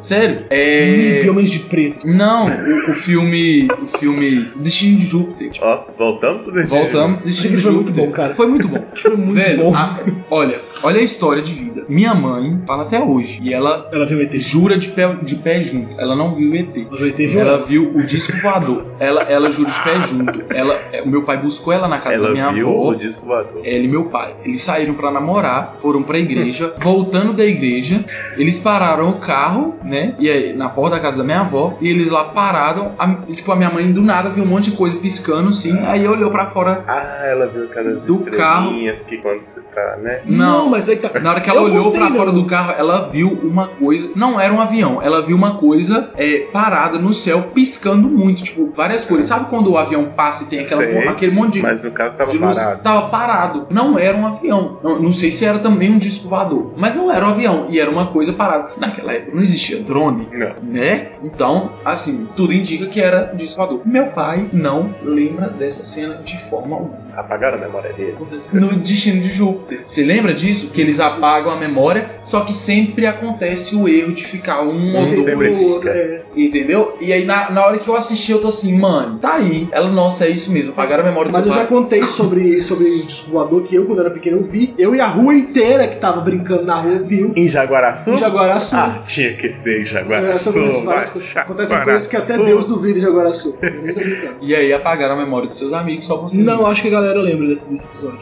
[SPEAKER 4] Sério? É.
[SPEAKER 3] E Homens de Preto.
[SPEAKER 4] Não, o, o filme. O filme. Destino de Júpiter.
[SPEAKER 2] Ó, voltamos pro destino.
[SPEAKER 4] Voltamos, Destino de
[SPEAKER 3] Foi muito
[SPEAKER 4] Júpiter.
[SPEAKER 3] bom, cara.
[SPEAKER 4] Foi muito bom.
[SPEAKER 3] Foi muito
[SPEAKER 4] Velho,
[SPEAKER 3] bom.
[SPEAKER 4] a- olha, olha a história de vida. Minha mãe fala até hoje. E ela
[SPEAKER 3] Ela viu o ET.
[SPEAKER 4] jura de pé, de pé junto. Ela não viu o ET.
[SPEAKER 3] Mas o ET viu
[SPEAKER 4] Ela
[SPEAKER 3] ela.
[SPEAKER 4] viu o disco voador. Ela, ela jura de pé junto. Ela, é, o meu pai buscou ela na casa da minha
[SPEAKER 2] Ela viu
[SPEAKER 4] avó.
[SPEAKER 2] o
[SPEAKER 4] É.
[SPEAKER 2] disco voador.
[SPEAKER 4] Ela e meu pai. Eles saíram pra namorar, foram pra igreja. Voltando da igreja, eles pararam o carro, né? E aí, na porta da casa da minha avó. E eles lá pararam. A- e, tipo, a minha mãe do nada viu um monte de coisa piscando, assim. Aí olhou pra fora.
[SPEAKER 2] Ah, ela viu aquelas
[SPEAKER 4] Do
[SPEAKER 2] estrelinhas que quando você tá, né?
[SPEAKER 3] Não,
[SPEAKER 4] Não,
[SPEAKER 3] mas aí que tá.
[SPEAKER 4] Na hora que ela
[SPEAKER 3] Eu
[SPEAKER 4] olhou
[SPEAKER 3] contei,
[SPEAKER 4] pra fora
[SPEAKER 3] não.
[SPEAKER 4] do carro, ela viu uma coisa. Não era um avião, ela viu uma coisa é, parada no céu, piscando muito, tipo, várias cores. Sabe quando o avião passa e tem aquela,
[SPEAKER 2] Sei,
[SPEAKER 4] aquele monte de.
[SPEAKER 2] Mas no caso tava
[SPEAKER 4] de luz,
[SPEAKER 2] parado.
[SPEAKER 4] Tava parado. Não era um avião. Não, não sei se era também um disco voador, mas não era um avião. E era uma coisa parada. Naquela época não existia drone, né? Então, assim, tudo indica que era um disco voador. Meu pai não lembra dessa cena de forma alguma.
[SPEAKER 2] Apagaram a memória dele.
[SPEAKER 4] No Destino de Júpiter. Você lembra disso? Que eles apagam a memória, só que sempre acontece o erro de ficar um ou
[SPEAKER 2] Sim, sempre
[SPEAKER 4] dois.
[SPEAKER 2] fica.
[SPEAKER 4] é. Entendeu? E aí, na, na hora que eu assisti, eu tô assim, mano, tá aí. Ela, nossa, é isso mesmo, apagaram a memória do
[SPEAKER 3] Mas
[SPEAKER 4] seu
[SPEAKER 3] eu já
[SPEAKER 4] pai.
[SPEAKER 3] contei sobre, sobre esse disco voador que eu, quando era pequeno, eu vi. Eu e a rua inteira que tava brincando na rua viu.
[SPEAKER 2] Em Jaguaraçu?
[SPEAKER 3] Em Jaguaraçu. É,
[SPEAKER 2] Ah, tinha que ser em Jaguaraçu.
[SPEAKER 3] Acontecem
[SPEAKER 2] vai.
[SPEAKER 3] várias coisas- acontecem coisas que até Deus duvida de Jaguaraçu. (laughs) Eu tô brincando.
[SPEAKER 4] E aí apagaram a memória dos seus amigos, só você.
[SPEAKER 3] Não, acho que a galera lembra desse, desse episódio.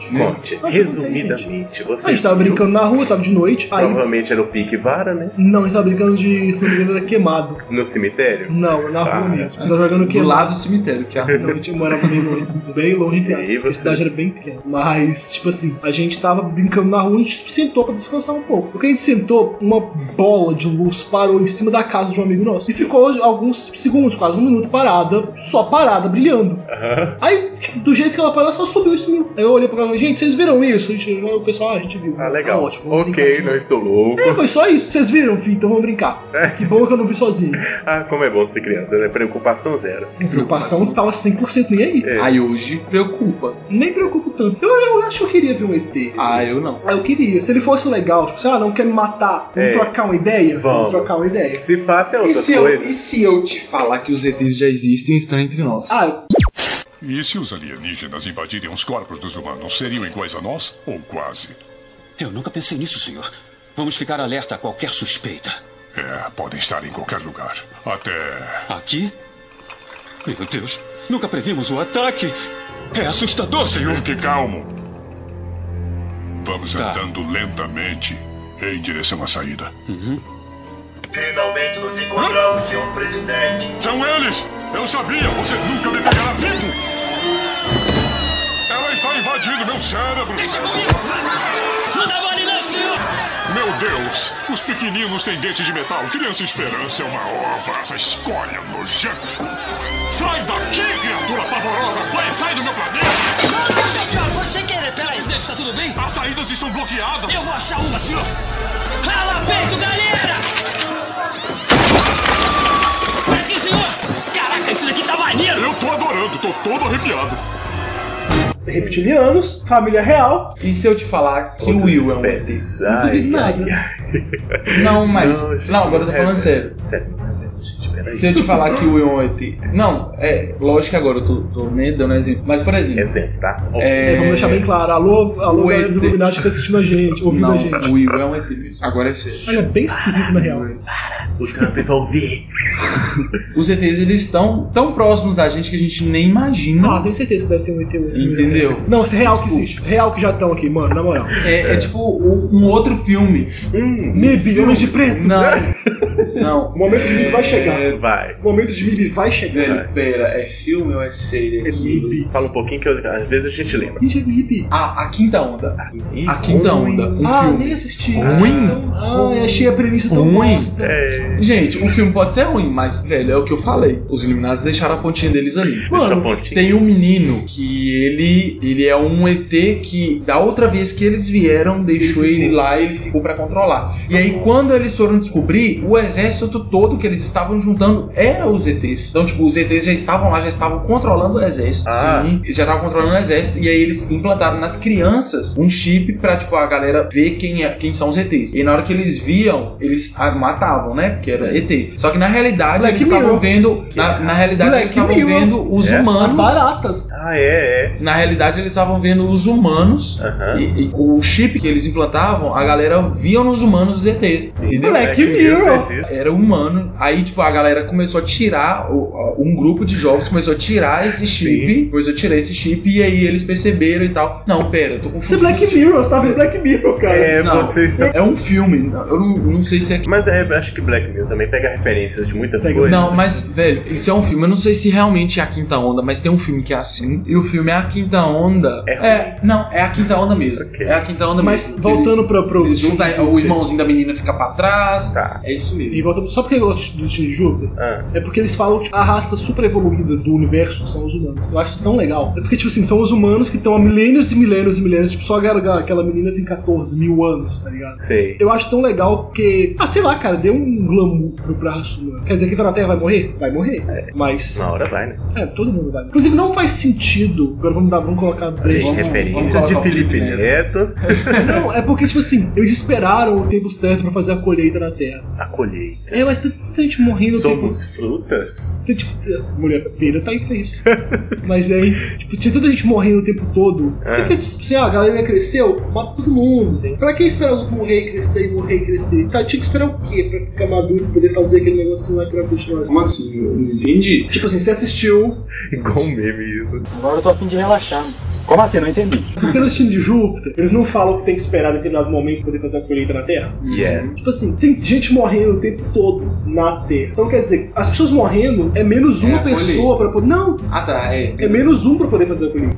[SPEAKER 3] Acho que
[SPEAKER 2] Conte,
[SPEAKER 3] não tem, gente.
[SPEAKER 2] resumidamente, você
[SPEAKER 3] a gente tava
[SPEAKER 2] viu?
[SPEAKER 3] brincando na rua, tava de noite. Aí...
[SPEAKER 2] Provavelmente era o pique vara, né?
[SPEAKER 3] Não, a gente tava brincando de. Se não me engano, era queimado.
[SPEAKER 2] No cemitério?
[SPEAKER 3] Não, na rua
[SPEAKER 2] Ah.
[SPEAKER 3] mesmo. Tava jogando
[SPEAKER 2] Do
[SPEAKER 3] queimado.
[SPEAKER 2] lado do
[SPEAKER 4] cemitério, que é a
[SPEAKER 2] rua.
[SPEAKER 3] Não, a gente morava bem longe, bem longe de
[SPEAKER 2] E aí
[SPEAKER 3] casa. porque A
[SPEAKER 2] vocês?
[SPEAKER 3] cidade era bem pequena. Mas, tipo assim, a gente tava brincando na rua, a gente sentou pra descansar um pouco. Porque a gente sentou, uma bola de luz parou em cima da casa de um amigo nosso. E ficou alguns segundos, quase um minuto parada, só parada, brilhando. Aí, tipo, do jeito que ela parou, ela só subiu e sumiu. Aí eu olhei pra ela gente, vocês viram isso? A gente, o pessoal, ah, a gente viu. Ah,
[SPEAKER 4] Tá
[SPEAKER 2] Legal.
[SPEAKER 3] ótimo.
[SPEAKER 2] ok, não estou louco.
[SPEAKER 3] É, foi só isso. Vocês viram, filho? Então vamos brincar.
[SPEAKER 2] É.
[SPEAKER 3] Que bom que eu não vi sozinho.
[SPEAKER 2] Ah, como é bom ser criança, né? Preocupação zero.
[SPEAKER 3] A preocupação tava 100% nem
[SPEAKER 2] É.
[SPEAKER 3] aí.
[SPEAKER 4] Aí hoje preocupa.
[SPEAKER 3] Nem preocupo tanto. Eu, eu acho que eu queria ver um ET.
[SPEAKER 4] Ah, eu não.
[SPEAKER 3] Ah, eu queria. Se ele fosse legal, tipo, sei lá, não quer me matar. Vamos
[SPEAKER 4] É.
[SPEAKER 3] trocar uma ideia?
[SPEAKER 4] Vamos.
[SPEAKER 3] trocar uma ideia.
[SPEAKER 2] Se pá, tem
[SPEAKER 4] E se, eu, e se eu te falar que os ETs já existem e estão entre nós?
[SPEAKER 3] Ah,
[SPEAKER 9] E se os alienígenas invadirem os corpos dos humanos, seriam iguais a nós? Ou quase?
[SPEAKER 23] Eu nunca pensei nisso, senhor. Vamos ficar alerta a qualquer suspeita.
[SPEAKER 9] É, podem estar em qualquer lugar. Até.
[SPEAKER 23] Aqui? Meu Deus, nunca previmos o ataque. É assustador, senhor. Tá.
[SPEAKER 9] Fique calmo. Vamos andando lentamente em direção à saída.
[SPEAKER 23] Uhum.
[SPEAKER 20] Finalmente nos encontramos, senhor presidente.
[SPEAKER 9] São eles! Eu sabia! Você nunca me pegará vivo! Ela está invadindo meu cérebro! Deixa comigo!
[SPEAKER 20] Não dá mole não, senhor!
[SPEAKER 9] Meu Deus! Os pequeninos têm dente de metal. Criança Esperança é uma ova. Essa escolha nojenta. Sai daqui, criatura pavorosa! Vai, sai do meu planeta!
[SPEAKER 20] Já foi sem querer, peraí, presidente, está tudo bem?
[SPEAKER 9] As saídas estão bloqueadas!
[SPEAKER 20] Eu vou achar uma, senhor! Rala peito, galera! Olha aqui, senhor! Caraca, esse daqui tá maneiro!
[SPEAKER 9] Eu tô adorando, tô todo arrepiado.
[SPEAKER 3] Ah, reptilianos, família real.
[SPEAKER 4] E se eu te falar que o Will é um ET?
[SPEAKER 2] Não
[SPEAKER 4] duvido nada. Não, é mas. Não, agora eu tô falando sério.
[SPEAKER 2] Sério.
[SPEAKER 4] Se eu te falar que o Will é um ET. Não, é. Lógico que agora eu tô, tô né, dando exemplo. Mas, por exemplo.
[SPEAKER 2] Exemplo, tá?
[SPEAKER 4] É...
[SPEAKER 3] Vamos deixar bem claro. Alô, alô,
[SPEAKER 4] O
[SPEAKER 3] galera do
[SPEAKER 4] ET.
[SPEAKER 3] Illuminati que tá assistindo a gente, ouvindo
[SPEAKER 4] Não,
[SPEAKER 3] a gente.
[SPEAKER 4] o Will é um ET mesmo. Agora é sério.
[SPEAKER 3] Olha, bem esquisito na real.
[SPEAKER 2] Os caras vão ouvir.
[SPEAKER 4] Os ETs eles estão tão próximos da gente que a gente nem imagina.
[SPEAKER 3] Ah, tenho certeza que deve ter um ET.
[SPEAKER 4] Hum. Entendeu?
[SPEAKER 3] Não, isso é real que existe. Real que já estão aqui, mano, na moral.
[SPEAKER 4] É, é
[SPEAKER 3] (laughs)
[SPEAKER 4] tipo o- um outro filme. Hum.
[SPEAKER 3] Maybe, Homens de Preto.
[SPEAKER 4] Não.
[SPEAKER 3] O momento de mim vai
[SPEAKER 4] É.
[SPEAKER 3] chegar.
[SPEAKER 2] Vai.
[SPEAKER 3] O momento de mim vai chegar.
[SPEAKER 4] Velho, pera, é filme ou é série? É
[SPEAKER 3] MIB.
[SPEAKER 2] Fala um pouquinho que eu- às vezes a gente lembra.
[SPEAKER 3] Gente, é MIB.
[SPEAKER 4] Ah, a quinta onda. A quinta onda. Um
[SPEAKER 3] ah,
[SPEAKER 4] filme.
[SPEAKER 3] nem assisti.
[SPEAKER 4] Ruim?
[SPEAKER 3] Ah, achei a premissa tão
[SPEAKER 4] ruim.
[SPEAKER 3] bosta.
[SPEAKER 2] É,
[SPEAKER 4] Gente, o filme pode ser ruim, mas, velho, é o que eu falei. Os Illuminados deixaram a pontinha deles ali.
[SPEAKER 2] Deixa a
[SPEAKER 4] Mano,
[SPEAKER 2] pontinha.
[SPEAKER 4] tem um menino que ele ele é um ET que, da outra vez que eles vieram, deixou ele lá e ele ficou pra controlar. E aí, quando eles foram descobrir, o exército todo que eles estavam juntando era os ETs. Então, tipo, os ETs já estavam lá, já estavam controlando o exército.
[SPEAKER 2] Ah.
[SPEAKER 4] Sim, já estavam controlando o exército. E aí, eles implantaram nas crianças um chip pra, tipo, a galera ver quem, é, quem são os ETs. E na hora que eles viam, eles ah, matavam, né? Porque era ET. Só que na realidade,
[SPEAKER 3] Black
[SPEAKER 4] eles estavam
[SPEAKER 3] Mirror.
[SPEAKER 4] vendo. Na, na realidade,
[SPEAKER 3] Black
[SPEAKER 4] eles estavam
[SPEAKER 3] Mirror.
[SPEAKER 4] vendo os
[SPEAKER 3] É?
[SPEAKER 4] humanos.
[SPEAKER 3] As baratas.
[SPEAKER 2] Ah, é, é.
[SPEAKER 4] Na realidade, eles estavam vendo os humanos e, e o chip que eles implantavam, a galera via nos humanos os ET. Entendeu?
[SPEAKER 3] Black Mirror.
[SPEAKER 4] É, era humano. Aí, tipo, a galera começou a tirar, o- a- um grupo de jovens começou a tirar esse chip, depois eu tirei esse chip e aí eles perceberam e tal. Não, pera, eu tô confundindo.
[SPEAKER 3] Isso é Black Mirror, você tá vendo Black Mirror, cara.
[SPEAKER 2] É,
[SPEAKER 4] Não,
[SPEAKER 2] você está...
[SPEAKER 4] é um filme, eu não, sei se é.
[SPEAKER 2] Mas é, acho que Black Mirror também pega referências de muitas coisas.
[SPEAKER 4] Não, mas, velho, isso é um filme. Eu não sei se realmente é a quinta onda, mas tem um filme que é assim. E o filme é a quinta onda. É, não, é a quinta onda mesmo. É a quinta onda
[SPEAKER 3] Mas
[SPEAKER 4] mesmo.
[SPEAKER 3] voltando
[SPEAKER 4] eles,
[SPEAKER 3] pra- pro
[SPEAKER 4] eles
[SPEAKER 3] Steve
[SPEAKER 4] juntam-
[SPEAKER 3] Jobs.
[SPEAKER 4] O irmãozinho da menina fica pra trás.
[SPEAKER 2] Tá,
[SPEAKER 4] É isso mesmo.
[SPEAKER 3] E volta, só porque eu gosto do Steve Júpiter,
[SPEAKER 4] Ah.
[SPEAKER 3] é porque eles falam tipo, a raça super evoluída do universo são os humanos. Eu acho isso tão legal. É porque, tipo assim, são os humanos que estão há milênios e milênios e milênios. Tipo, só aquela, aquela menina tem 14 mil anos, tá ligado?
[SPEAKER 2] Sei.
[SPEAKER 3] Eu acho tão legal porque, ah, sei lá, cara, deu um glamour pro braço humano. Quer dizer, que na Terra vai morrer? Vai morrer.
[SPEAKER 4] É.
[SPEAKER 3] Mas.
[SPEAKER 2] Uma hora vai, né?
[SPEAKER 3] É, todo mundo vai. Inclusive, não faz sentido. Agora vamos dar, vamos colocar
[SPEAKER 2] Gente,
[SPEAKER 3] vamos-
[SPEAKER 2] (laughs) referências
[SPEAKER 3] vamos
[SPEAKER 2] de
[SPEAKER 3] colocar o
[SPEAKER 2] Felipe Neto.
[SPEAKER 3] Não, é porque, tipo assim, eles esperaram o tempo certo pra fazer a colheita na Terra.
[SPEAKER 2] A colheita.
[SPEAKER 3] É, mas tem tanta gente morrendo
[SPEAKER 2] Somos frutas? (laughs)
[SPEAKER 3] o tempo. Tem, tipo, mulher pera tá aí pra isso. mas aí, tipo, tinha tanta gente morrendo o tempo todo. Por que que, assim, ah, a galera cresceu? Mata todo mundo. Pra que esperar o outro morrer e crescer e morrer e crescer? Tá, tinha que esperar o quê? Pra ficar maduro e poder fazer aquele negocinho lá pra continuar.
[SPEAKER 26] Como assim? Eu não entendi.
[SPEAKER 3] Tipo assim, você assistiu.
[SPEAKER 2] Igual um meme isso.
[SPEAKER 3] Agora eu tô a fim de relaxar.
[SPEAKER 2] Como assim? Não entendi.
[SPEAKER 3] Porque no time de Júpiter, eles não falam que tem que esperar determinado momento pra poder fazer a colheita na Terra.
[SPEAKER 4] Uhum.
[SPEAKER 2] Yeah.
[SPEAKER 3] Tipo assim, tem gente morrendo o tempo todo na Terra. Então quer dizer, as pessoas morrendo é menos uma
[SPEAKER 4] a
[SPEAKER 3] pessoa pra poder. Não!
[SPEAKER 4] Ah tá, é.
[SPEAKER 3] É menos um pra poder fazer a colheita.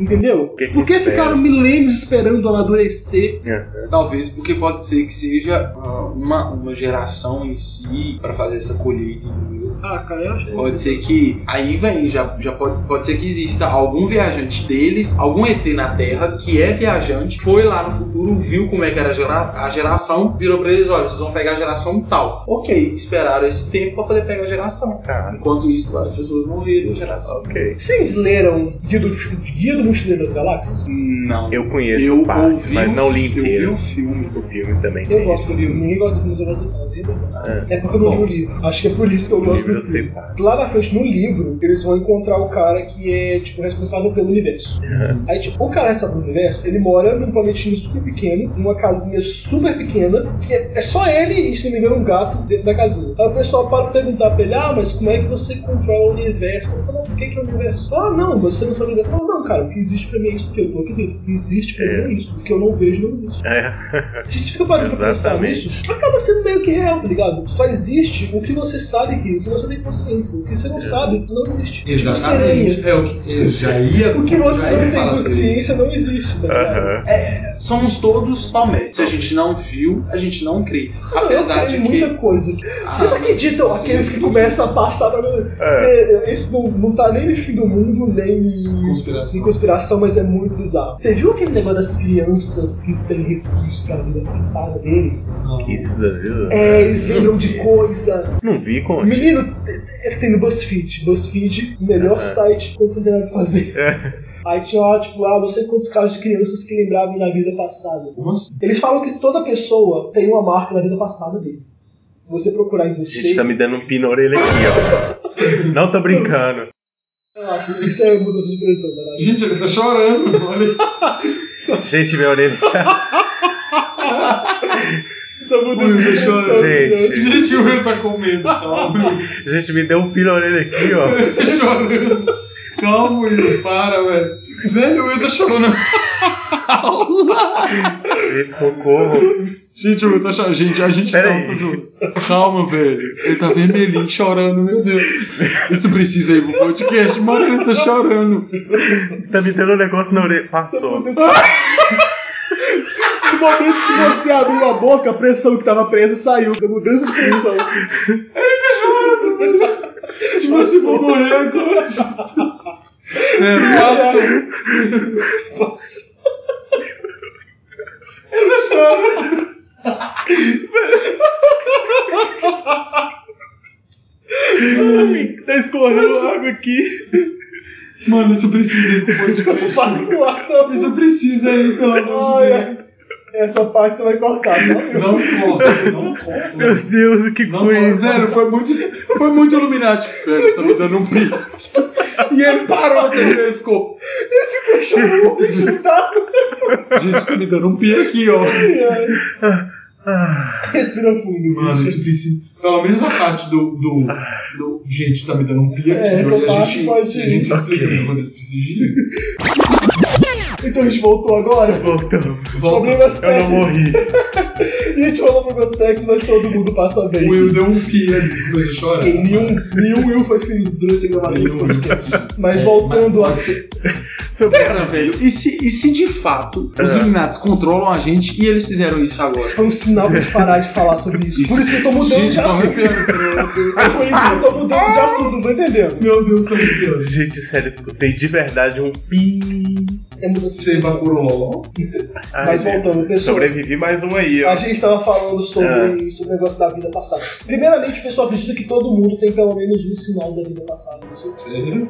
[SPEAKER 3] Entendeu?
[SPEAKER 4] Uhum. que
[SPEAKER 3] Por que
[SPEAKER 4] espera?
[SPEAKER 3] ficaram milênios esperando amadurecer?
[SPEAKER 2] É,
[SPEAKER 4] Talvez porque pode ser que seja ah, uma, uma geração em si pra fazer essa colheita, entendeu?
[SPEAKER 3] Ah, cara, eu achei.
[SPEAKER 4] Pode ser que. Aí, velho, já, já pode, pode ser que exista algum viajante deles, algum ET na Terra que é viajante, foi lá no futuro, viu como é que era a, gera- a geração, virou pra eles: olha, vocês vão pegar a geração tal. Ok, esperaram esse tempo pra poder pegar a geração. Enquanto isso, várias pessoas morreram, a geração.
[SPEAKER 2] Ok.
[SPEAKER 3] Vocês leram Guia do, Guia do Mochileiro das Galáxias?
[SPEAKER 4] Não.
[SPEAKER 2] Eu conheço
[SPEAKER 4] Eu
[SPEAKER 2] partes,
[SPEAKER 4] ouvi
[SPEAKER 2] mas
[SPEAKER 4] o-
[SPEAKER 2] não li inteiro.
[SPEAKER 4] eu vi o filme.
[SPEAKER 2] O filme também.
[SPEAKER 3] Eu gosto do livro, ninguém gosta do filme, mas eu gosto do filme.
[SPEAKER 2] É.
[SPEAKER 3] É porque eu não li o livro. Acho que é por isso que eu gosto
[SPEAKER 2] livro
[SPEAKER 3] do
[SPEAKER 2] eu sei
[SPEAKER 3] filme. Lá na frente, no livro, eles vão encontrar o cara que é, tipo, responsável pelo
[SPEAKER 2] (laughs)
[SPEAKER 3] universo.
[SPEAKER 2] É.
[SPEAKER 3] Aí, tipo, o cara responsável pelo universo, ele mora num planetinho super pequeno, numa casinha super pequena, que é, é só ele e, se não me engano, um gato dentro da casinha. Aí o pessoal para pra perguntar pra ele, ah, mas como é que você controla o universo? Ele fala, nossa, o que que é o universo? Ah, não, você não sabe o universo. Fala, não, cara, o que existe pra mim é isso, porque eu tô aqui dentro. O que existe pra mim é isso, o que eu não vejo não existe.
[SPEAKER 2] É.
[SPEAKER 3] A gente fica parando pra pensar
[SPEAKER 2] Exatamente.
[SPEAKER 3] nisso, acaba sendo meio que real, tá ligado? Só existe o que você sabe que, o que você tem consciência. O que você não sabe, não existe. Tipo sereia.
[SPEAKER 4] É o que eu já ia.
[SPEAKER 3] O que você
[SPEAKER 4] já ia
[SPEAKER 3] não tem
[SPEAKER 4] falar é, sobre isso.
[SPEAKER 3] consciência não existe, tá ligado?
[SPEAKER 4] É, somos todos palmeiras. Se a gente não viu, a gente não crê.
[SPEAKER 3] Não,
[SPEAKER 4] Apesar
[SPEAKER 3] eu
[SPEAKER 4] de
[SPEAKER 3] creio
[SPEAKER 4] que.
[SPEAKER 3] em muita coisa. Vocês
[SPEAKER 4] mas
[SPEAKER 3] acreditam
[SPEAKER 4] sim,
[SPEAKER 3] aqueles
[SPEAKER 4] sim.
[SPEAKER 3] que começam a passar pra. Cê- Esse não, não tá nem no fim do mundo, nem em conspiração. conspiração, mas é muito bizarro. Você viu aquele negócio das crianças que tem resquícios da vida passada deles?
[SPEAKER 2] Isso das vezes.
[SPEAKER 3] É, eles lembram de coisas.
[SPEAKER 2] Não vi com.
[SPEAKER 3] Menino, te- tem no BuzzFeed. BuzzFeed, o melhor
[SPEAKER 2] Aham.
[SPEAKER 3] site quando você não tem nada pra fazer.
[SPEAKER 2] É.
[SPEAKER 3] Aí tinha lá, tipo, ah, não sei quantos casos de crianças que lembravam da vida passada. Eles falam que toda pessoa tem uma marca da vida passada dele. Se você procurar em
[SPEAKER 2] A gente
[SPEAKER 3] você.
[SPEAKER 2] tá me dando um pino na orelha aqui, ó. Não tô brincando.
[SPEAKER 3] Eu acho, isso é mudança de expressão, né?
[SPEAKER 4] Gente, ele tá chorando. Olha
[SPEAKER 2] Gente, minha orelha.
[SPEAKER 3] Isso é mudança de expressão.
[SPEAKER 2] (laughs) Gente.
[SPEAKER 4] Gente, o Will tá com medo.
[SPEAKER 2] Gente, me deu um pino na orelha aqui, ó.
[SPEAKER 4] Ele tá chorando. Calma, Will, para, velho. Velho, o Will tá chorando.
[SPEAKER 2] Gente, socorro.
[SPEAKER 4] Gente, o Will tá chorando. Gente, a gente
[SPEAKER 2] Pera aí.
[SPEAKER 4] tá zoando. Calma, velho. Ele tá vermelhinho, chorando, meu Deus. Isso precisa ir pro podcast. Mano, ele tá chorando.
[SPEAKER 2] Tá me dando um negócio na orelha.
[SPEAKER 4] Tá
[SPEAKER 2] Passou.
[SPEAKER 3] No momento que você abriu a boca, a pressão que tava presa saiu. Isso é mudança de expressão.
[SPEAKER 4] Se você for morrer agora, Jesus. É, passa. Ele tá chorando.
[SPEAKER 2] Tá escorrendo água aqui.
[SPEAKER 4] Mano, isso precisa ir pro podcast. Isso precisa ir, pelo amor de Deus.
[SPEAKER 3] Ai, Essa parte você vai cortar, tá?
[SPEAKER 4] Não corta, não corta.
[SPEAKER 2] Meu Deus, o que
[SPEAKER 4] Não
[SPEAKER 2] foi
[SPEAKER 4] corta.
[SPEAKER 2] isso?
[SPEAKER 4] Velho, foi muito, foi muito Illuminati. Velho, tá me dando um brilho. E ele parou, assim, ele ficou.
[SPEAKER 3] Eu chorou, eu chutava.
[SPEAKER 4] Gente, tá me dando um pi aqui, ó.
[SPEAKER 3] Respira fundo,
[SPEAKER 4] Mano,
[SPEAKER 3] bicho.
[SPEAKER 4] isso precisa. Pelo menos a parte do. do, do- gente, tá me dando um pia
[SPEAKER 3] É,
[SPEAKER 4] aqui,
[SPEAKER 3] essa
[SPEAKER 4] Júlio, e a
[SPEAKER 3] parte
[SPEAKER 4] gente,
[SPEAKER 3] pode
[SPEAKER 4] a gente
[SPEAKER 3] ir.
[SPEAKER 4] explica pra vocês precisam de.
[SPEAKER 3] Então a gente voltou agora?
[SPEAKER 2] Voltamos.
[SPEAKER 3] Problemas
[SPEAKER 2] Eu não morri.
[SPEAKER 3] gente, rolou problemas técnicos, mas todo mundo passa bem. O
[SPEAKER 4] Will deu um pia ali, coisa chora.
[SPEAKER 3] E nenhum, nenhum Will foi ferido durante a gravação desse podcast. Mas voltando a.
[SPEAKER 4] Pera, velho, e se, e se de fato os
[SPEAKER 3] Ah.
[SPEAKER 4] Illuminados controlam a gente e eles fizeram isso agora? Isso
[SPEAKER 3] foi um sinal pra gente parar de falar sobre isso. Por isso que eu tô mudando
[SPEAKER 4] Gente,
[SPEAKER 3] de
[SPEAKER 4] tô
[SPEAKER 3] assunto.
[SPEAKER 4] tá arrepiando,
[SPEAKER 3] É por isso que eu tô mudando de assunto, vocês não estão entendendo.
[SPEAKER 4] Meu Deus, tô arrepiando.
[SPEAKER 2] Gente, sério, eu escutei de verdade um pi.
[SPEAKER 3] É mudança.
[SPEAKER 2] Você evaporou LOL?
[SPEAKER 3] Mas voltando, pessoal.
[SPEAKER 2] Sobrevivi mais um aí, ó.
[SPEAKER 3] A gente tava falando sobre,
[SPEAKER 4] É.
[SPEAKER 3] sobre o negócio da vida passada. Primeiramente, o pessoal acredita que todo mundo tem pelo menos um sinal da vida passada. Não sei o quê.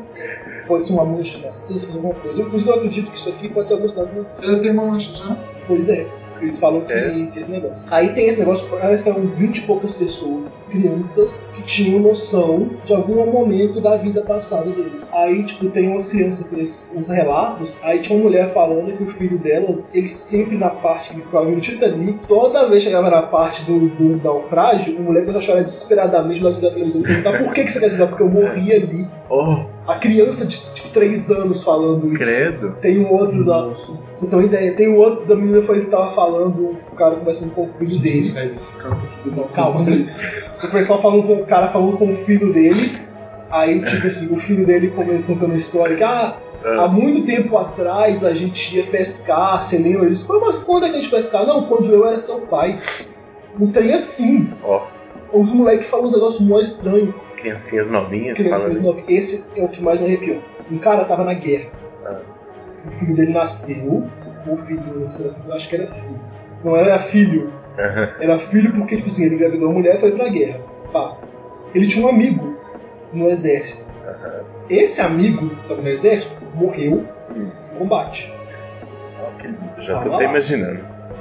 [SPEAKER 3] Pode ser uma mancha de nascença, fazer alguma coisa. Inclusive, eu acredito que isso aqui pode ser algum sinal de uma-
[SPEAKER 4] Eu tenho uma mancha de nascença.
[SPEAKER 3] Pois é. Eles falam que
[SPEAKER 4] É.
[SPEAKER 3] tem esse negócio. Aí tem esse negócio, parece que eram 20 e poucas pessoas, crianças, que tinham noção de algum momento da vida passada deles. Aí, tipo, tem umas crianças que eles- uns relatos, aí tinha uma mulher falando que o filho dela, ele sempre na parte que eles ficavam vendo Titanic, toda vez que chegava na parte do, do naufrágio, a mulher começava a chorar desesperadamente lá da televisão, perguntar por que, que você quer ajudar? Porque eu morri ali. A criança de tipo 3 anos falando isso.
[SPEAKER 2] Oh, Credo.
[SPEAKER 3] Tem um outro da. Você tem uma ideia? Tem um outro da menina foi que tava falando, o cara conversando com o filho dele.
[SPEAKER 4] Sai desse campo aqui do
[SPEAKER 3] Calma. né? o pessoal falando com o cara falando com o filho dele. Aí, tipo assim, o filho dele comenta- contando a história que ah, há muito tempo atrás a gente ia pescar, você lembra disso? Pô, Mas quando é que a gente pescar? Não, quando eu era seu pai. Um trem assim.
[SPEAKER 2] Ó,
[SPEAKER 3] Os moleques falam uns negócios mó estranhos.
[SPEAKER 2] criancinhas novinhas
[SPEAKER 3] Crianças
[SPEAKER 2] falando.
[SPEAKER 3] novas. Esse é o que mais me arrepiou. Um cara tava na guerra.
[SPEAKER 2] Ah.
[SPEAKER 3] O filho dele nasceu. O filho, será filho? acho que era filho. Não era filho.
[SPEAKER 2] Aham.
[SPEAKER 3] Era filho porque, tipo assim, ele engravidou uma mulher e foi pra guerra. Pá. Ele tinha um amigo no exército. Esse amigo que tava no exército morreu no combate.
[SPEAKER 2] Oh, Já tô
[SPEAKER 3] Ah,
[SPEAKER 2] até
[SPEAKER 3] lá.
[SPEAKER 2] imaginando.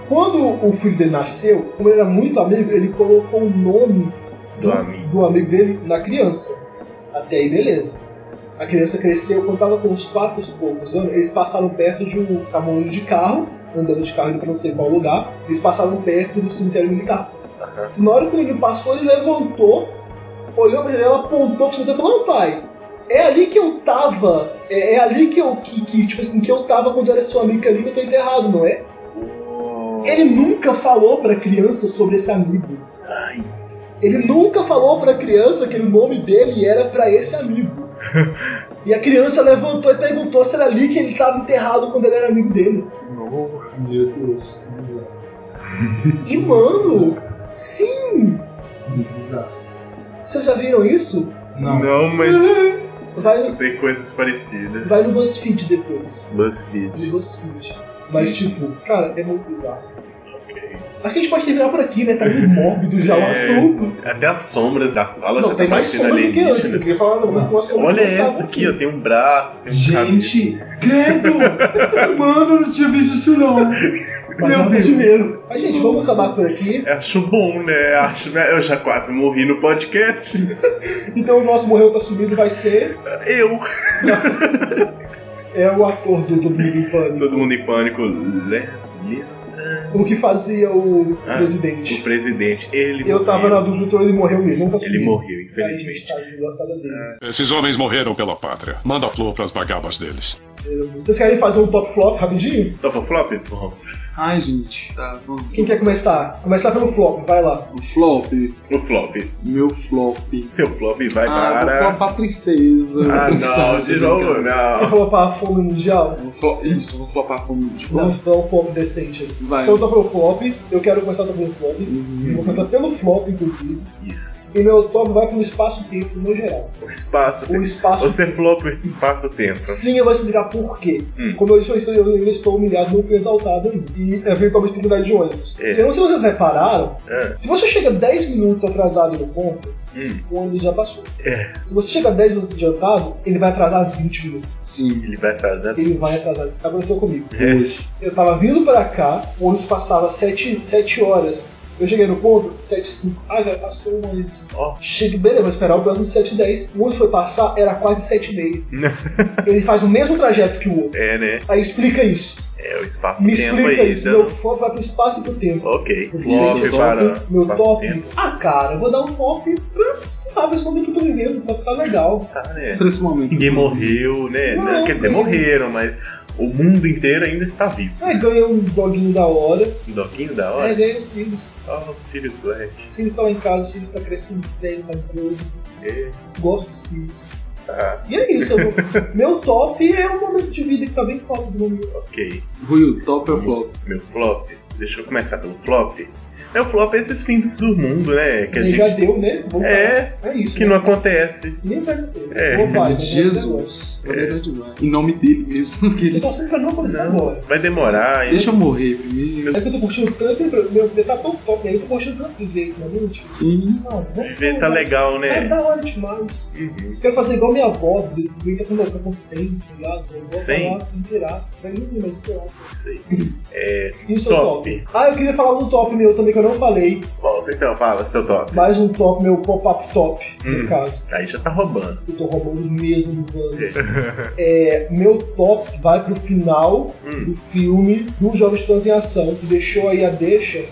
[SPEAKER 3] Quando o filho dele nasceu, como ele era muito amigo, ele colocou o nome
[SPEAKER 2] Do amigo.
[SPEAKER 3] do amigo dele na criança. Até aí, beleza. A criança cresceu, quando estava com uns 4 e poucos anos, eles passaram perto de um. Estavam andando de carro, andando de carro indo pra não sei qual lugar, eles passaram perto do cemitério militar. Na hora que o menino passou, ele levantou, olhou pra janela, apontou pro cemitério e falou: Não, pai, é ali que eu tava, é, é ali que eu, que, que, tipo assim, que eu tava quando eu era seu amigo que ali que eu tô enterrado, não é? Ele nunca falou pra criança sobre esse amigo. Ele nunca falou pra criança que o nome dele era pra esse amigo. E a criança levantou e perguntou se era ali que ele tava enterrado quando ele era amigo dele.
[SPEAKER 4] Nossa. Meu Deus, que
[SPEAKER 3] (laughs)
[SPEAKER 4] bizarro.
[SPEAKER 3] E mano, sim!
[SPEAKER 4] Muito bizarro.
[SPEAKER 3] Vocês já viram isso?
[SPEAKER 2] Não. Não, mas
[SPEAKER 3] Vai no,
[SPEAKER 2] escutei coisas parecidas.
[SPEAKER 3] vai no BuzzFeed depois.
[SPEAKER 2] BuzzFeed.
[SPEAKER 3] No BuzzFeed. Mas tipo, cara, é muito bizarro. Acho que a gente pode terminar por aqui, né? Tá meio mórbido já o
[SPEAKER 2] É,
[SPEAKER 3] assunto.
[SPEAKER 2] Até as sombras da sala
[SPEAKER 3] Não,
[SPEAKER 2] já
[SPEAKER 3] tem
[SPEAKER 2] tá
[SPEAKER 3] mais
[SPEAKER 2] parecendo
[SPEAKER 3] sombra do que antes. Eu
[SPEAKER 2] alienígena.
[SPEAKER 3] queria falar, não, mas tem umas sombras
[SPEAKER 2] Olha
[SPEAKER 3] que não tá estavam
[SPEAKER 2] essa aqui, ó. Tem um braço, tem um
[SPEAKER 4] Gente, credo!
[SPEAKER 2] (laughs)
[SPEAKER 4] Mano, eu não tinha visto isso não.
[SPEAKER 3] Mas
[SPEAKER 4] Meu
[SPEAKER 3] nada
[SPEAKER 4] Deus.
[SPEAKER 3] de mesmo. Mas, gente, vamos acabar por aqui.
[SPEAKER 2] Acho bom, né? Acho, né? Eu já quase morri no podcast.
[SPEAKER 3] Então o nosso Morreu Tá Sumido vai ser.
[SPEAKER 2] Eu.
[SPEAKER 3] é o ator do Todo Mundo em Pânico.
[SPEAKER 2] Todo mundo em pânico. Leslie.
[SPEAKER 3] O que fazia o
[SPEAKER 2] Ah,
[SPEAKER 3] presidente.
[SPEAKER 2] O presidente. Ele
[SPEAKER 3] Eu tava na
[SPEAKER 2] morreu.
[SPEAKER 3] dúvida, então ele morreu mesmo. Não tá
[SPEAKER 2] Ele
[SPEAKER 3] sumido.
[SPEAKER 2] morreu,
[SPEAKER 3] Aí a gente
[SPEAKER 2] infelizmente.
[SPEAKER 3] tá gostando dele.
[SPEAKER 11] Esses homens morreram pela pátria. Manda flor pras bagabas deles.
[SPEAKER 3] é Vocês querem fazer um top flop rapidinho?
[SPEAKER 2] Top flop? Vamos.
[SPEAKER 4] Ai, gente. Tá, vamos.
[SPEAKER 3] Quem quer começar? Começar pelo flop, vai lá.
[SPEAKER 4] O flop.
[SPEAKER 2] O flop.
[SPEAKER 4] Meu flop.
[SPEAKER 2] Seu flop vai
[SPEAKER 4] ah,
[SPEAKER 2] para.
[SPEAKER 4] vou flopar tristeza.
[SPEAKER 2] Ah, não,
[SPEAKER 4] (laughs) Sabe,
[SPEAKER 2] de novo, né?
[SPEAKER 4] brincando.
[SPEAKER 3] Quer
[SPEAKER 2] não.
[SPEAKER 3] flopar a fome mundial?
[SPEAKER 4] Vou flo- Isso, vou flopar fome de
[SPEAKER 3] Não, então um flop decente aí.
[SPEAKER 4] Vai.
[SPEAKER 3] Então eu tô pelo flop, eu quero começar pelo flop.
[SPEAKER 2] Uhum.
[SPEAKER 3] Eu Vou começar pelo flop, inclusive.
[SPEAKER 2] Isso.
[SPEAKER 3] E meu top vai pelo espaço-tempo no geral.
[SPEAKER 2] O espaço.
[SPEAKER 3] O espaço
[SPEAKER 2] Você flop o espaço-tempo.
[SPEAKER 3] Sim, eu vou explicar por quê.
[SPEAKER 2] Hum.
[SPEAKER 3] Como eu, sou, eu ainda estou humilhado, não fui exaltado ainda. E eventualmente tenho que mudar de ônibus.
[SPEAKER 2] É.
[SPEAKER 3] Eu não sei se vocês repararam,
[SPEAKER 2] É.
[SPEAKER 3] se você chega 10 minutos atrasado no ponto,
[SPEAKER 2] Hum.
[SPEAKER 3] o ônibus já passou.
[SPEAKER 2] É.
[SPEAKER 3] Se você chega 10 minutos adiantado, ele vai atrasar 20 minutos.
[SPEAKER 4] Sim.
[SPEAKER 2] Ele vai atrasar.
[SPEAKER 3] Ele vai atrasar. Aconteceu comigo.
[SPEAKER 2] É.
[SPEAKER 3] Eu tava vindo pra cá, o ônibus passava 7, 7 horas. Eu cheguei no ponto, 7 5. Ah, já passou o ônibus.
[SPEAKER 2] Ó.
[SPEAKER 3] Chega, beleza, vou esperar o próximo 7 10. O ônibus foi
[SPEAKER 2] (laughs)
[SPEAKER 3] passar, era quase 7 meio. Ele faz o mesmo trajeto que o outro.
[SPEAKER 2] É, né?
[SPEAKER 3] Aí explica isso.
[SPEAKER 2] É, o espaço
[SPEAKER 3] Me
[SPEAKER 2] tempo
[SPEAKER 3] explica
[SPEAKER 2] aí. né?
[SPEAKER 3] isso.
[SPEAKER 2] dando-
[SPEAKER 3] Meu foco vai pro espaço e pro tempo.
[SPEAKER 2] Ok.
[SPEAKER 3] Meu
[SPEAKER 2] Flop
[SPEAKER 3] top,
[SPEAKER 2] para.
[SPEAKER 3] Meu
[SPEAKER 2] para
[SPEAKER 3] top.
[SPEAKER 2] tempo.
[SPEAKER 3] Ah, cara, eu vou dar um top pra sabe, esse momento que eu tô vivendo. Tá, tá legal.
[SPEAKER 2] Tá, né?
[SPEAKER 3] Pra esse momento.
[SPEAKER 2] Ninguém morreu, né?
[SPEAKER 3] Não,
[SPEAKER 2] Quer dizer,
[SPEAKER 3] ninguém-
[SPEAKER 2] morreram, mas o mundo inteiro ainda está vivo.
[SPEAKER 3] Aí ganha um doguinho da hora.
[SPEAKER 2] Um doquinho da
[SPEAKER 3] Aí
[SPEAKER 2] hora.
[SPEAKER 3] ganha o Sirius.
[SPEAKER 2] Ah, o Sirius Black.
[SPEAKER 3] O Sirius tá lá em casa, o Sirius tá crescendo velho, tá gordo.
[SPEAKER 2] É.
[SPEAKER 3] Gosto de Sirius.
[SPEAKER 2] Tá.
[SPEAKER 3] E é isso,
[SPEAKER 2] (laughs)
[SPEAKER 3] eu vou- meu top é um momento de vida que tá bem top do momento.
[SPEAKER 2] Ok.
[SPEAKER 27] Will, top ou flop?
[SPEAKER 2] Meu flop. Deixa eu começar pelo flop. É o flop é esses fins do mundo, né? Que a
[SPEAKER 3] Ele
[SPEAKER 2] gente...
[SPEAKER 3] já deu, né? Vamos
[SPEAKER 2] É,
[SPEAKER 3] parar. é isso.
[SPEAKER 2] que
[SPEAKER 3] né?
[SPEAKER 2] não acontece.
[SPEAKER 3] Nem vai ter.
[SPEAKER 2] É.
[SPEAKER 3] Ou vai, mas
[SPEAKER 27] Jesus.
[SPEAKER 2] É.
[SPEAKER 27] Em nome dele mesmo. Que
[SPEAKER 3] Eu
[SPEAKER 28] Tá.
[SPEAKER 27] eles...
[SPEAKER 3] tô achando pra não acontecer agora.
[SPEAKER 2] Vai demorar. e-
[SPEAKER 27] Deixa eu morrer primeiro.
[SPEAKER 3] É que eu tô curtindo tanto, hein, meu, tá tão top, né? Eu tô curtindo tanto viver, mano. Tipo,
[SPEAKER 27] Sim.
[SPEAKER 3] sabe? Vamos
[SPEAKER 2] Viver tá legal,
[SPEAKER 3] É
[SPEAKER 2] né?
[SPEAKER 3] da hora demais.
[SPEAKER 2] Uhum.
[SPEAKER 3] Eu Quero fazer igual minha avó, domingo tá com, tá com 100, tá ligado? Eu vou
[SPEAKER 2] 100?
[SPEAKER 3] falar inteiraça, pra mim, mas inteiraça.
[SPEAKER 2] Isso aí. É,
[SPEAKER 3] E o seu top.
[SPEAKER 2] top.
[SPEAKER 3] Ah, eu queria falar um top meu também que eu não falei,
[SPEAKER 2] Volta então, fala seu top.
[SPEAKER 3] mais um top, meu pop-up top,
[SPEAKER 2] Hum.
[SPEAKER 3] no caso.
[SPEAKER 2] Aí já tá roubando.
[SPEAKER 3] Eu tô roubando mesmo do
[SPEAKER 2] (laughs)
[SPEAKER 3] Wander. É, meu top vai pro final
[SPEAKER 2] Hum.
[SPEAKER 3] do filme do Jovens Titãs em Ação, que deixou aí a deixa.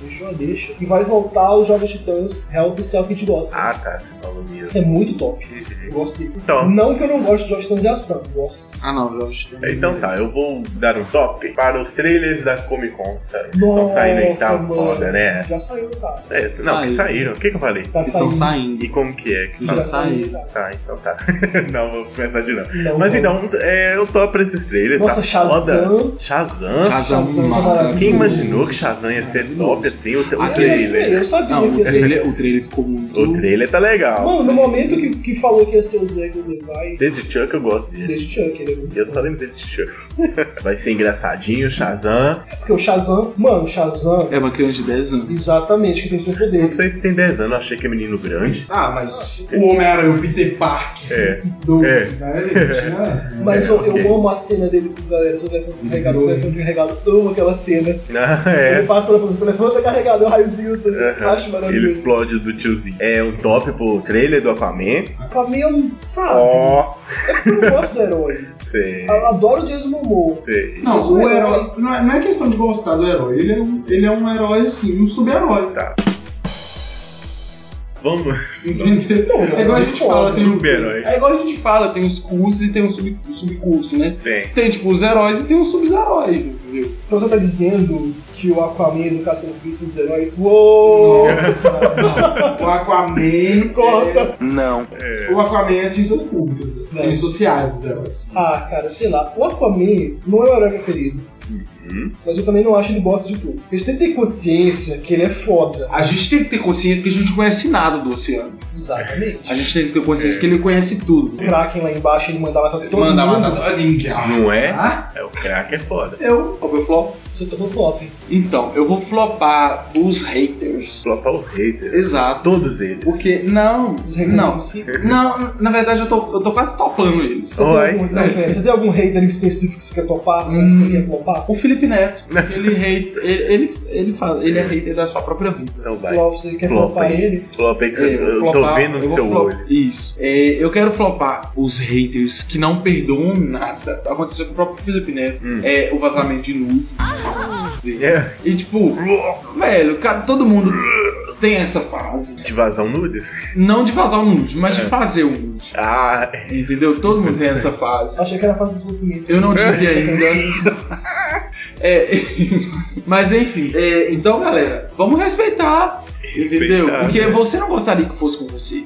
[SPEAKER 3] Deixou a deixa. Que vai voltar aos Jovens Titãs Real Oficial que a gente gosta.
[SPEAKER 2] Ah, tá, você falou
[SPEAKER 3] Isso
[SPEAKER 2] mesmo.
[SPEAKER 3] é muito top. Eu gosto dele.
[SPEAKER 2] Então.
[SPEAKER 3] Não que eu não gosto de Jovens Titãs em Ação, eu gosto sim.
[SPEAKER 27] Ah, não, Jorge.
[SPEAKER 2] Então tá, eu vou dar um top para os trailers da Comic Con. sa- que Estão
[SPEAKER 3] Nossa,
[SPEAKER 2] saindo aí, tá
[SPEAKER 3] mano.
[SPEAKER 2] foda, né?
[SPEAKER 3] Já saiu, cara.
[SPEAKER 2] É, não, que
[SPEAKER 27] Saiu.
[SPEAKER 2] saíram. O que que eu falei?
[SPEAKER 3] Tá
[SPEAKER 27] Estão
[SPEAKER 3] saindo.
[SPEAKER 27] saindo.
[SPEAKER 2] E como que é? Que
[SPEAKER 27] Já
[SPEAKER 2] fala?
[SPEAKER 27] saiu.
[SPEAKER 2] Tá, então tá. (laughs) não, vamos começar de novo.
[SPEAKER 3] Não,
[SPEAKER 2] Mas então,
[SPEAKER 3] vamos.
[SPEAKER 2] é, eu tô pra esses trailers,
[SPEAKER 3] Nossa,
[SPEAKER 2] tá
[SPEAKER 3] Shazam.
[SPEAKER 2] foda. Shazam.
[SPEAKER 27] Shazam
[SPEAKER 3] Shazam tá
[SPEAKER 27] maravilhoso.
[SPEAKER 2] Quem imaginou que Shazam ia ser top assim? O, o
[SPEAKER 27] Ah,
[SPEAKER 3] Eu imaginei,
[SPEAKER 2] trailer.
[SPEAKER 3] eu sabia
[SPEAKER 27] Não,
[SPEAKER 3] que
[SPEAKER 27] o
[SPEAKER 3] ia ser.
[SPEAKER 27] trailer, o trailer ficou muito.
[SPEAKER 2] O trailer tá legal.
[SPEAKER 3] Mano, no momento que, que falou que ia ser o Zego Levi,
[SPEAKER 2] Desde Chuck eu gosto dele.
[SPEAKER 3] desde Chuck, ele é muito
[SPEAKER 2] Eu
[SPEAKER 3] bom.
[SPEAKER 2] só lembro dele de Chuck. (laughs) Vai ser engraçadinho, Shazam.
[SPEAKER 3] Porque o Shazam, mano, o Shazam,
[SPEAKER 27] É uma criança de 10 anos.
[SPEAKER 3] exatamente, que tem
[SPEAKER 2] Não
[SPEAKER 3] superpoderes.
[SPEAKER 2] sei se tem 10 anos, eu achei que é menino grande.
[SPEAKER 28] Ah, mas o Homem-Aranha, o Peter Parker
[SPEAKER 3] (laughs)
[SPEAKER 2] É.
[SPEAKER 28] do.
[SPEAKER 2] É. (laughs)
[SPEAKER 28] Né, ele tinha-
[SPEAKER 3] Mas
[SPEAKER 2] É,
[SPEAKER 3] eu, eu
[SPEAKER 2] ok.
[SPEAKER 3] amo a cena dele com o galera, seu telefone carregado, seu telefone carregado, eu amo aquela cena.
[SPEAKER 2] Ah,
[SPEAKER 3] Ele
[SPEAKER 2] é.
[SPEAKER 3] passa na posição, o telefone tá carregado, é o raiozinho, tá- eu acho
[SPEAKER 2] Aham. Ele
[SPEAKER 3] maravilhoso.
[SPEAKER 2] explode do tiozinho. É um top pro trailer do Aquaman.
[SPEAKER 3] Pra mim, eu não, sabe,
[SPEAKER 2] Ó,
[SPEAKER 3] eu não gosto do herói.
[SPEAKER 2] sei.
[SPEAKER 3] Eu adoro o Jason Momoa.
[SPEAKER 2] sei.
[SPEAKER 28] Não, o
[SPEAKER 3] Mas o
[SPEAKER 28] herói.
[SPEAKER 3] herói-
[SPEAKER 28] Não é, não é questão de gostar do herói. Ele é um, ele é um herói, assim, um sub-herói.
[SPEAKER 2] Tá. Vamos. (laughs)
[SPEAKER 28] Entendeu?
[SPEAKER 3] Não,
[SPEAKER 28] É igual a gente fala, tem um.
[SPEAKER 2] Super-herói.
[SPEAKER 28] É igual a gente fala, tem os cursos e tem um sub- um subcurso, né?
[SPEAKER 2] Tem.
[SPEAKER 28] Tem, tipo, os heróis e tem os sub-heróis, entendeu?
[SPEAKER 3] Então você tá dizendo que o Aquaman é educação física dos heróis?
[SPEAKER 2] (laughs)
[SPEAKER 3] Uou!
[SPEAKER 28] O
[SPEAKER 4] (laughs)
[SPEAKER 28] Aquaman.
[SPEAKER 3] Corta.
[SPEAKER 29] Não.
[SPEAKER 28] É, o Aquaman é ciências públicas, né?
[SPEAKER 3] Não.
[SPEAKER 28] ciências sociais dos heróis.
[SPEAKER 3] Ah, cara, sei lá. O Aquaman não é o herói preferido.
[SPEAKER 4] Uhum.
[SPEAKER 3] Mas eu também não acho ele bosta de tudo. A gente tem que ter consciência que ele é foda.
[SPEAKER 4] A gente tem que ter consciência que a gente não conhece nada do oceano.
[SPEAKER 3] Exatamente.
[SPEAKER 4] É, A gente tem que ter
[SPEAKER 2] É.
[SPEAKER 4] consciência que ele conhece tudo.
[SPEAKER 3] O Kraken lá embaixo, ele manda matar todo
[SPEAKER 28] Manda
[SPEAKER 3] mundo.
[SPEAKER 28] matar a ninguém.
[SPEAKER 2] Não é?
[SPEAKER 28] Ah,
[SPEAKER 2] É o crack é foda.
[SPEAKER 28] Eu.
[SPEAKER 4] Qual foi o flop?
[SPEAKER 3] Você tomou flop.
[SPEAKER 4] Então, eu vou flopar os haters.
[SPEAKER 2] Flopar os haters.
[SPEAKER 4] Exato.
[SPEAKER 2] Todos eles.
[SPEAKER 4] Porque, não,
[SPEAKER 3] Os haters
[SPEAKER 4] não,
[SPEAKER 3] em si.
[SPEAKER 4] não, na verdade eu tô, eu tô quase topando eles.
[SPEAKER 3] Você tem,
[SPEAKER 2] Oi.
[SPEAKER 3] algum, não, pera, você tem algum hater em específico que você quer topar? Ou que
[SPEAKER 4] Hum.
[SPEAKER 3] você quer flopar?
[SPEAKER 4] O Felipe Neto,
[SPEAKER 2] (laughs)
[SPEAKER 4] ele, hate, ele, ele, ele, fala, ele é hater da sua própria vida.
[SPEAKER 2] Então vai.
[SPEAKER 3] Flop, você quer
[SPEAKER 2] Flop
[SPEAKER 3] flopar
[SPEAKER 2] aí.
[SPEAKER 3] ele?
[SPEAKER 2] Flop aí que
[SPEAKER 4] É,
[SPEAKER 2] eu,
[SPEAKER 4] vou
[SPEAKER 2] tô
[SPEAKER 4] flopar-
[SPEAKER 2] vendo no
[SPEAKER 4] eu vou
[SPEAKER 2] seu
[SPEAKER 4] flop-
[SPEAKER 2] olho.
[SPEAKER 4] Isso. É, eu quero flopar os haters que não perdoam nada. Aconteceu com o próprio Felipe Neto.
[SPEAKER 2] Hum.
[SPEAKER 4] É, o vazamento de nudes.
[SPEAKER 2] É.
[SPEAKER 4] E tipo, velho, cara, todo mundo tem essa fase.
[SPEAKER 2] De vazão nudes? (laughs)
[SPEAKER 4] Não de vazar o nude, mas
[SPEAKER 2] É.
[SPEAKER 4] de fazer o nude.
[SPEAKER 2] Ah, é.
[SPEAKER 4] Entendeu? Todo mundo tem
[SPEAKER 3] (laughs)
[SPEAKER 4] essa fase.
[SPEAKER 3] Achei que era a fase do sofrimento.
[SPEAKER 4] Eu
[SPEAKER 2] (laughs)
[SPEAKER 4] não tive ainda. É, (laughs) mas enfim, é, então galera, vamos respeitar, entendeu?
[SPEAKER 2] Respeitar,
[SPEAKER 4] Porque
[SPEAKER 2] né?
[SPEAKER 4] você não gostaria que fosse com você.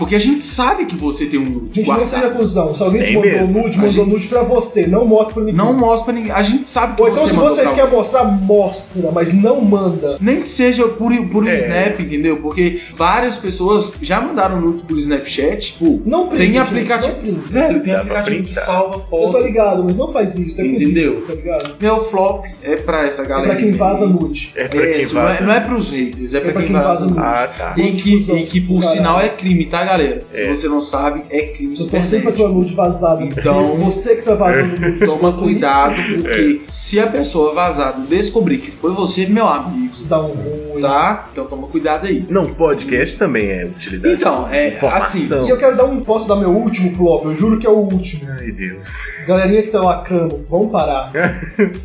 [SPEAKER 4] Porque a gente sabe que você tem um nude
[SPEAKER 3] Gente, não seja
[SPEAKER 4] guardado.
[SPEAKER 3] cuzão. Se alguém te
[SPEAKER 2] Tem
[SPEAKER 3] mandou
[SPEAKER 2] mesmo.
[SPEAKER 3] nude,
[SPEAKER 4] A
[SPEAKER 3] mandou
[SPEAKER 4] gente-
[SPEAKER 3] nude pra você. Não mostra pra ninguém.
[SPEAKER 4] Não mostra pra ninguém. A gente sabe que
[SPEAKER 3] Ou então,
[SPEAKER 4] você
[SPEAKER 3] se
[SPEAKER 4] mandou
[SPEAKER 3] você
[SPEAKER 4] pra
[SPEAKER 3] quer mostrar, mostra, mas não manda.
[SPEAKER 4] Nem que seja por, por um
[SPEAKER 2] É.
[SPEAKER 4] Snap, entendeu? Porque várias pessoas já mandaram nude por Snapchat, tipo,
[SPEAKER 3] Não print,
[SPEAKER 4] tem
[SPEAKER 3] gente,
[SPEAKER 4] aplicativo.
[SPEAKER 3] não print.
[SPEAKER 4] velho, tem
[SPEAKER 2] Dá pra
[SPEAKER 4] aplicativo que
[SPEAKER 2] printar.
[SPEAKER 4] salva
[SPEAKER 3] Eu
[SPEAKER 4] foto.
[SPEAKER 3] tô ligado, mas não faz isso. É
[SPEAKER 4] Entendeu?
[SPEAKER 3] cozice, tá ligado?
[SPEAKER 4] Meu pop é pra essa galera.
[SPEAKER 16] pra quem vaza nude.
[SPEAKER 4] É pra quem vaza. Não é, não é pros haters, é, pra, quem, vaza nude.
[SPEAKER 16] Ah, tá.
[SPEAKER 4] E que, e que por
[SPEAKER 16] Caralho.
[SPEAKER 4] sinal é crime, tá, galera? Se
[SPEAKER 16] É.
[SPEAKER 4] você não sabe, é crime.
[SPEAKER 16] Não
[SPEAKER 4] se
[SPEAKER 16] torcei pra tua nude vazada.
[SPEAKER 4] Então- é,
[SPEAKER 16] Então, você que tá vazando nude.
[SPEAKER 4] Toma cuidado, porque
[SPEAKER 2] É.
[SPEAKER 4] se a pessoa vazada descobrir que foi você, meu amigo.
[SPEAKER 16] Dá um ruim.
[SPEAKER 4] Tá? Então toma cuidado aí.
[SPEAKER 2] Não, podcast também é utilidade.
[SPEAKER 4] Então, é assim.
[SPEAKER 16] E eu quero dar um. Posso dar meu último flop? Eu juro que é o último.
[SPEAKER 2] Ai, Deus. (laughs)
[SPEAKER 16] Galerinha que tá lacrando, vamos parar.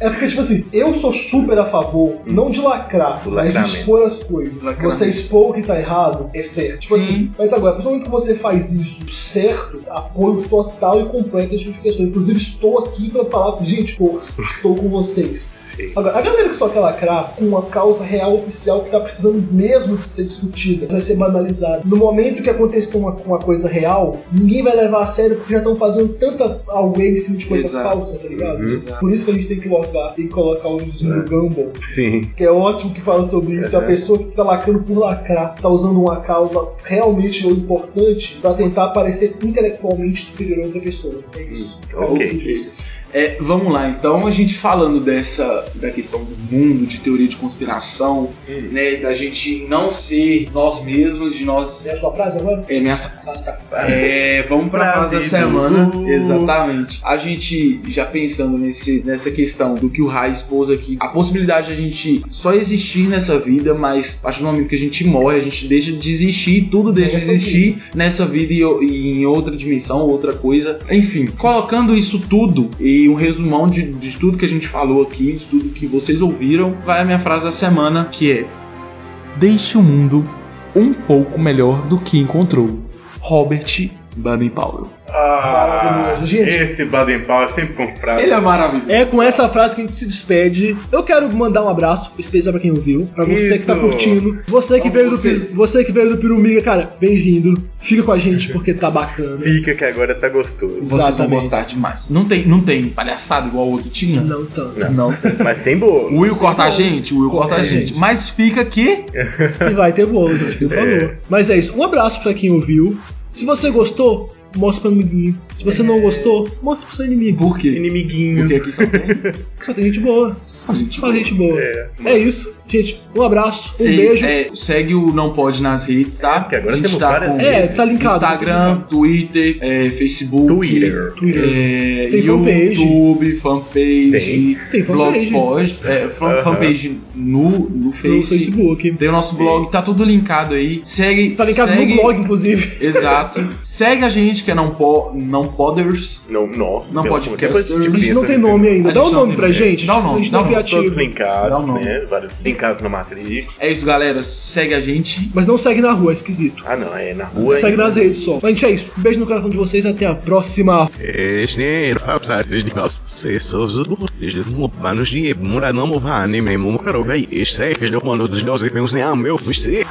[SPEAKER 16] é porque, tipo assim, eu sou super a favor, não de lacrar,
[SPEAKER 2] Hum. Do
[SPEAKER 16] mas de
[SPEAKER 2] lacramento.
[SPEAKER 16] expor as coisas.
[SPEAKER 2] Lacramento.
[SPEAKER 16] Você expor o que tá errado, é certo. Tipo assim, mas agora, a partir do momento que você faz isso certo, apoio total e completo das pessoas. Inclusive, estou aqui pra falar, gente, pô,
[SPEAKER 2] (laughs)
[SPEAKER 16] estou com vocês. Agora, a galera que só quer lacrar com uma causa real oficial que tá precisando mesmo de ser discutida, pra ser banalizada. No momento que acontecer uma, uma coisa real, ninguém vai levar a sério porque já estão fazendo tanta away em cima de coisa
[SPEAKER 2] Exato.
[SPEAKER 16] falsa, tá ligado?
[SPEAKER 2] Uhum. Exato.
[SPEAKER 16] Por isso que a gente tem que colocar, tem que colocar os no Gumball.
[SPEAKER 2] Sim.
[SPEAKER 16] Que é ótimo que fala sobre isso. É a
[SPEAKER 2] Uhum.
[SPEAKER 16] pessoa que tá lacrando por lacrar, tá usando uma causa realmente importante pra tentar parecer intelectualmente superior a outra pessoa. É isso.
[SPEAKER 2] Hum,
[SPEAKER 4] Oh, É, vamos lá, então a gente falando dessa da questão do mundo de teoria de conspiração, né, da gente não ser nós mesmos, de nós.
[SPEAKER 16] É a sua frase agora?
[SPEAKER 4] É minha frase. É, vamos pra frase da
[SPEAKER 16] Frase
[SPEAKER 4] semana.
[SPEAKER 16] do-
[SPEAKER 4] Exatamente. A gente já pensando nesse, nessa questão do que o Rai expôs aqui, a possibilidade de a gente só existir nessa vida, mas a partir do momento que a gente morre, a gente deixa de existir, tudo deixa de
[SPEAKER 12] Nessa
[SPEAKER 4] existir nessa vida e, o- e em outra dimensão, outra coisa. Enfim, colocando isso tudo e um resumão de, de tudo que a gente falou aqui, de tudo que vocês ouviram, vai a minha frase da semana que é: Deixe o mundo um pouco melhor do que encontrou. Robert Baden Powell.
[SPEAKER 2] Ah,
[SPEAKER 4] Maravilhoso, gente.
[SPEAKER 2] esse Baden Powell é sempre comprado.
[SPEAKER 4] Ele é maravilhoso.
[SPEAKER 3] É com essa frase que a gente se despede. Eu quero mandar um abraço especial pra quem ouviu, pra você que
[SPEAKER 2] Isso.
[SPEAKER 3] tá curtindo, você que
[SPEAKER 2] Amo
[SPEAKER 3] veio do
[SPEAKER 2] vocês.
[SPEAKER 3] Piru- você que veio do Pirumiga, cara, bem-vindo. Fica com a
[SPEAKER 2] (laughs)
[SPEAKER 3] gente porque tá
[SPEAKER 4] um-
[SPEAKER 3] bacana.
[SPEAKER 2] Fica que agora tá gostoso.
[SPEAKER 4] Vocês vão gostar demais. Não tem, não tem palhaçada igual o outro tinha? Não
[SPEAKER 3] tanto.
[SPEAKER 2] Não.
[SPEAKER 4] Não.
[SPEAKER 2] Mas tem
[SPEAKER 4] (laughs)
[SPEAKER 2] boa.
[SPEAKER 4] O Will corta a gente? O Will corta a gente. Mas fica aqui.
[SPEAKER 3] E vai ter bolo, gente, por favor. Mas é isso. Um abraço pra quem ouviu. Se você gostou, mostra pro amiguinho. Se você não gostou, mostra pro seu inimigo.
[SPEAKER 4] Por quê?
[SPEAKER 2] Inimiguinho.
[SPEAKER 4] Porque aqui só tem,
[SPEAKER 3] Só tem gente boa.
[SPEAKER 4] Só gente
[SPEAKER 3] Só boa. gente boa. É, isso. Gente, um abraço, um
[SPEAKER 4] E,
[SPEAKER 3] beijo.
[SPEAKER 4] é, segue o Não Pode nas redes, tá? Porque
[SPEAKER 2] agora temos várias
[SPEAKER 3] É, tá linkado.
[SPEAKER 4] Instagram, Twitter, é, Facebook,
[SPEAKER 2] Twitter.
[SPEAKER 3] Twitter.
[SPEAKER 4] é,
[SPEAKER 3] Tem fanpage.
[SPEAKER 4] YouTube, fanpage, é,
[SPEAKER 3] Tem fanpage.
[SPEAKER 4] blogspot, é, fan-
[SPEAKER 3] Aham.
[SPEAKER 4] fanpage no, no, Face.
[SPEAKER 3] No Facebook.
[SPEAKER 4] Tem o nosso blog, tá tudo linkado aí. Segue.
[SPEAKER 3] Tá linkado
[SPEAKER 4] segue,
[SPEAKER 3] no blog, inclusive. (laughs)
[SPEAKER 4] Exato. segue a gente que é não, po, não Poders.
[SPEAKER 2] Não, nossa.
[SPEAKER 4] Não
[SPEAKER 2] pelo
[SPEAKER 4] pode
[SPEAKER 2] amor de Deus,
[SPEAKER 4] podcast.
[SPEAKER 2] tipo
[SPEAKER 3] A gente não
[SPEAKER 2] isso,
[SPEAKER 3] tem
[SPEAKER 2] né?
[SPEAKER 3] nome ainda.
[SPEAKER 4] A
[SPEAKER 3] Dá um
[SPEAKER 4] gente não
[SPEAKER 3] nome
[SPEAKER 4] tem
[SPEAKER 3] pra
[SPEAKER 4] nome.
[SPEAKER 3] gente.
[SPEAKER 4] Dá um nome,
[SPEAKER 3] A gente
[SPEAKER 4] dá
[SPEAKER 3] tá
[SPEAKER 4] um nome.
[SPEAKER 2] Todos
[SPEAKER 3] criativo.
[SPEAKER 2] linkados,
[SPEAKER 4] Não, não.
[SPEAKER 2] né? Vários linkados no Matrix.
[SPEAKER 4] É isso, galera. Segue a gente.
[SPEAKER 3] Mas não segue na rua, é esquisito.
[SPEAKER 2] Ah, não, é na rua.
[SPEAKER 3] segue
[SPEAKER 2] ainda.
[SPEAKER 3] nas redes só. Mas, gente, é isso. Beijo no coração de vocês. Até a próxima.
[SPEAKER 30] Este é, rapaz de vocês lutas humanos de é assim, ah, mura não morra nem mesmo caro bem este é o mano dos doze meus nem a meu fugir